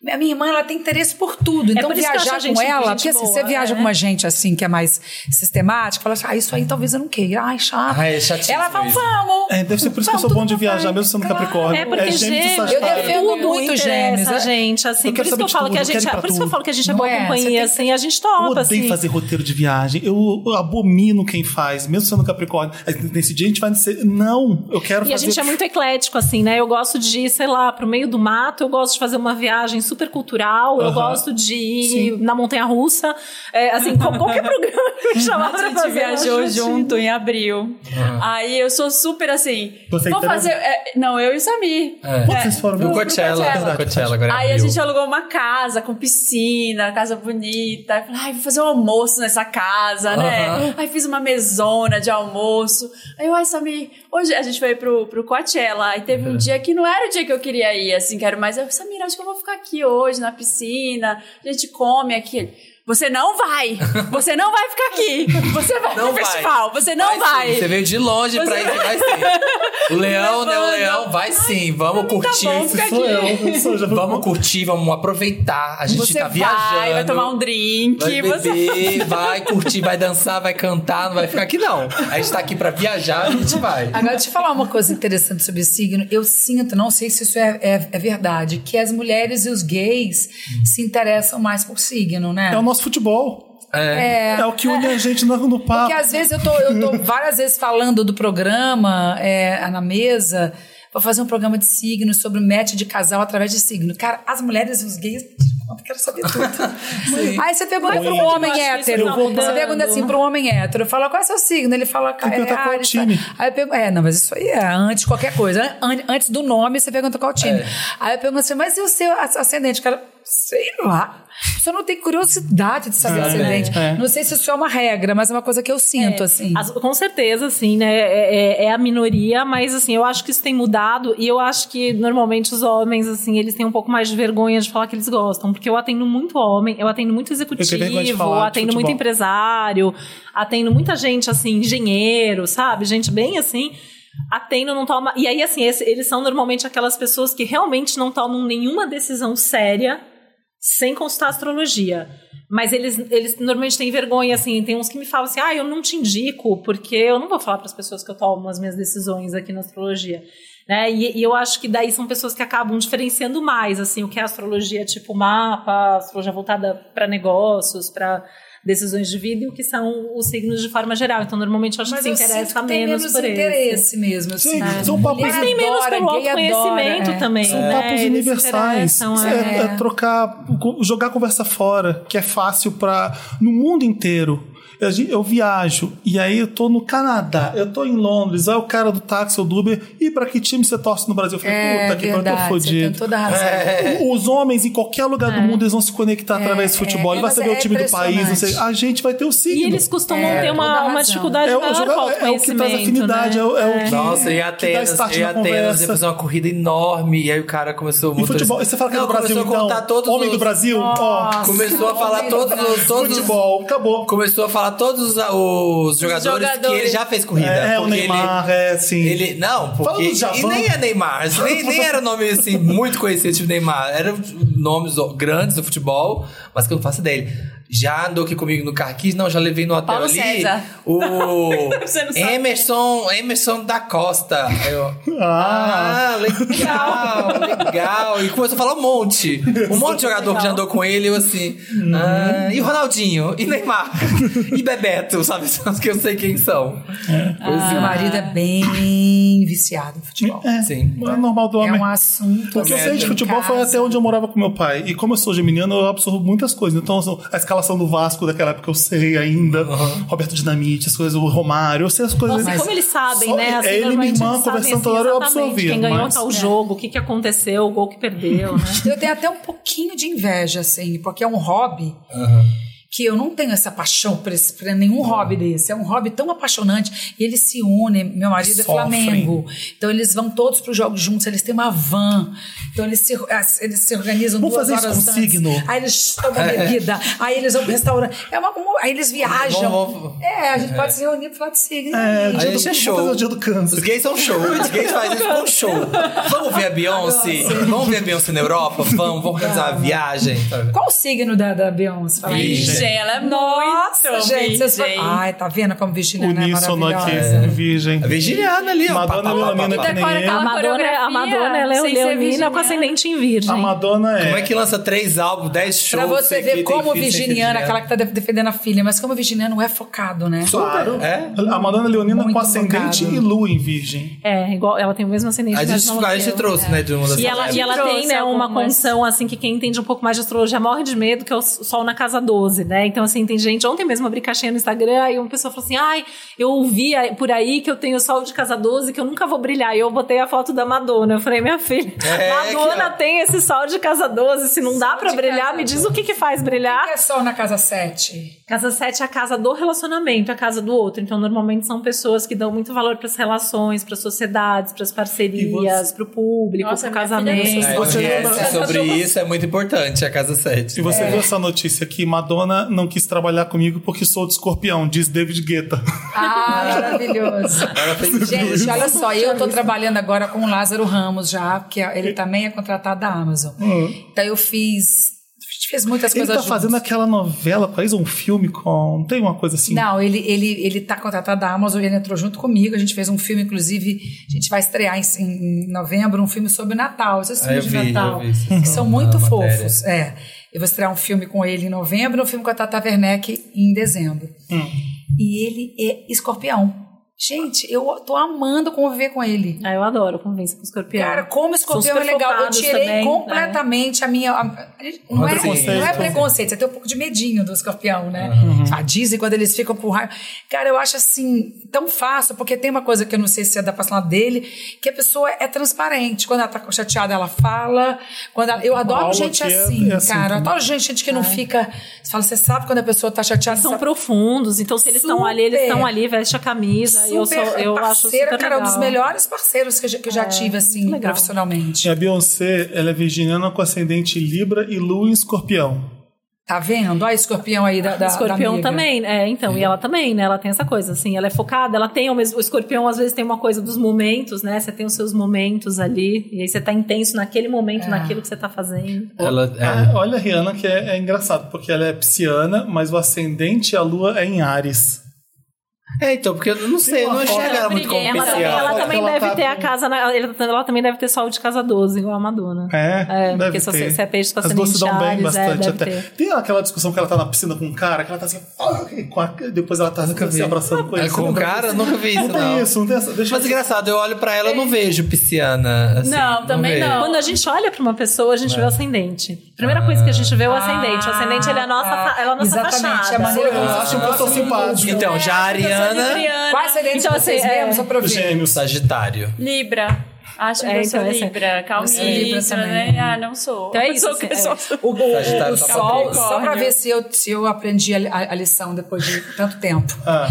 A minha irmã, ela tem interesse por tudo. Então, É por isso que eu acho viajar a com gente- ela, gente porque assim, boa, você viaja né? com uma gente assim, que é mais sistemática, fala assim, ah, isso aí talvez eu não queira. Ai, chato. Ai, é chatíssimo ela fala, isso. vamos. É, deve ser por isso que eu sou Vamos, bom de tudo viajar, vai. mesmo sendo Claro. Capricórnio. É porque é gêmeos e gêmeos, Eu Sagitário. defendo tudo muito interessa gêmeos, a é. gente, assim. Eu Por quero isso que saber eu de tudo, falo que a eu quero gente, ir pra por isso que eu tudo. falo que a gente é Não boa é, você companhia, tem que- assim, a gente Eu topa, odeio assim. fazer roteiro de viagem. Eu, eu abomino quem faz, mesmo sendo Capricórnio. Aí, Nesse dia a gente vai dizer, não, eu quero E fazer. a gente é muito eclético, assim, né? Eu gosto de ir, sei lá, pro meio do mato, eu gosto de fazer uma viagem super cultural, eu Aham. gosto de ir na Montanha Russa. É, assim, qual- [laughs] qualquer programa que me chamar A pra gente fazer. eu viajou acho junto em abril. Aí eu sou super assim. Você vou inteira? fazer. é, não, eu e o Samir. É. Quando vocês foram No pro- Coachella. Coachella. No Coachella, agora é Aí a abril. gente alugou uma casa com piscina, casa bonita. Aí falei, ai, vou fazer um almoço nessa casa, Aham. né? Aí fiz uma mesona de almoço. Aí eu, ai, Samir, hoje a gente foi pro, pro Coachella. Aí teve um dia que não era o dia que eu queria ir, assim, que era mais. Eu, Samir, acho que eu vou ficar aqui hoje na piscina. A gente come aqui. Ele, Você não vai! Você não vai ficar aqui! Você vai Não pro vai. festival! Você não vai! sim, Você veio de longe pra isso, vai sim. O leão, né? O Levando. leão, vai sim. Vamos curtir. tá bom, fica Sou eu, eu sou, já vou- Vamos curtir, vamos aproveitar. A gente Você tá vai, viajando. vai tomar um drink, Vai você beber, vai curtir, vai dançar, vai cantar, não vai ficar aqui não. A gente tá aqui pra viajar, a gente vai. Agora, deixa eu falar uma coisa interessante sobre signo. Eu sinto, não sei se isso é, é- é verdade, que as mulheres e os gays se interessam mais por signo, né? É o nosso futebol. É. É, o que une a gente no, no papo. Porque às vezes eu tô, eu tô várias vezes falando do programa é, na mesa. Vou fazer um programa de signo sobre match de casal através de signo. Cara, as mulheres e os gays. eu Quero saber tudo. Aí você pergunta para um homem é acho que isso hétero. tá Você mudando. pergunta assim para um homem hétero. Fala, qual é o seu signo? Ele fala, cara. perguntar qual Ares, time. tá?" Aí eu pergunto, é, não, mas isso aí é antes de qualquer coisa. An- Antes do nome, você pergunta qual É. time. Aí eu pergunto assim, mas e o seu ac- ascendente? O Cara, sei lá. Você não tem curiosidade de saber É, ascendente. é. Não sei se isso é uma regra, mas é uma coisa que eu sinto, assim. As- com certeza, assim, né? É, é- é a minoria, mas assim, eu acho que isso tem mudado e eu acho que normalmente os homens, assim, eles têm um pouco mais de vergonha de falar que eles gostam, porque eu atendo muito homem, eu atendo muito executivo, vergonha de falar de atendo muito futebol. empresário, atendo muita gente, assim, engenheiro, sabe? Gente bem assim. Atendo, não toma. E aí, assim, esse- eles são normalmente aquelas pessoas que realmente não tomam nenhuma decisão séria sem consultar a astrologia. Mas eles, eles normalmente têm vergonha, assim. Tem uns que me falam assim: ah, eu não te indico, porque eu não vou falar para as pessoas que eu tomo as minhas decisões aqui na astrologia. Né? E, e eu acho que daí são pessoas que acabam diferenciando mais, assim, o que é astrologia tipo mapa, astrologia voltada para negócios, para decisões de vida, e o que são os signos de forma geral. Então, normalmente, eu acho Mas que eu se sinto interessa que tem menos, menos por esse. interesse mesmo. Sim, Assim. são papos, Mulher Tem menos adora, pelo gay adora, autoconhecimento é. também. são né? papos Eles se universais. interessam, É, é. é trocar, co- jogar a conversa fora, que é fácil pra. no mundo inteiro. Eu, gi- eu viajo, e aí eu tô no Canadá, eu tô em Londres, aí o cara do táxi ou do Uber, e pra que time você torce no Brasil? Eu falei, É puta que pariu, eu tô verdade, você tem fodido. É. toda a razão. Os homens em qualquer lugar do mundo eles vão se conectar através do futebol. é, Ele vai mas saber é o time do país. não sei. impressionante. A gente vai ter o signo. E eles costumam É, ter toda uma, uma razão. dificuldade é, o maior jogar- com é o que traz autoconhecimento, afinidade, né? é, o- é o que. Nossa, e que dá Atenas, start e na Atenas, conversa. ia fazer uma corrida enorme, e aí o cara começou... o E motorista- futebol. E você fala que é Não, do Brasil, começou a então. contar todos Homem os- do Brasil, ó. Começou a falar todos os... Todos os- Futebol, acabou. Começou a falar falar todos os, os jogadores, que jogadores. ele já fez corrida. É, é o porque Neymar, é assim. Ele, ele- não, Fala porque do Javan. e nem é Neymar, assim, nem, nem era nome assim muito conhecido tipo Neymar, eram nomes ó, grandes do futebol, mas que eu não faço ideia. Ele Já andou aqui comigo no Carquis, não, já levei no hotel Paulo ali. César. O [laughs] Você não sabe. Emerson, Emerson da Costa. Aí eu, Ah, ah, legal, legal. E começou a falar um monte. Um monte de jogador que já andou com ele, eu assim. Uhum. Ah, e Ronaldinho, e Neymar, e Bebeto, sabe? [laughs] São os que eu sei quem são. Meu marido é bem viciado em futebol. é, Sim. é normal do É homem. um assunto. O que eu sei de em futebol foi casa. até onde eu morava com meu pai. E como eu sou geminiano, eu absorvo muitas coisas. Então, assim, a escalação do Vasco daquela época eu sei ainda. Roberto Dinamite, as coisas, o Romário, eu sei as coisas. Nossa, e como eles sabem, só- né? é ele e minha normalmente irmã eles sabem, assim, conversando toda hora, é eu exatamente absorvia, Quem ganhou mas- é, tal jogo, o que, que aconteceu, o gol que perdeu, né? Eu tenho até um pouquinho de inveja, assim, porque é um hobby que eu não tenho essa paixão por, esse- por nenhum hobby desse. É um hobby tão apaixonante. E eles se unem. Meu marido é Sofrem. Flamengo. Então eles vão todos para os jogos juntos. Eles têm uma van. Então eles se, as- eles se organizam Vamos duas fazer isso horas com antes. signo? Aí eles [laughs] tomam bebida. Aí eles vão pro restaurante. É uma, uma- aí eles viajam. É, Vamos- vamos- É, a gente pode se reunir para falar de signo. É, o Aí dia isso do, é show. Vamos fazer o dia do Os câncer. gays são show. Os gays fazem isso com show. Vamos ver a Beyoncé? Vamos ver a Beyoncé na Europa? Vamos, vamos organizar a viagem. sabe? Qual o signo da, da Beyoncé? Fala aí. Virgem. Virgem, ela é Nossa, muito gente. vocês virgem. falam- Ai, tá vendo como Virgínia né, é Uníssono aqui, maravilhosa. virgem. A Virginiana ali, ó. Madonna Pá, pá, é pá, melanina pá, que pá. nem Decora eu. aquela A Madonna, a coreografia Madonna ela é sem ser né? leonina com virginiana. ascendente em virgem. A Madonna é. Como é que lança três álbuns, dez shows? Pra você sem ver fita, sem como fita, sem virginiana, fita, aquela que tá de- defendendo a filha, mas como virginiana não é focado, né? Claro. É? A Madonna é Leonina Muito com ascendente focado. e lua em virgem. É, igual, ela tem o mesmo ascendente. A mas não gente, a gente eu. trouxe, né, de uma das E ela, e ela Trouxe tem, né, uma algumas. condição, assim, que quem entende um pouco mais de astrologia morre de medo, que é o sol na casa 12, né? Então, assim, tem gente, ontem mesmo eu abri caixinha no Instagram e uma pessoa falou assim, ai, eu ouvi aí- por aí que eu tenho sol de casa 12, que eu nunca vou brilhar. E eu botei a foto da Madonna. Eu falei, minha filha, É, Madonna que- tem esse sol de casa 12, se não dá pra de brilhar, casa me diz o que que faz brilhar. Não é só na casa 7. Casa 7 é a casa do relacionamento, é a casa do outro. Então, normalmente são pessoas que dão muito valor para as relações, para as sociedades, para as parcerias, para o público, Nossa, para o minha filha casamento. É, Você yes, lembra- sobre isso é muito importante, a Casa E 7. você É. viu essa notícia aqui? Madonna não quis trabalhar comigo porque sou de escorpião, diz David Guetta. Ah, [laughs] maravilhoso. Ela fez Gente, olha só, eu tô trabalhando agora com o Lázaro Ramos já, porque ele também é contratado da Amazon. Então eu fiz. A gente fez muitas Ele coisas tá juntos. fazendo aquela novela com a Isa, um filme com. Tem uma coisa assim. Não, ele, ele, ele tá contratado da Amazon, ele entrou junto comigo. A gente fez um filme, inclusive, a gente vai estrear em, em novembro um filme sobre o Natal. Esses Ah, eu filmes de vi, Natal. eu vi, vocês que estão são muito na matéria. fofos. É. Eu vou estrear um filme com ele em novembro, um filme com a Tata Werneck em dezembro. Hum. E ele é escorpião. Gente, eu tô amando conviver com ele. Ah, eu adoro convivência com escorpião. Cara, como escorpião São é super legal. Eu focados tirei também, né? completamente a minha. a- a gente- não, assim, é, Preconceito. não é preconceito, você tem um pouco de medinho do escorpião, né? Uhum. A dizem quando eles ficam com raiva. Cara, eu acho assim, tão fácil, porque tem uma coisa que eu não sei se é da personalidade dele, que a pessoa é transparente. Quando ela tá chateada, ela fala. Quando ela- eu adoro Paula, gente que é- assim, é assim cara. Eu também. adoro gente, gente que não fica. Você fala, você sabe quando a pessoa tá chateada. É. São você- profundos, então se eles estão ali, eles Super. estão ali, veste a camisa. eu sou, eu acho parceira, super cara, legal. É, um dos melhores parceiros que eu já, que eu já tive, assim, legal. profissionalmente. E a Beyoncé, ela é virginiana com ascendente em Libra e lua em escorpião. Tá vendo? Olha o escorpião aí da, da escorpião da amiga. também, é, então, e ela também, né? Ela tem essa coisa, assim, ela é focada, ela tem o mesmo. O escorpião às vezes tem uma coisa dos momentos, né? Você tem os seus momentos ali, e aí você tá intenso naquele momento, É. naquilo que você tá fazendo. Ela, Ah, olha a Rihanna, que é, é engraçado, porque ela é pisciana, mas o ascendente e a lua é em Ares. É, então, porque eu não sei, eu não Tem uma enxergo ela foto- Tá muito como Ela Ela, também- ela especial. Ela- também ela deve tá ter a com- casa, na- ela, ela também deve ter sol de casa 12, igual a Madonna. É, É, deve porque se você- ter. se é peixe, tá As duas se dão sendo em bem Ares, é, bastante deve até. ter. Tem aquela discussão que ela tá na piscina com um cara, que ela tá assim, ah, e com a- depois ela tá se vi. abraçando com ele. É, Você com o lembra cara, disso? nunca vi isso, Não tem não. isso, não tem essa. Deixa Mas é eu... engraçado, eu olho pra ela, eu não vejo pisciana. assim, Não, também vejo. não. Quando a gente olha pra uma pessoa, a gente É. vê o ascendente. Primeira coisa que a gente vê é o ascendente. O ascendente ele é a nossa, Ah, fa- é a nossa Exatamente, é a fachada. maneira como Eu você acho que eu sou simpático. Então, já a Ariana, Ariana. Quais serenos Então, vocês assim, é- mesmos? Só pra eu ver. Gêmeos. Sagitário. Libra. Acho que É, eu sou então, essa- Libra. Calma Você é Libra também. né? Ah, não sou. Então é isso, Sou assim, pessoa- O, o- o- Sagitário o tá sol, pra só pra Capricórnio. ver se eu, se eu aprendi a, a- a lição depois de tanto tempo. Ah,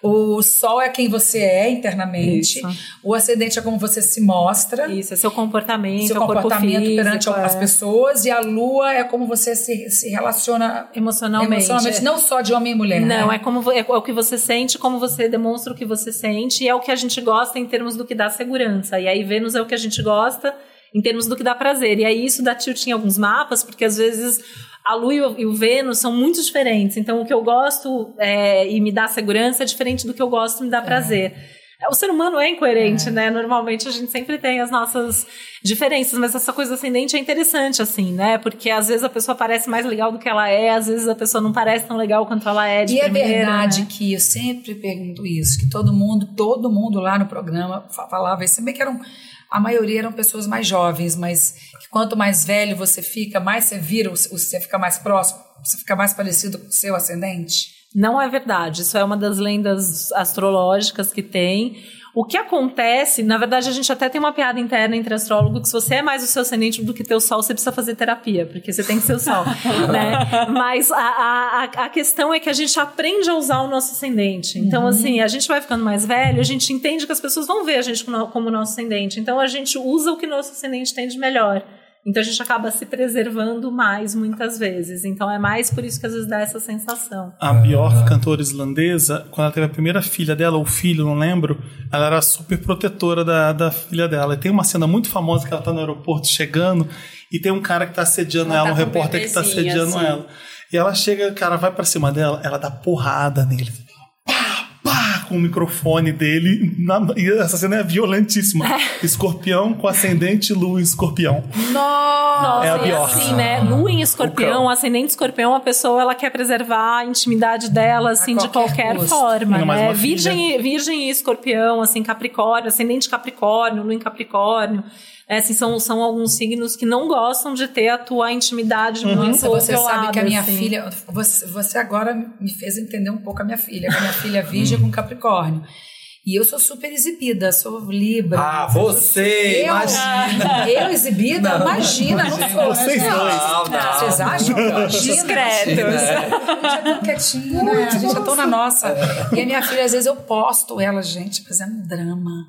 O sol é quem você é internamente. Isso. O ascendente é como você se mostra. Isso, é seu comportamento, seu é o corpo comportamento físico, perante é as pessoas. E a lua é como você se, se relaciona Emocionalmente. emocionalmente, não só de homem e mulher. Não, né? é como vo- é o que você sente, como você demonstra o que você sente, e é o que a gente gosta em termos do que dá segurança. E aí Vênus é o que a gente gosta em termos do que dá prazer. E aí isso dá tilt em alguns mapas, porque às vezes a Lua e o, e o Vênus são muito diferentes. Então o que eu gosto é, e me dá segurança é diferente do que eu gosto e É. me dá prazer. O ser humano é incoerente, né? Normalmente a gente sempre tem as nossas diferenças, mas essa coisa ascendente é interessante, assim, né? Porque às vezes a pessoa parece mais legal do que ela é, às vezes a pessoa não parece tão legal quanto ela é de E é primeira, verdade né? que eu sempre pergunto isso, que todo mundo, todo mundo lá no programa fa- falava isso, se bem que eram, a maioria eram pessoas mais jovens, mas que quanto mais velho você fica, mais você vira, o- o- você fica mais próximo, você fica mais parecido com o seu ascendente. Não é verdade. Isso é uma das lendas astrológicas que tem. O que acontece, na verdade, a gente até tem uma piada interna entre astrólogo que se você é mais o seu ascendente do que teu sol, você precisa fazer terapia, porque você tem que ser o sol. né? Mas a, a, a- a questão é que a gente aprende a usar o nosso ascendente. Então, assim, a gente vai ficando mais velho, a gente entende que as pessoas vão ver a gente como, como nosso ascendente. Então, a gente usa o que nosso ascendente tem de melhor. Então a gente acaba se preservando mais muitas vezes. Então é mais por isso que às vezes dá essa sensação. A Bjork, cantora islandesa, quando ela teve a primeira filha dela, ou filho, não lembro, ela era super protetora da, da filha dela. E tem uma cena muito famosa que ela tá no aeroporto chegando e tem um cara que tá assediando Ela ela, tá um com um repórter que tá bebezinho, assediando assim. ela. E ela chega, o cara vai pra cima dela, ela dá porrada nele. Pá, pá, com o microfone dele. na- e essa cena é [laughs] violentíssima. Escorpião com ascendente, lua e escorpião. Nossa! É a Nossa, e Bjork. assim, né? Lua em escorpião, ascendente escorpião, a pessoa ela quer preservar a intimidade dela, assim, de qualquer qualquer custo. forma, Ainda mais né? uma filha. Virgem, e- virgem e escorpião, assim, Capricórnio, ascendente Capricórnio, Lua em Capricórnio. né, assim, são, são alguns signos que não gostam de ter a tua intimidade muito Nossa, Uhum. você violada, sabe que a minha assim. filha. Você, você agora me fez entender um pouco a minha filha. que A minha filha é Hum. virgem com Capricórnio. E eu sou super exibida, sou Libra. Ah, você! Eu, Ah, Imagina! eu exibida? Não, imagina, não imagina. sou. Vocês né? dois. Não, não. Vocês acham? Discretos. A gente é tão quietinho, né? A gente é tão na nossa. E a minha filha, às vezes, eu posto ela, gente, mas é um drama.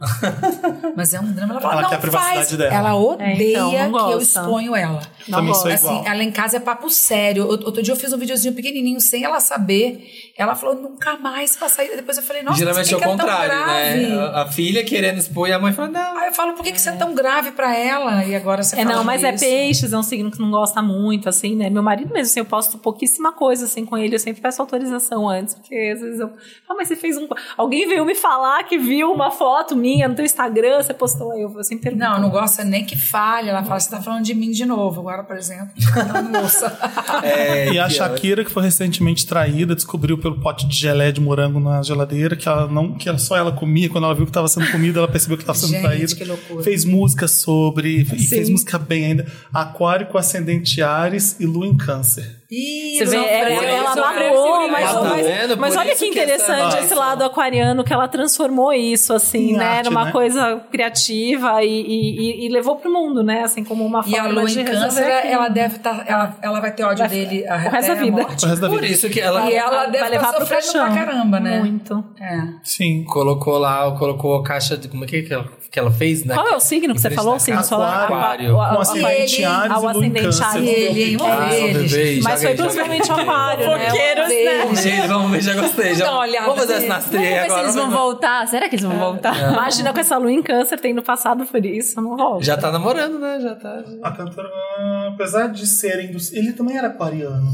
Mas é um drama. Ela fala, Ela não quer a privacidade faz. dela. Ela É, odeia então, não que eu gosta. exponho ela. Não Também sou gosto. igual. Assim, ela em casa é papo sério. Out- Outro dia eu fiz um videozinho pequenininho sem ela saber. Ela falou, nunca mais passar. Depois eu falei, nossa, Geralmente é por o que que é tão contrário, grave? né? A- A filha querendo expor e a mãe fala, não. Aí eu falo, por que, que você é tão grave pra ela? E agora você É, fala não, mas é isso. peixes, é um signo que não gosta muito, assim, né? Meu marido mesmo, assim, eu posto pouquíssima coisa, assim, com ele, eu sempre peço autorização antes, porque às vezes eu... Ah, mas você fez um... Alguém veio me falar que viu uma foto minha no teu Instagram, você postou aí, eu, eu sempre pergunto. Não, não gosta nem que falha. Ela fala, você tá falando de mim de novo. Agora, por [laughs] exemplo, tá na louça. É, E a que Shakira, que foi recentemente traída, descobriu pelo pote de gelé de morango na geladeira que ela não, que ela, só ela comia. Quando ela viu que estava sendo comida, ela percebeu que estava sendo Gente, traída. que loucura. Fez música sobre, e fez música bem ainda. Aquário com ascendente Ares e Lua em Câncer. Ih, Você vê, não, é, Fred, ela sofreu magoou, esse mas, Ah, tá mas- vendo? mas Por olha isso que que essa- interessante Ah, esse isso. lado aquariano que ela transformou isso, assim, Em né? arte, Numa né? coisa criativa e, e, e, e levou pro mundo, né? Assim, como uma E forma a lua de em resolver câncer, é aquilo. ela deve estar. ela, ela vai ter ódio Vai dele a, o resto da até a vida. O resto da Por vida. isso que ela E ela deve vai tá levar pro sofrendo caixão. pra caramba, né? Muito. morte. Sim. colocou lá, colocou a caixa de. Como é que, é que, ela, que ela fez, né? Qual é o signo que você Frente falou? da O signo casa. solar? Aquário. A- a- Com a- Um ascendente Ares ele- ah, e o Lua em ascendente Câncer. Ares. E ele, é hein? Ah, Vamos ver sobre eles. vez, joga Mas foi aí, joga principalmente aí. aquário, né? Fofoqueiros, né? Gente, vamos ver, já gostei. Vamos Já... dar uma olhada. Vamos fazer essa Vamos nastreia ver se agora. eles vão vamos- voltar. Será que eles É. vão voltar? Imagina com essa lua em câncer tendo passado por isso, não rola. É. Já tá namorando, né? Já tá. A cantora, ah, apesar de serem dos. Ele também era aquariano.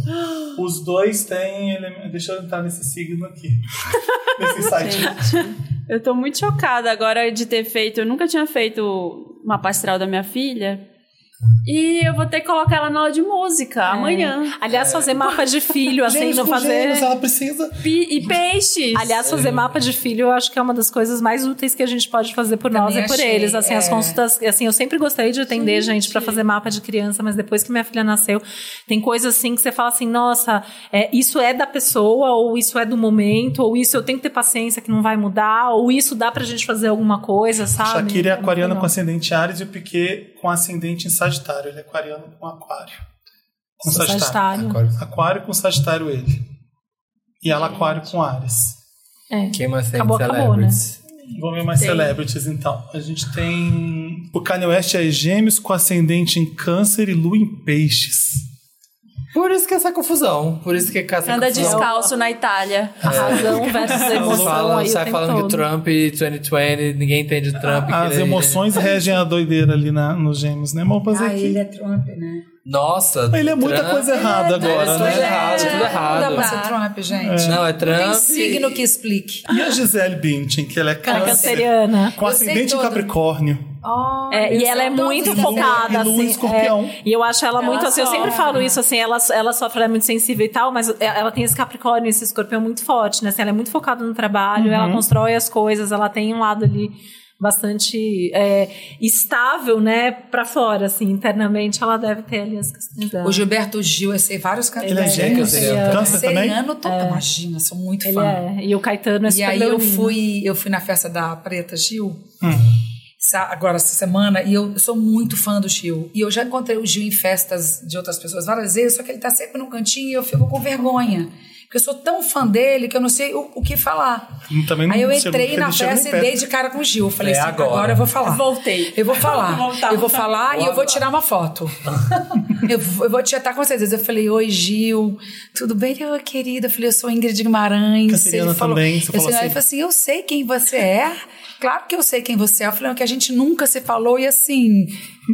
Os dois têm. ele- Deixa eu entrar nesse signo aqui. nesse site. Eu tô muito chocada agora de ter feito. Eu nunca tinha feito mapa astral da minha filha. E eu vou ter que colocar ela na aula de música É. amanhã. Aliás, É. fazer mapa de filho, assim, Gêmeos não com fazer. gêmeos, ela precisa. Pi- e peixes! Aliás, fazer Uhum. mapa de filho eu acho que é uma das coisas mais úteis que a gente pode fazer por nós Também e por achei, eles. Assim, as é. consultas. Assim, eu sempre gostei de atender gente pra fazer mapa de criança, mas depois que minha filha nasceu, tem coisas assim que você fala assim: nossa, é, isso é da pessoa, ou isso é do momento, ou isso eu tenho que ter paciência que não vai mudar, ou isso dá pra gente fazer alguma coisa, sabe? Shakira é Não sei aquariana Tá, não. com ascendente em Ares e o Piquet com ascendente em Sagitário. Ele é aquariano com Aquário. Com Sou Sagitário. Sagitário. Aquário. Aquário com Sagitário ele. E ela Aquário com Ares. É. Quem mais tem Acabou, acabou, né? celebrities? Vamos ver mais Tem. celebrities, então. A gente tem. O Kanye West é gêmeos com ascendente em câncer e lua em peixes. Por isso que é essa confusão. Por isso que é essa Anda confusão. descalço na Itália. A razão versus a Todo mundo emoção fala- né? aí o sai tempo falando todo. que Trump 2020, ninguém entende Trump. que Ah, As ele- é emoções regem a doideira ali na, nos gêmeos, né? Mas fazer Ah, aqui. ele é Trump, né? Nossa, Ele é muita Trump- coisa errada Ele é agora, tudo né? errado, tudo Não dá pra errado. ser Trump, gente. Não, é Tem Trump. signo que explique. E a Gisele Bintin, que ela é Ela é câncer. canceriana. Com Eu sei ascendente em todo. Capricórnio. É, Eles e ela é são todos muito da Lua, focada, e Lua em assim. escorpião. é. e eu acho ela, muito Ela assim, eu é. sempre sofre, falo né? isso, assim, ela, ela sofre, ela é muito sensível e tal, mas é, ela tem esse Capricórnio, esse escorpião muito forte, né? Assim, ela é muito focada no trabalho, ela constrói as coisas, ela tem um lado ali bastante é, estável, né, pra fora, assim, internamente ela deve ter ali as questões dela. O Gilberto Gil, eu sei vários né? cantores. Ele é gêmeo? canceriano. Câncer também? Seriano total. Imagina, sou muito Ele fã. é, e o Caetano é E super aí eu leonino. fui, eu fui na festa da Preta Gil. Hum. sa- Agora, essa semana, e eu sou muito fã do Gil. E eu já encontrei o Gil em festas de outras pessoas várias vezes, só que ele tá sempre num cantinho e eu fico com vergonha. Porque eu sou tão fã dele que eu não sei o, o que falar. Hum, Também não Aí eu chegou- entrei na ele chegou festa nem e perto. dei de cara com o Gil. Eu Falei É assim, agora. agora eu vou falar. Voltei. Eu vou falar. Voltar, eu vou voltar. falar e eu vou Voltar. tirar uma foto. eu, vou- eu vou te atar com vocês. Eu falei, oi, Gil. Tudo bem, meu querido? Eu falei, eu sou Ingrid Guimarães. Canceriana também, você eu falou sei- assim. Ele falou assim, eu sei quem você é. Claro que eu sei quem você é. Eu falei, não, que a gente nunca se falou. E assim,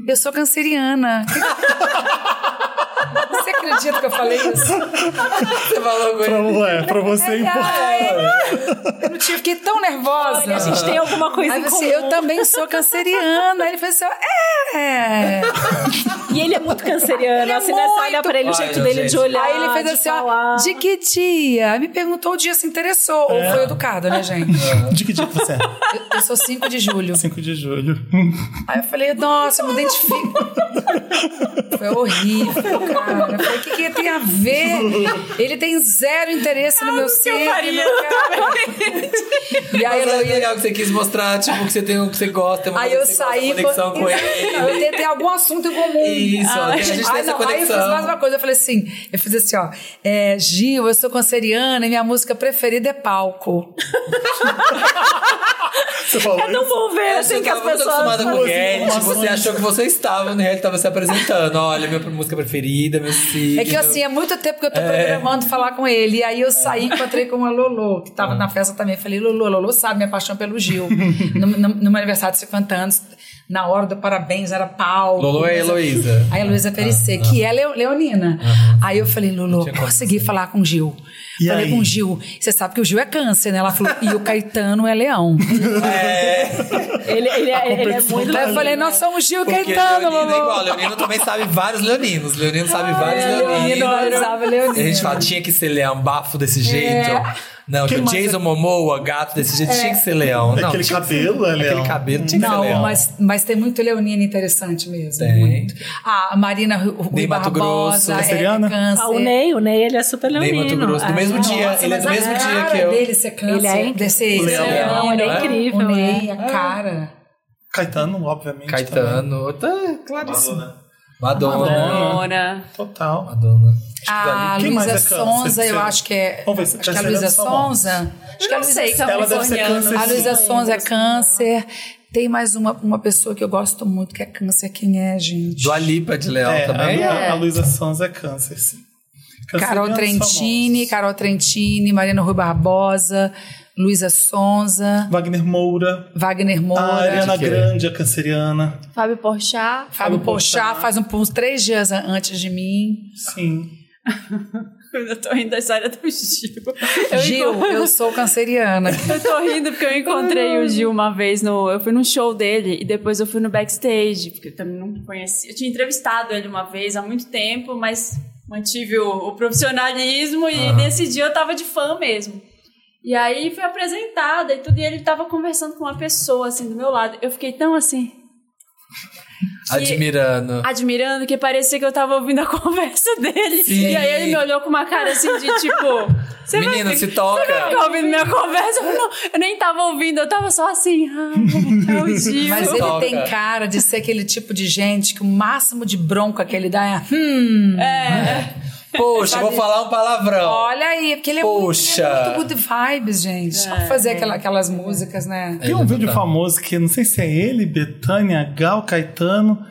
eu sou canceriana. [laughs] você acredita que eu falei isso? Você falou com ele. Pra, ué, pra você é importante. Eu não tive, fiquei tão nervosa. Olha, a gente tem alguma coisa Aí em você, comum. eu também sou canceriana. Ele falou assim, é. E ele é muito canceriano, Ele é assim, né? Você olha muito- pra ele, o Olha, jeito dele gente. de olhar, Aí ele fez de assim, falar. ó, de que dia? Aí Me perguntou o dia, se interessou. É. Ou foi educado, né, gente? De que dia que você é? Eu, eu sou 5 de julho. 5 de julho. Aí eu falei, nossa, eu me identifico. Foi horrível, cara. Eu falei, o que, que tem a ver? Ele tem zero interesse Ah, no meu signo. cara. E aí Mas é eu ia legal que você quis mostrar, tipo, que você tem um que você gosta, uma Aí coisa eu que você gosta, saí. conexão foi- com ele. Eu tentei algum assunto em comum. Ah, Isso, a gente tem essa Aí eu fiz conexão. mais uma coisa. Eu falei assim: eu fiz assim, ó. é, Gil, eu sou canceriana e minha música preferida é palco. Você falou um É tão bom ver, assim, que as muito acostumada pessoas... com o reality, Nossa, você nossa. achou que você estava no reality, estava se apresentando. Olha, minha música preferida, meu signo. É que assim, é muito tempo que eu tô programando falar com ele. E aí eu saí e encontrei com a Lolo, que Ah. tava na festa também. Falei, Lolo, Lolo sabe minha paixão pelo [laughs] Gil. no, no, no meu aniversário de 50 anos, na hora do parabéns, era palco. Lolo é Ah, a Heloísa. A Heloísa Perissé, que é leo- leonina. Aí eu falei, Lulu, consegui falar com o Gil. E falei aí? com o Gil. Você sabe que o Gil é câncer, né? Ela falou, e o Caetano é [laughs] leão. É. Ele, ele é, ele é muito... Aí Então eu falei, nós somos Gil e Porque Caetano, Leonino é igual, Lulu. Leonino também sabe vários leoninos. Leonino sabe vários Leonino, leoninos. sabe, Leonino. E a gente fala, tinha que ser leão bafo desse jeito. Não, que Quem o mais Jason Momoa, gato desse jeito, tinha que ser leão. Não, Aquele tinha que ser- cabelo, é leão. Aquele cabelo tinha que ser leão. Não, mas, mas tem muito leonina interessante mesmo. Tem. Muito. A Marina Ru- Rui Ney Mato Grosso. Barbosa, é Seriana? câncer. Ah, o Ney, o Ney, ele é super Ney leonino. Mato Grosso, do É. mesmo dia. Nossa, Ele é mas do a mesmo dia cara que eu. dele ser câncer, Ele é inc- desse- ser Leão. leão, Ele é né? incrível, O Ney, a é. cara. Caetano, obviamente. também. né, Caetano, tá claríssimo. Madonna. Madonna. Total. Madonna. A Quem mais Luísa é câncer? Sonza, eu Terceiro. acho que é. Vamos ver se acho que é a canceriano Luísa são bons. Sonza. Acho que é a Não Luísa sei, Ela deve ser capricorniana. câncer, A sim. Luísa Sonza é câncer. Tem mais uma, uma pessoa que eu gosto muito que é câncer. Quem é, gente? Dua Lipa de Leão É, também. a, Lu- a Luísa Sons é câncer, sim. é Carol Cancerianos Trentini, famosos. Carol Trentini, Marina Rui Barbosa, Luísa Sonza, Wagner Moura. Wagner A Moura. Ah, Ariana que é? Grande é canceriana. Fábio Porchat. Fábio Fábio Porchat Porchat. faz um- uns três dias a- antes de mim. Sim. Eu tô rindo da história do Gil. Eu Gil, eu sou [laughs] canceriana. Eu tô rindo porque eu encontrei o Gil uma vez no. Eu fui num show dele e depois eu fui no backstage, porque eu também não conhecia. Eu tinha entrevistado ele uma vez há muito tempo, mas mantive o, o profissionalismo e nesse dia eu tava de fã mesmo. E aí fui apresentada e tudo, e ele tava conversando com uma pessoa assim do meu lado. Eu fiquei tão assim, Admirando. admirando, que parecia que eu tava ouvindo a [laughs] conversa dele. Sim. E aí ele me olhou com uma cara assim de [laughs] tipo. "Você vai Menina, fi- se toca." Você vai ficar ouvindo minha conversa? Eu, não, eu nem tava ouvindo, eu tava só assim. Ah, [laughs] é o Gil. Mas ele Toca. tem cara de ser aquele tipo de gente que o máximo de bronca que ele dá é. Hum. Poxa, vou falar um palavrão. Olha aí, porque ele é, Poxa. muito, ele é muito good vibes, gente. É, fazer é. aquela- aquelas músicas, né? Tem um tá. vídeo famoso que não sei se é ele, Betânia, Gal, Caetano.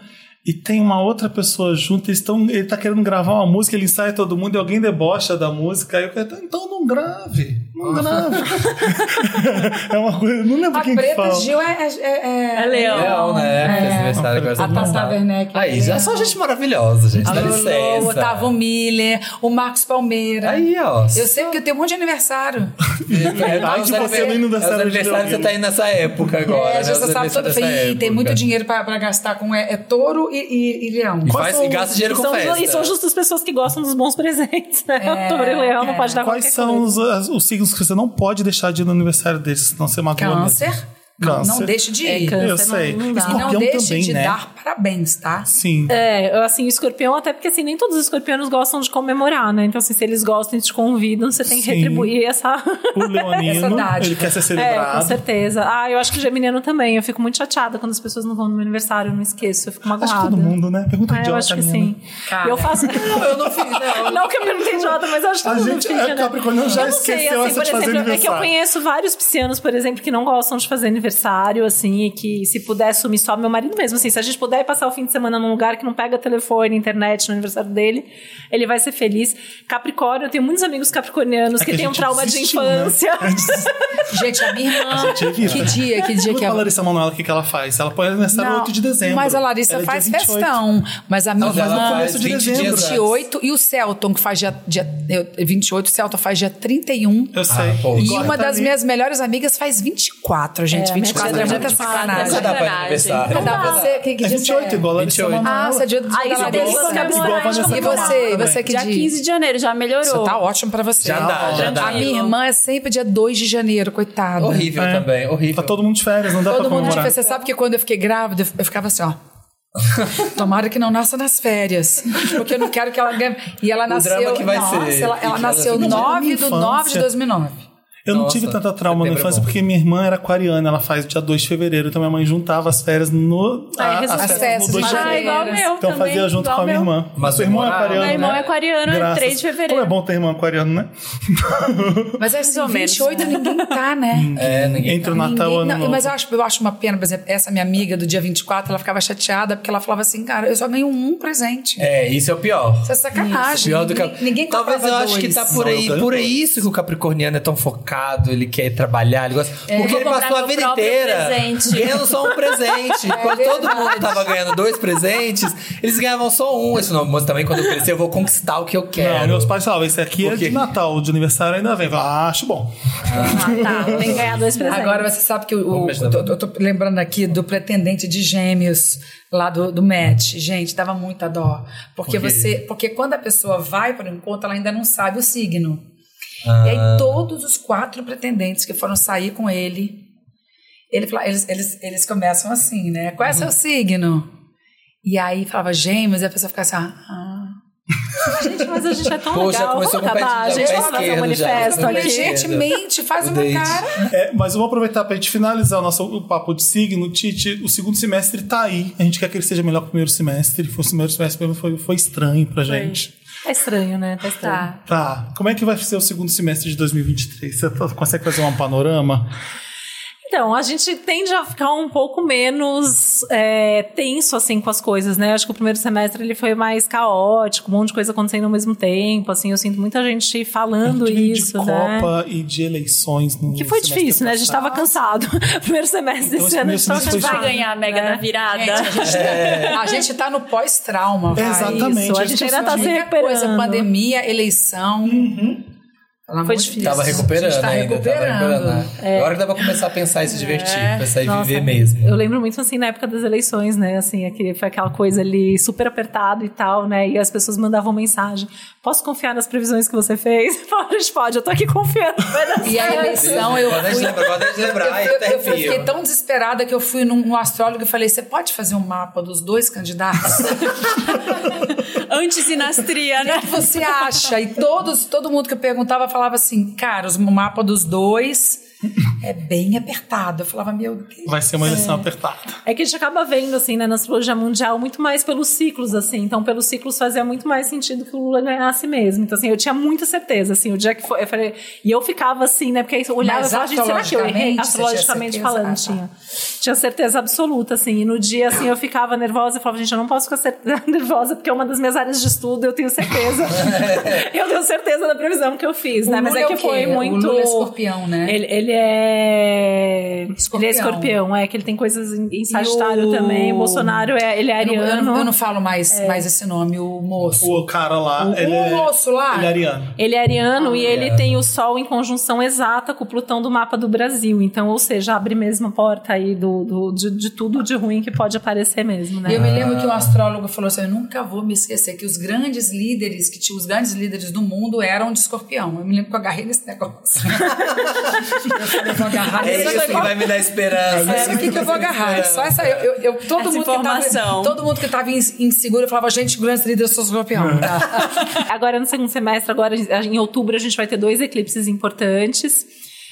E tem uma outra pessoa junto, eles tão, ele tá querendo gravar uma música, ele ensaia todo mundo e alguém debocha da música. Aí o Caetano, então não grave, não Ah. grave. [laughs] é uma coisa, não lembro A quem que Preta fala. Gil é... É, é, É leão. Leão, né? É. Fez aniversário agora A semana Tata passada. Werneck, Aí, né? já só gente maravilhosa, gente. A Dá Lolo, licença. o Otávio Miller, o Marcos Palmeira. Aí, ó. tá Eu sei porque eu tenho um monte de aniversário. é, tipo, Ai, de você no aniversário de aniversário que você alguém. tá indo nessa época agora. é, né? já Os você sabe todo. aniversários Falei, dessa "Ih, tem época." muito dinheiro pra, pra gastar com é, é touro e, e- e leão. E, Quais faz, são- e gasta dinheiro E com são, festa. e são justas pessoas que gostam dos bons [laughs] presentes, né? É, o touro e o leão não é. pode dar Quais qualquer são coisa. os, as- os signos que você não pode deixar de ir no aniversário deles, senão você magoa mesmo? Câncer. Não, não Câncer. deixe de ir. É câncer. Eu Você não- sei. não dá. E não Escorpião deixe também, de né? dar parabéns, tá? Sim. É, [laughs] eu, assim, o escorpião, até porque assim, nem todos os escorpianos gostam de comemorar, né? Então, assim, se eles gostam e te convidam, você tem que Sim. retribuir essa. O Essa [laughs] leonino, dádiva. ele quer ser É, com celebrado. certeza. Ah, eu acho que o geminiano também. Eu fico muito chateada quando as pessoas não vão no meu aniversário, eu não esqueço, eu fico magoada. Acho que todo mundo, né? Pergunta Ah, eu idiota acho que minha, né? sim. Cara. Eu faço. Não, eu não fiz, não. que eu perguntei idiota, mas eu acho que A todo mundo gente, finge, é, né? Capricorniano já Eu não sei, esqueceu assim, essa por de fazer exemplo, é que eu aniversário. conheço vários piscianos, por exemplo, que não gostam de fazer aniversário, assim, e que se puder sumir só meu marido mesmo, assim, se a gente puder ir passar o fim de semana num lugar que não pega telefone, internet no aniversário dele, ele vai ser feliz. Capricórnio, eu tenho muitos amigos capricornianos É que, que a têm um gente trauma desistiu, de né? infância. [laughs] Gente, a minha irmã. gente evita. né? que dia, que dia Pergunta que pra ela. é Larissa Manoela o que, que ela faz. Ela põe aniversário 8 de dezembro. Mas a Larissa Ela é faz dia 28. festão. Mas a minha Mas ela irmã. faz começo de 20 dezembro. dias antes. 28 e o Celton, que faz dia, dia eu- 28, o Celton faz dia 31. Eu sei. pô. E Corta uma das ali. minhas melhores amigas faz 24, gente. É, a minha 24 é tia muita também. sacanagem. Essa dá pra Sacanagem. aniversário. Não dá você? Que, que É dia 28 você é? igual a Larissa 28. Manoela. Ah, você é dia, dia Aí da isso Larissa. né? tem que cabe Igual a Vanessa E Manoela você? E também. você que Dia diz? 15 de janeiro, já melhorou. Você tá ótimo pra você. Já dá, já dá. A minha irmã é sempre dia 2 de janeiro, coitada. Horrível É. também, horrível. Tá todo mundo de férias, não dá pra Todo mundo comemorar. tipo, você sabe que quando eu fiquei grávida, eu ficava assim, [laughs] ó. Tomara que não nasça nas férias. Porque eu não quero que ela ganhe. E ela nasceu. drama que vai nossa, ser. assim, ela, E ela que nasceu ela- 9 de Infância. 9 de 2009. Eu não Nossa, tive tanta trauma na setembro é infância bom. porque minha irmã era aquariana, ela faz dia 2 de fevereiro, então minha mãe juntava as férias no. Aí a- resolveu. as Ah, As festas no 2 de de Ah, fevereiro. igual o meu Então também. fazia junto igual com a minha meu. irmã. Mas Seu o irmão é moral- aquariano. Meu irmão né? é aquariano, Graças. 3 de fevereiro. Como é bom ter irmão aquariano, né? Mas é assim, ou menos. 28 ninguém tá, né? É, ninguém... Entre o Natal e o Ninguém- Ano não, Novo. mas eu acho, eu acho uma pena, por exemplo, essa minha amiga do dia 24, ela ficava chateada porque ela falava assim, cara, eu só ganho um presente. É, isso é o pior. Isso é sacanagem. Pior do que... Ninguém- Ninguém Talvez eu comprava acho que dois. tá por Não, eu aí, ganho por aí isso que o capricorniano é tão focado, ele quer trabalhar, ele gosta. É, Porque Vou ele comprar passou a meu vida próprio inteira presente. ganhando só [laughs] um É presente. quando todo mundo tava ganhando dois presentes, eles ganhavam só um. Isso não, mas também quando eu crescer eu vou conquistar o que eu quero. Não, meus pais falavam, esse aqui Por é quê? de Natal, de aniversário ainda vem. Eu falava, ah, acho bom. tá, tem que ganhar dois presentes. Agora você sabe que o- o- Vamos eu, imaginar. tô, eu tô lembrando aqui do pretendente de gêmeos lá do, do match. Gente, dava muita dó. Porque Por quê? você. Porque quando a pessoa vai para o encontro, ela ainda não sabe o signo. E Ah. aí todos os quatro pretendentes que foram sair com ele, ele fala- eles, eles, eles começam assim, né? Qual é Uhum. seu signo? E aí falava gêmeos, e a pessoa ficava assim, ah. Gente, mas a gente é tão Pô, já legal. começou Vamos com o pé acabar, de- gente. pé Vamos fazer um esquerdo já. né? manifesto Falei, Olha aqui. gente, mente, faz O uma date. cara. É, mas eu vou aproveitar pra gente finalizar o nosso o papo de signo. Tite, o segundo semestre tá aí. A gente quer que ele seja melhor que o primeiro semestre. Foi O primeiro semestre foi, foi estranho pra gente. Tá estranho, né? Tá estranho. Tá. Tá. Como é que vai ser o segundo semestre de 2023? Você tá- consegue fazer um panorama? Então, a gente tende a ficar um pouco menos é, tenso, assim, com as coisas, né? Acho que o primeiro semestre ele foi mais caótico, um monte de coisa acontecendo ao mesmo tempo, assim, eu sinto muita gente falando A gente veio isso, Um de né? Copa e de eleições no Que foi semestre difícil, né? A gente passado. tava cansado. [laughs] Primeiro semestre Então, desse ano, a gente esse tava mês foi cansado. Vai ganhar a mega né? da virada. É. Gente, a gente, [laughs] a gente tá no pós-trauma. vai. Exatamente. Isso, a Isso, gente ainda tá se Muita coisa, recuperando. pandemia, eleição. Pelo amor Foi de difícil. Deus. Tava A gente recuperando tá ainda, tava recuperando. É. recuperando. É. hora que dá pra começar a pensar e se divertir, pensar e viver mesmo. Eu lembro muito assim na época das eleições, né? Assim, aquele, foi aquela coisa ali super apertado e tal, né? E as pessoas mandavam mensagem: posso confiar nas previsões que você fez? [laughs] Fala, a gente pode, eu tô aqui confiando. vai dar E a certo." eleição, eu Pode fui... lembrar, pode lembrar. Eu, Ai, eu- até É eu fiquei arrepio. tão desesperada que eu fui num, num astrólogo e falei: Você pode fazer um mapa dos dois candidatos? O Antes [laughs] sinastria, né? que você acha? E todos, todo mundo que eu perguntava falava assim: Cara, os- o mapa dos dois é bem apertado. Eu falava, meu Deus. Vai ser uma eleição apertada. É que a gente acaba vendo, assim, né, na astrologia mundial, muito mais pelos ciclos, assim. Então, pelos ciclos fazia muito mais sentido que o Lula ganhasse mesmo. Então, assim, eu tinha muita certeza, assim, o dia que foi, eu falei... E eu ficava assim, né, porque aí eu olhava e Mas falava, gente, será que eu errei? astrologicamente, Astrologicamente você tinha falando, certeza? Ah, tinha. Tinha certeza absoluta, assim. E no dia, assim, eu ficava nervosa, eu falava, gente, eu não posso ficar cer- [laughs] nervosa, porque é uma das minhas áreas de estudo, eu tenho certeza. eu tenho certeza da previsão que eu fiz, O né? Mas Lula é o que quê? foi muito... O Lula é escorpião, né? Ele, ele é. Escorpião. Ele é escorpião, é que ele tem coisas em, em Sagitário E o- também. O Bolsonaro é, ele é Eu não- eu, ariano. É. não, eu não falo mais, mais esse nome, o moço. O cara lá, O- ele o é. moço lá? Ele é ariano. Ele é ariano e ele Ariano. tem o Sol em conjunção exata com o Plutão do mapa do Brasil. Então, ou seja, abre mesmo a porta aí do, do- de, de tudo de ruim que pode aparecer mesmo, E né? eu me lembro que Ah. um astrólogo falou assim: eu nunca vou me esquecer que os grandes líderes, que tinha os grandes líderes do mundo eram de escorpião. Eu me lembro que eu agarrei nesse [laughs] negócio. eu falei, eu vou agarrar É nesse isso que negócio. vai me dar esperança. É, o que, que eu vou agarrar? É Só essa, eu, eu- eu- todo, Essa mundo que tava, informação. todo mundo que estava inseguro eu falava, gente, grandes líderes, eu sou escorpião. Uhum. Tá? [laughs] Agora, no segundo semestre, agora em outubro, a gente vai ter dois eclipses importantes.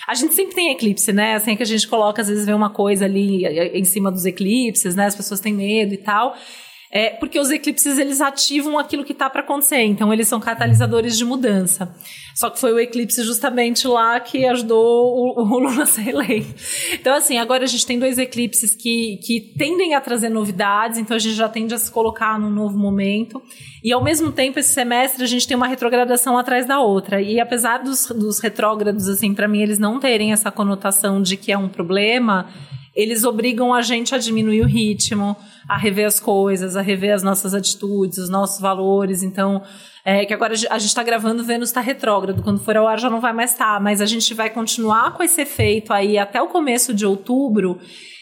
A gente sempre tem eclipse, né? Assim, é que a gente coloca, às vezes, vê uma coisa ali eh, em cima dos eclipses, né? As pessoas têm medo e tal. É, porque os eclipses, eles ativam aquilo que tá para acontecer. Então, eles são catalisadores de mudança. Só que foi o eclipse justamente lá que ajudou o, o Lula a ser eleito. Então, assim, agora a gente tem dois eclipses que, que tendem a trazer novidades. Então, a gente já tende a se colocar num novo momento. E ao mesmo tempo, esse semestre a gente tem uma retrogradação atrás da outra. E apesar dos, dos retrógrados, assim, para mim, eles não terem essa conotação de que é um problema, eles obrigam a gente a diminuir o ritmo, a rever as coisas, a rever as nossas atitudes, os nossos valores. Então, é que agora a gente- a gente está gravando, Vênus está retrógrado. Quando for ao ar já não vai mais estar, mas a gente vai continuar com esse efeito aí até o começo de outubro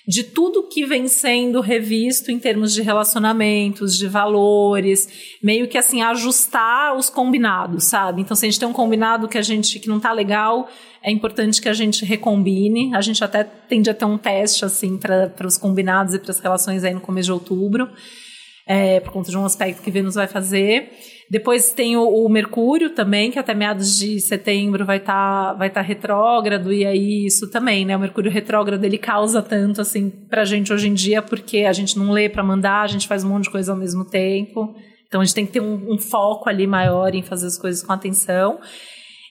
de tudo que vem sendo revisto em termos de relacionamentos, de valores, meio que assim ajustar os combinados, sabe? Então se a gente tem um combinado que a gente que não tá legal, é importante que a gente recombine. A gente até tende a ter um teste assim para os combinados e para as relações aí no começo de outubro é, por conta de um aspecto que Vênus vai fazer. Depois tem o, o Mercúrio também, que até meados de setembro vai estar vai tá retrógrado, e aí isso também, né? O Mercúrio retrógrado ele causa tanto assim pra gente hoje em dia, porque a gente não lê pra mandar, a gente faz um monte de coisa ao mesmo tempo. Então a gente tem que ter um, um foco ali maior em fazer as coisas com atenção.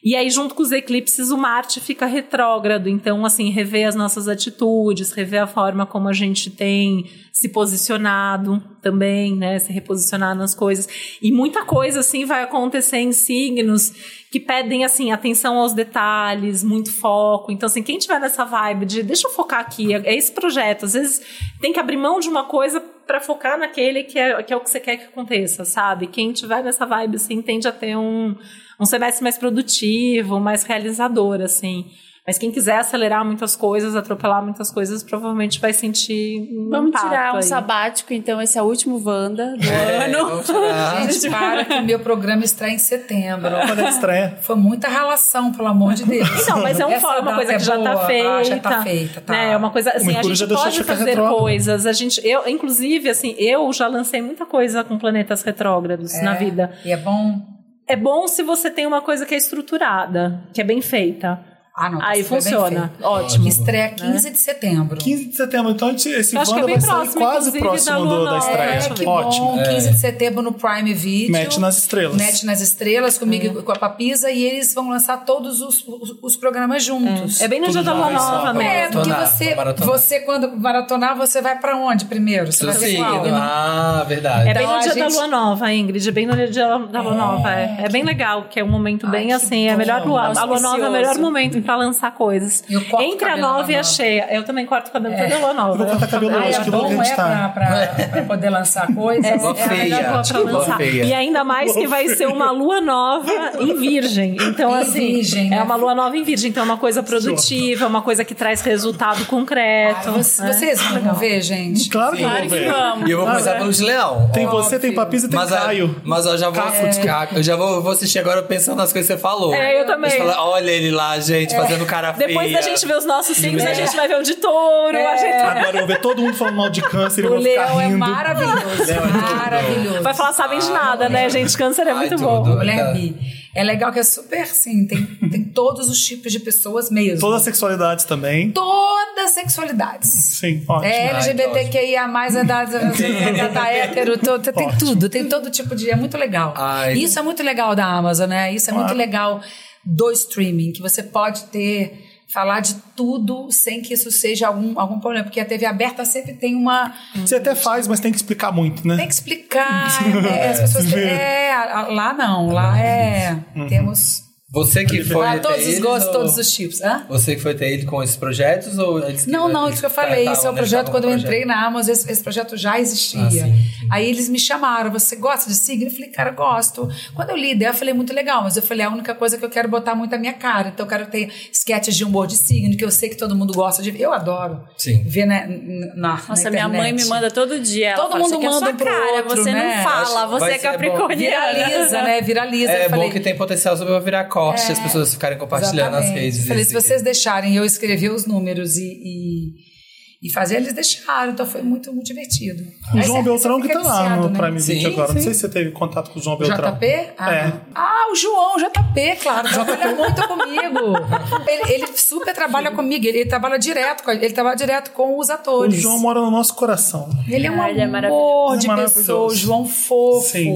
E aí, junto com os eclipses, o Marte fica retrógrado. Então, assim, rever as nossas atitudes, rever a forma como a gente tem se posicionado também, né? Se reposicionar nas coisas. E muita coisa, assim, vai acontecer em signos que pedem, assim, atenção aos detalhes, muito foco. Então, assim, quem tiver nessa vibe de deixa eu focar aqui, é é esse projeto. Às vezes tem que abrir mão de uma coisa para focar naquele que é, que é o que você quer que aconteça, sabe? Quem tiver nessa vibe, assim, tende a ter um um semestre mais produtivo, um mais realizador, assim. Mas quem quiser acelerar muitas coisas, atropelar muitas coisas, provavelmente vai sentir um Vamos impacto tirar um aí. sabático, então, esse é o último Wanda do É, ano. vamos tirar. Gente, para que o meu programa estreia em setembro. Mas é estranha. Foi muita relação, pelo amor de Deus. Não, mas é um [laughs] Essa fora, uma data coisa é que já boa. tá feita. Ah, já tá feita, tá. Né? É uma coisa assim, a Mercúrio já gente deixou de pode ficar fazer retrógrado. coisas. A gente, eu, inclusive, assim, eu já lancei muita coisa com planetas retrógrados na É, vida. E é bom. É bom se você tem uma coisa que é estruturada, que é bem feita. Ah, não. Aí isso foi bem funciona. feito. Ótimo. Estreia Né? 15 de setembro. 15 de setembro, então a gente- esse Eu acho que é Wanda bem vai sair próximo, quase inclusive, da próximo lua do- da nova. estreia. É, que Ótimo. bom. 15 de setembro no Prime Video. Mete nas estrelas. É. Mete nas estrelas, comigo e com a Papisa, e eles vão lançar todos os, os, os programas juntos. É bem no Tudo dia da lua mais, ó, nova, né? É, porque Maratonar, você, maratonar. você, quando maratonar, você vai pra onde primeiro? Você tá Seu vai ver qual? signo. Ah, verdade. É bem Então, no a dia da gente- lua nova, Ingrid. Bem no dia da da lua nova. É, é bem legal, que é um momento bem assim. É a melhor lua. A lua nova é o melhor Auspicioso. momento pra lançar coisas. Eu corto o Entre a cabelo nova na e a nova. É. cheia. Eu também corto o cabelo toda lua nova. Eu vou cortar cabelo Ah, hoje, é que bom que a bom, gente é pra, tá. pra, pra poder lançar coisa. É, Lua é a melhor lua pra feia, lua lançar. feia. E ainda mais que vai ser uma lua nova em virgem. Então, Em assim, virgem, né? é uma lua nova em virgem. Então, é uma coisa produtiva, é uma coisa que traz resultado Ah, concreto. vocês- né? vocês vão ver, gente? Claro que eu Claro vou que ver. vamos. E eu vou né? começar pelo de leão. Tem Ó, você, tem Papisa e tem mas, é- a- Caio. mas eu já vou, Caco. Caco, eu já vou, vou assistir agora pensando nas coisas que você falou. É, eu também. Deixa eu falar, olha ele lá, É. gente. fazendo cara feia. Depois da gente ver os nossos signos, a gente vai ver o de touro. É. a gente Agora eu vou ver todo mundo falando mal de câncer e eu O vou ficar leão é rindo. maravilhoso. Leão é tudo bom. maravilhoso. vai falar sabem de nada, né, gente? Câncer é Ai, muito tudo. bom. Mulher bi. É legal que é super, assim, tem, tem todos os tipos de pessoas mesmo. Todas as sexualidades também. Todas as sexualidades. Sim, ótimo. É Ai, LGBTQIA, mais é da, da, da, da hétero, to- to- tem Ótimo. tudo, tem todo tipo de. É muito legal. Ai. Isso é muito legal da Amazon, né? Isso é muito legal do streaming, que você pode ter. Falar de tudo sem que isso seja algum, algum problema, porque a TV aberta sempre tem uma. Você até faz, mas tem que explicar muito, né? Tem que explicar, é, as pessoas têm. É, a- a- lá não, lá é. Temos. Você que foi. Lá ter todos os eles gostos, ou- todos os tipos. Hã? Você que foi ter ele com esses projetos ou eles Não, não, isso que eu falei. Tá, tá, Isso é um onde eles projeto, estavam quando com o eu projeto. entrei na Amazon, esse, esse projeto já Ah, existia. sim. Aí eles me chamaram, você gosta de signo? Eu falei, cara, gosto. Quando eu li a ideia, eu falei, muito legal, mas eu falei, a única coisa é que eu quero botar muito a minha cara. Então eu quero ter sketches de humor de signo, que eu sei que todo mundo gosta de ver. Eu adoro Sim. ver na, na na Nossa, minha mãe internet. me manda todo dia. Ela Todo fala, mundo "Isso aqui é manda sua um pro cara, outro, Você né? não fala, Acho- você vai é ser bom. [laughs] capricorniana. [laughs] Viraliza, né? Viraliza. É eu bom falei, É, que tem potencial sobre virar corte, as pessoas ficarem compartilhando nas Exatamente. redes. Eu Falei, isso se aqui. vocês deixarem eu escrever os números e, e, e fazer, eles deixaram. Então foi muito, muito divertido. é, O Aí João você- Beltrão você que fica tá lá no viciado, né? Prime Video Sim, agora. Não sim. sei se você teve contato com o João Beltrão. JP? Ah, É. Ah, o João, o JP, claro. O [laughs] João trabalha muito comigo. Ele, ele super trabalha comigo. Ele, ele trabalha direto com, ele trabalha direto com os O atores. João mora no nosso coração. Ele é um Ah, ele é amor maravilhoso. de Ele é pessoa. O maravilhoso. João fofo. Sim.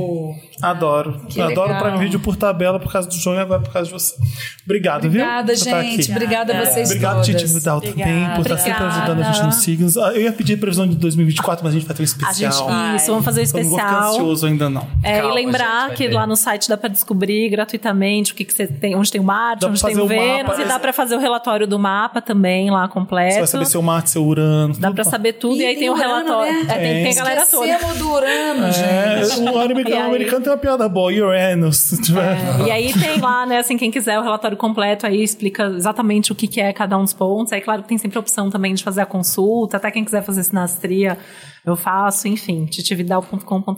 Adoro. que Adoro o legal. Prime Video por tabela, por causa do João e agora por causa de você. Obrigado, Obrigada, viu? por estar gente. aqui. É. Obrigada a vocês Obrigado, todas. Titi Vidal, também, por estar tá sempre Obrigada. ajudando a gente nos signos. Ah, Eu ia pedir previsão de 2024, mas a gente vai ter um A gente, especial. isso, vamos fazer um Eu não vou ficar especial. ansioso ainda, não. É, Calma, e lembrar gente, vai que ter. lá no site dá pra descobrir gratuitamente o que, que você tem, onde tem o Marte, Dá pra onde tem fazer o o Vênus, mapa, e dá né? pra fazer o relatório do mapa também lá completo. Você vai saber seu Marte, seu Urano. Dá tudo pra bom. saber tudo e, E aí tem tem o Urano, relatório. né? É, tem, tem a galera toda. Esquecemos do Urano, gente. É, o americano, E aí? É. o americano tem uma piada boa, Uranus. E aí tem lá, né, assim, quem quiser o relatório completo aí explica exatamente o que, que é cada um dos pontos. Aí, claro, que tem sempre a opção também de fazer a consulta, até quem quiser fazer sinastria, eu faço, enfim, titividal.com.br.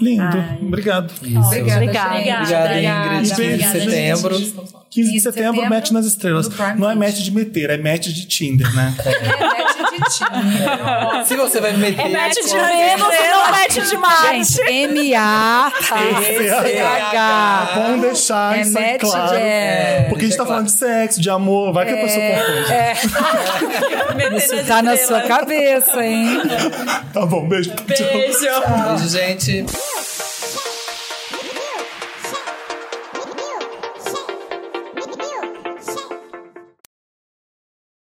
Lindo. Obrigado. Isso. Obrigada, Obrigada. gente. Obrigada, Ingrid. Um Beijo, beijo, Obrigada, gente. setembro. 15 de setembro, match nas estrelas. no Prime Não é Video. match de meter, é match de Tinder, né? É match de time. Se você vai meter. É match de com- menos, não match de mais. M-A. é H. Vamos deixar É isso aí match claro. de... É. Porque a gente tá falando de sexo, de amor, vai que a É. pessoa confunde. Isso tá na sua cabeça, hein? Tá bom, beijo. Beijo. Beijo, gente.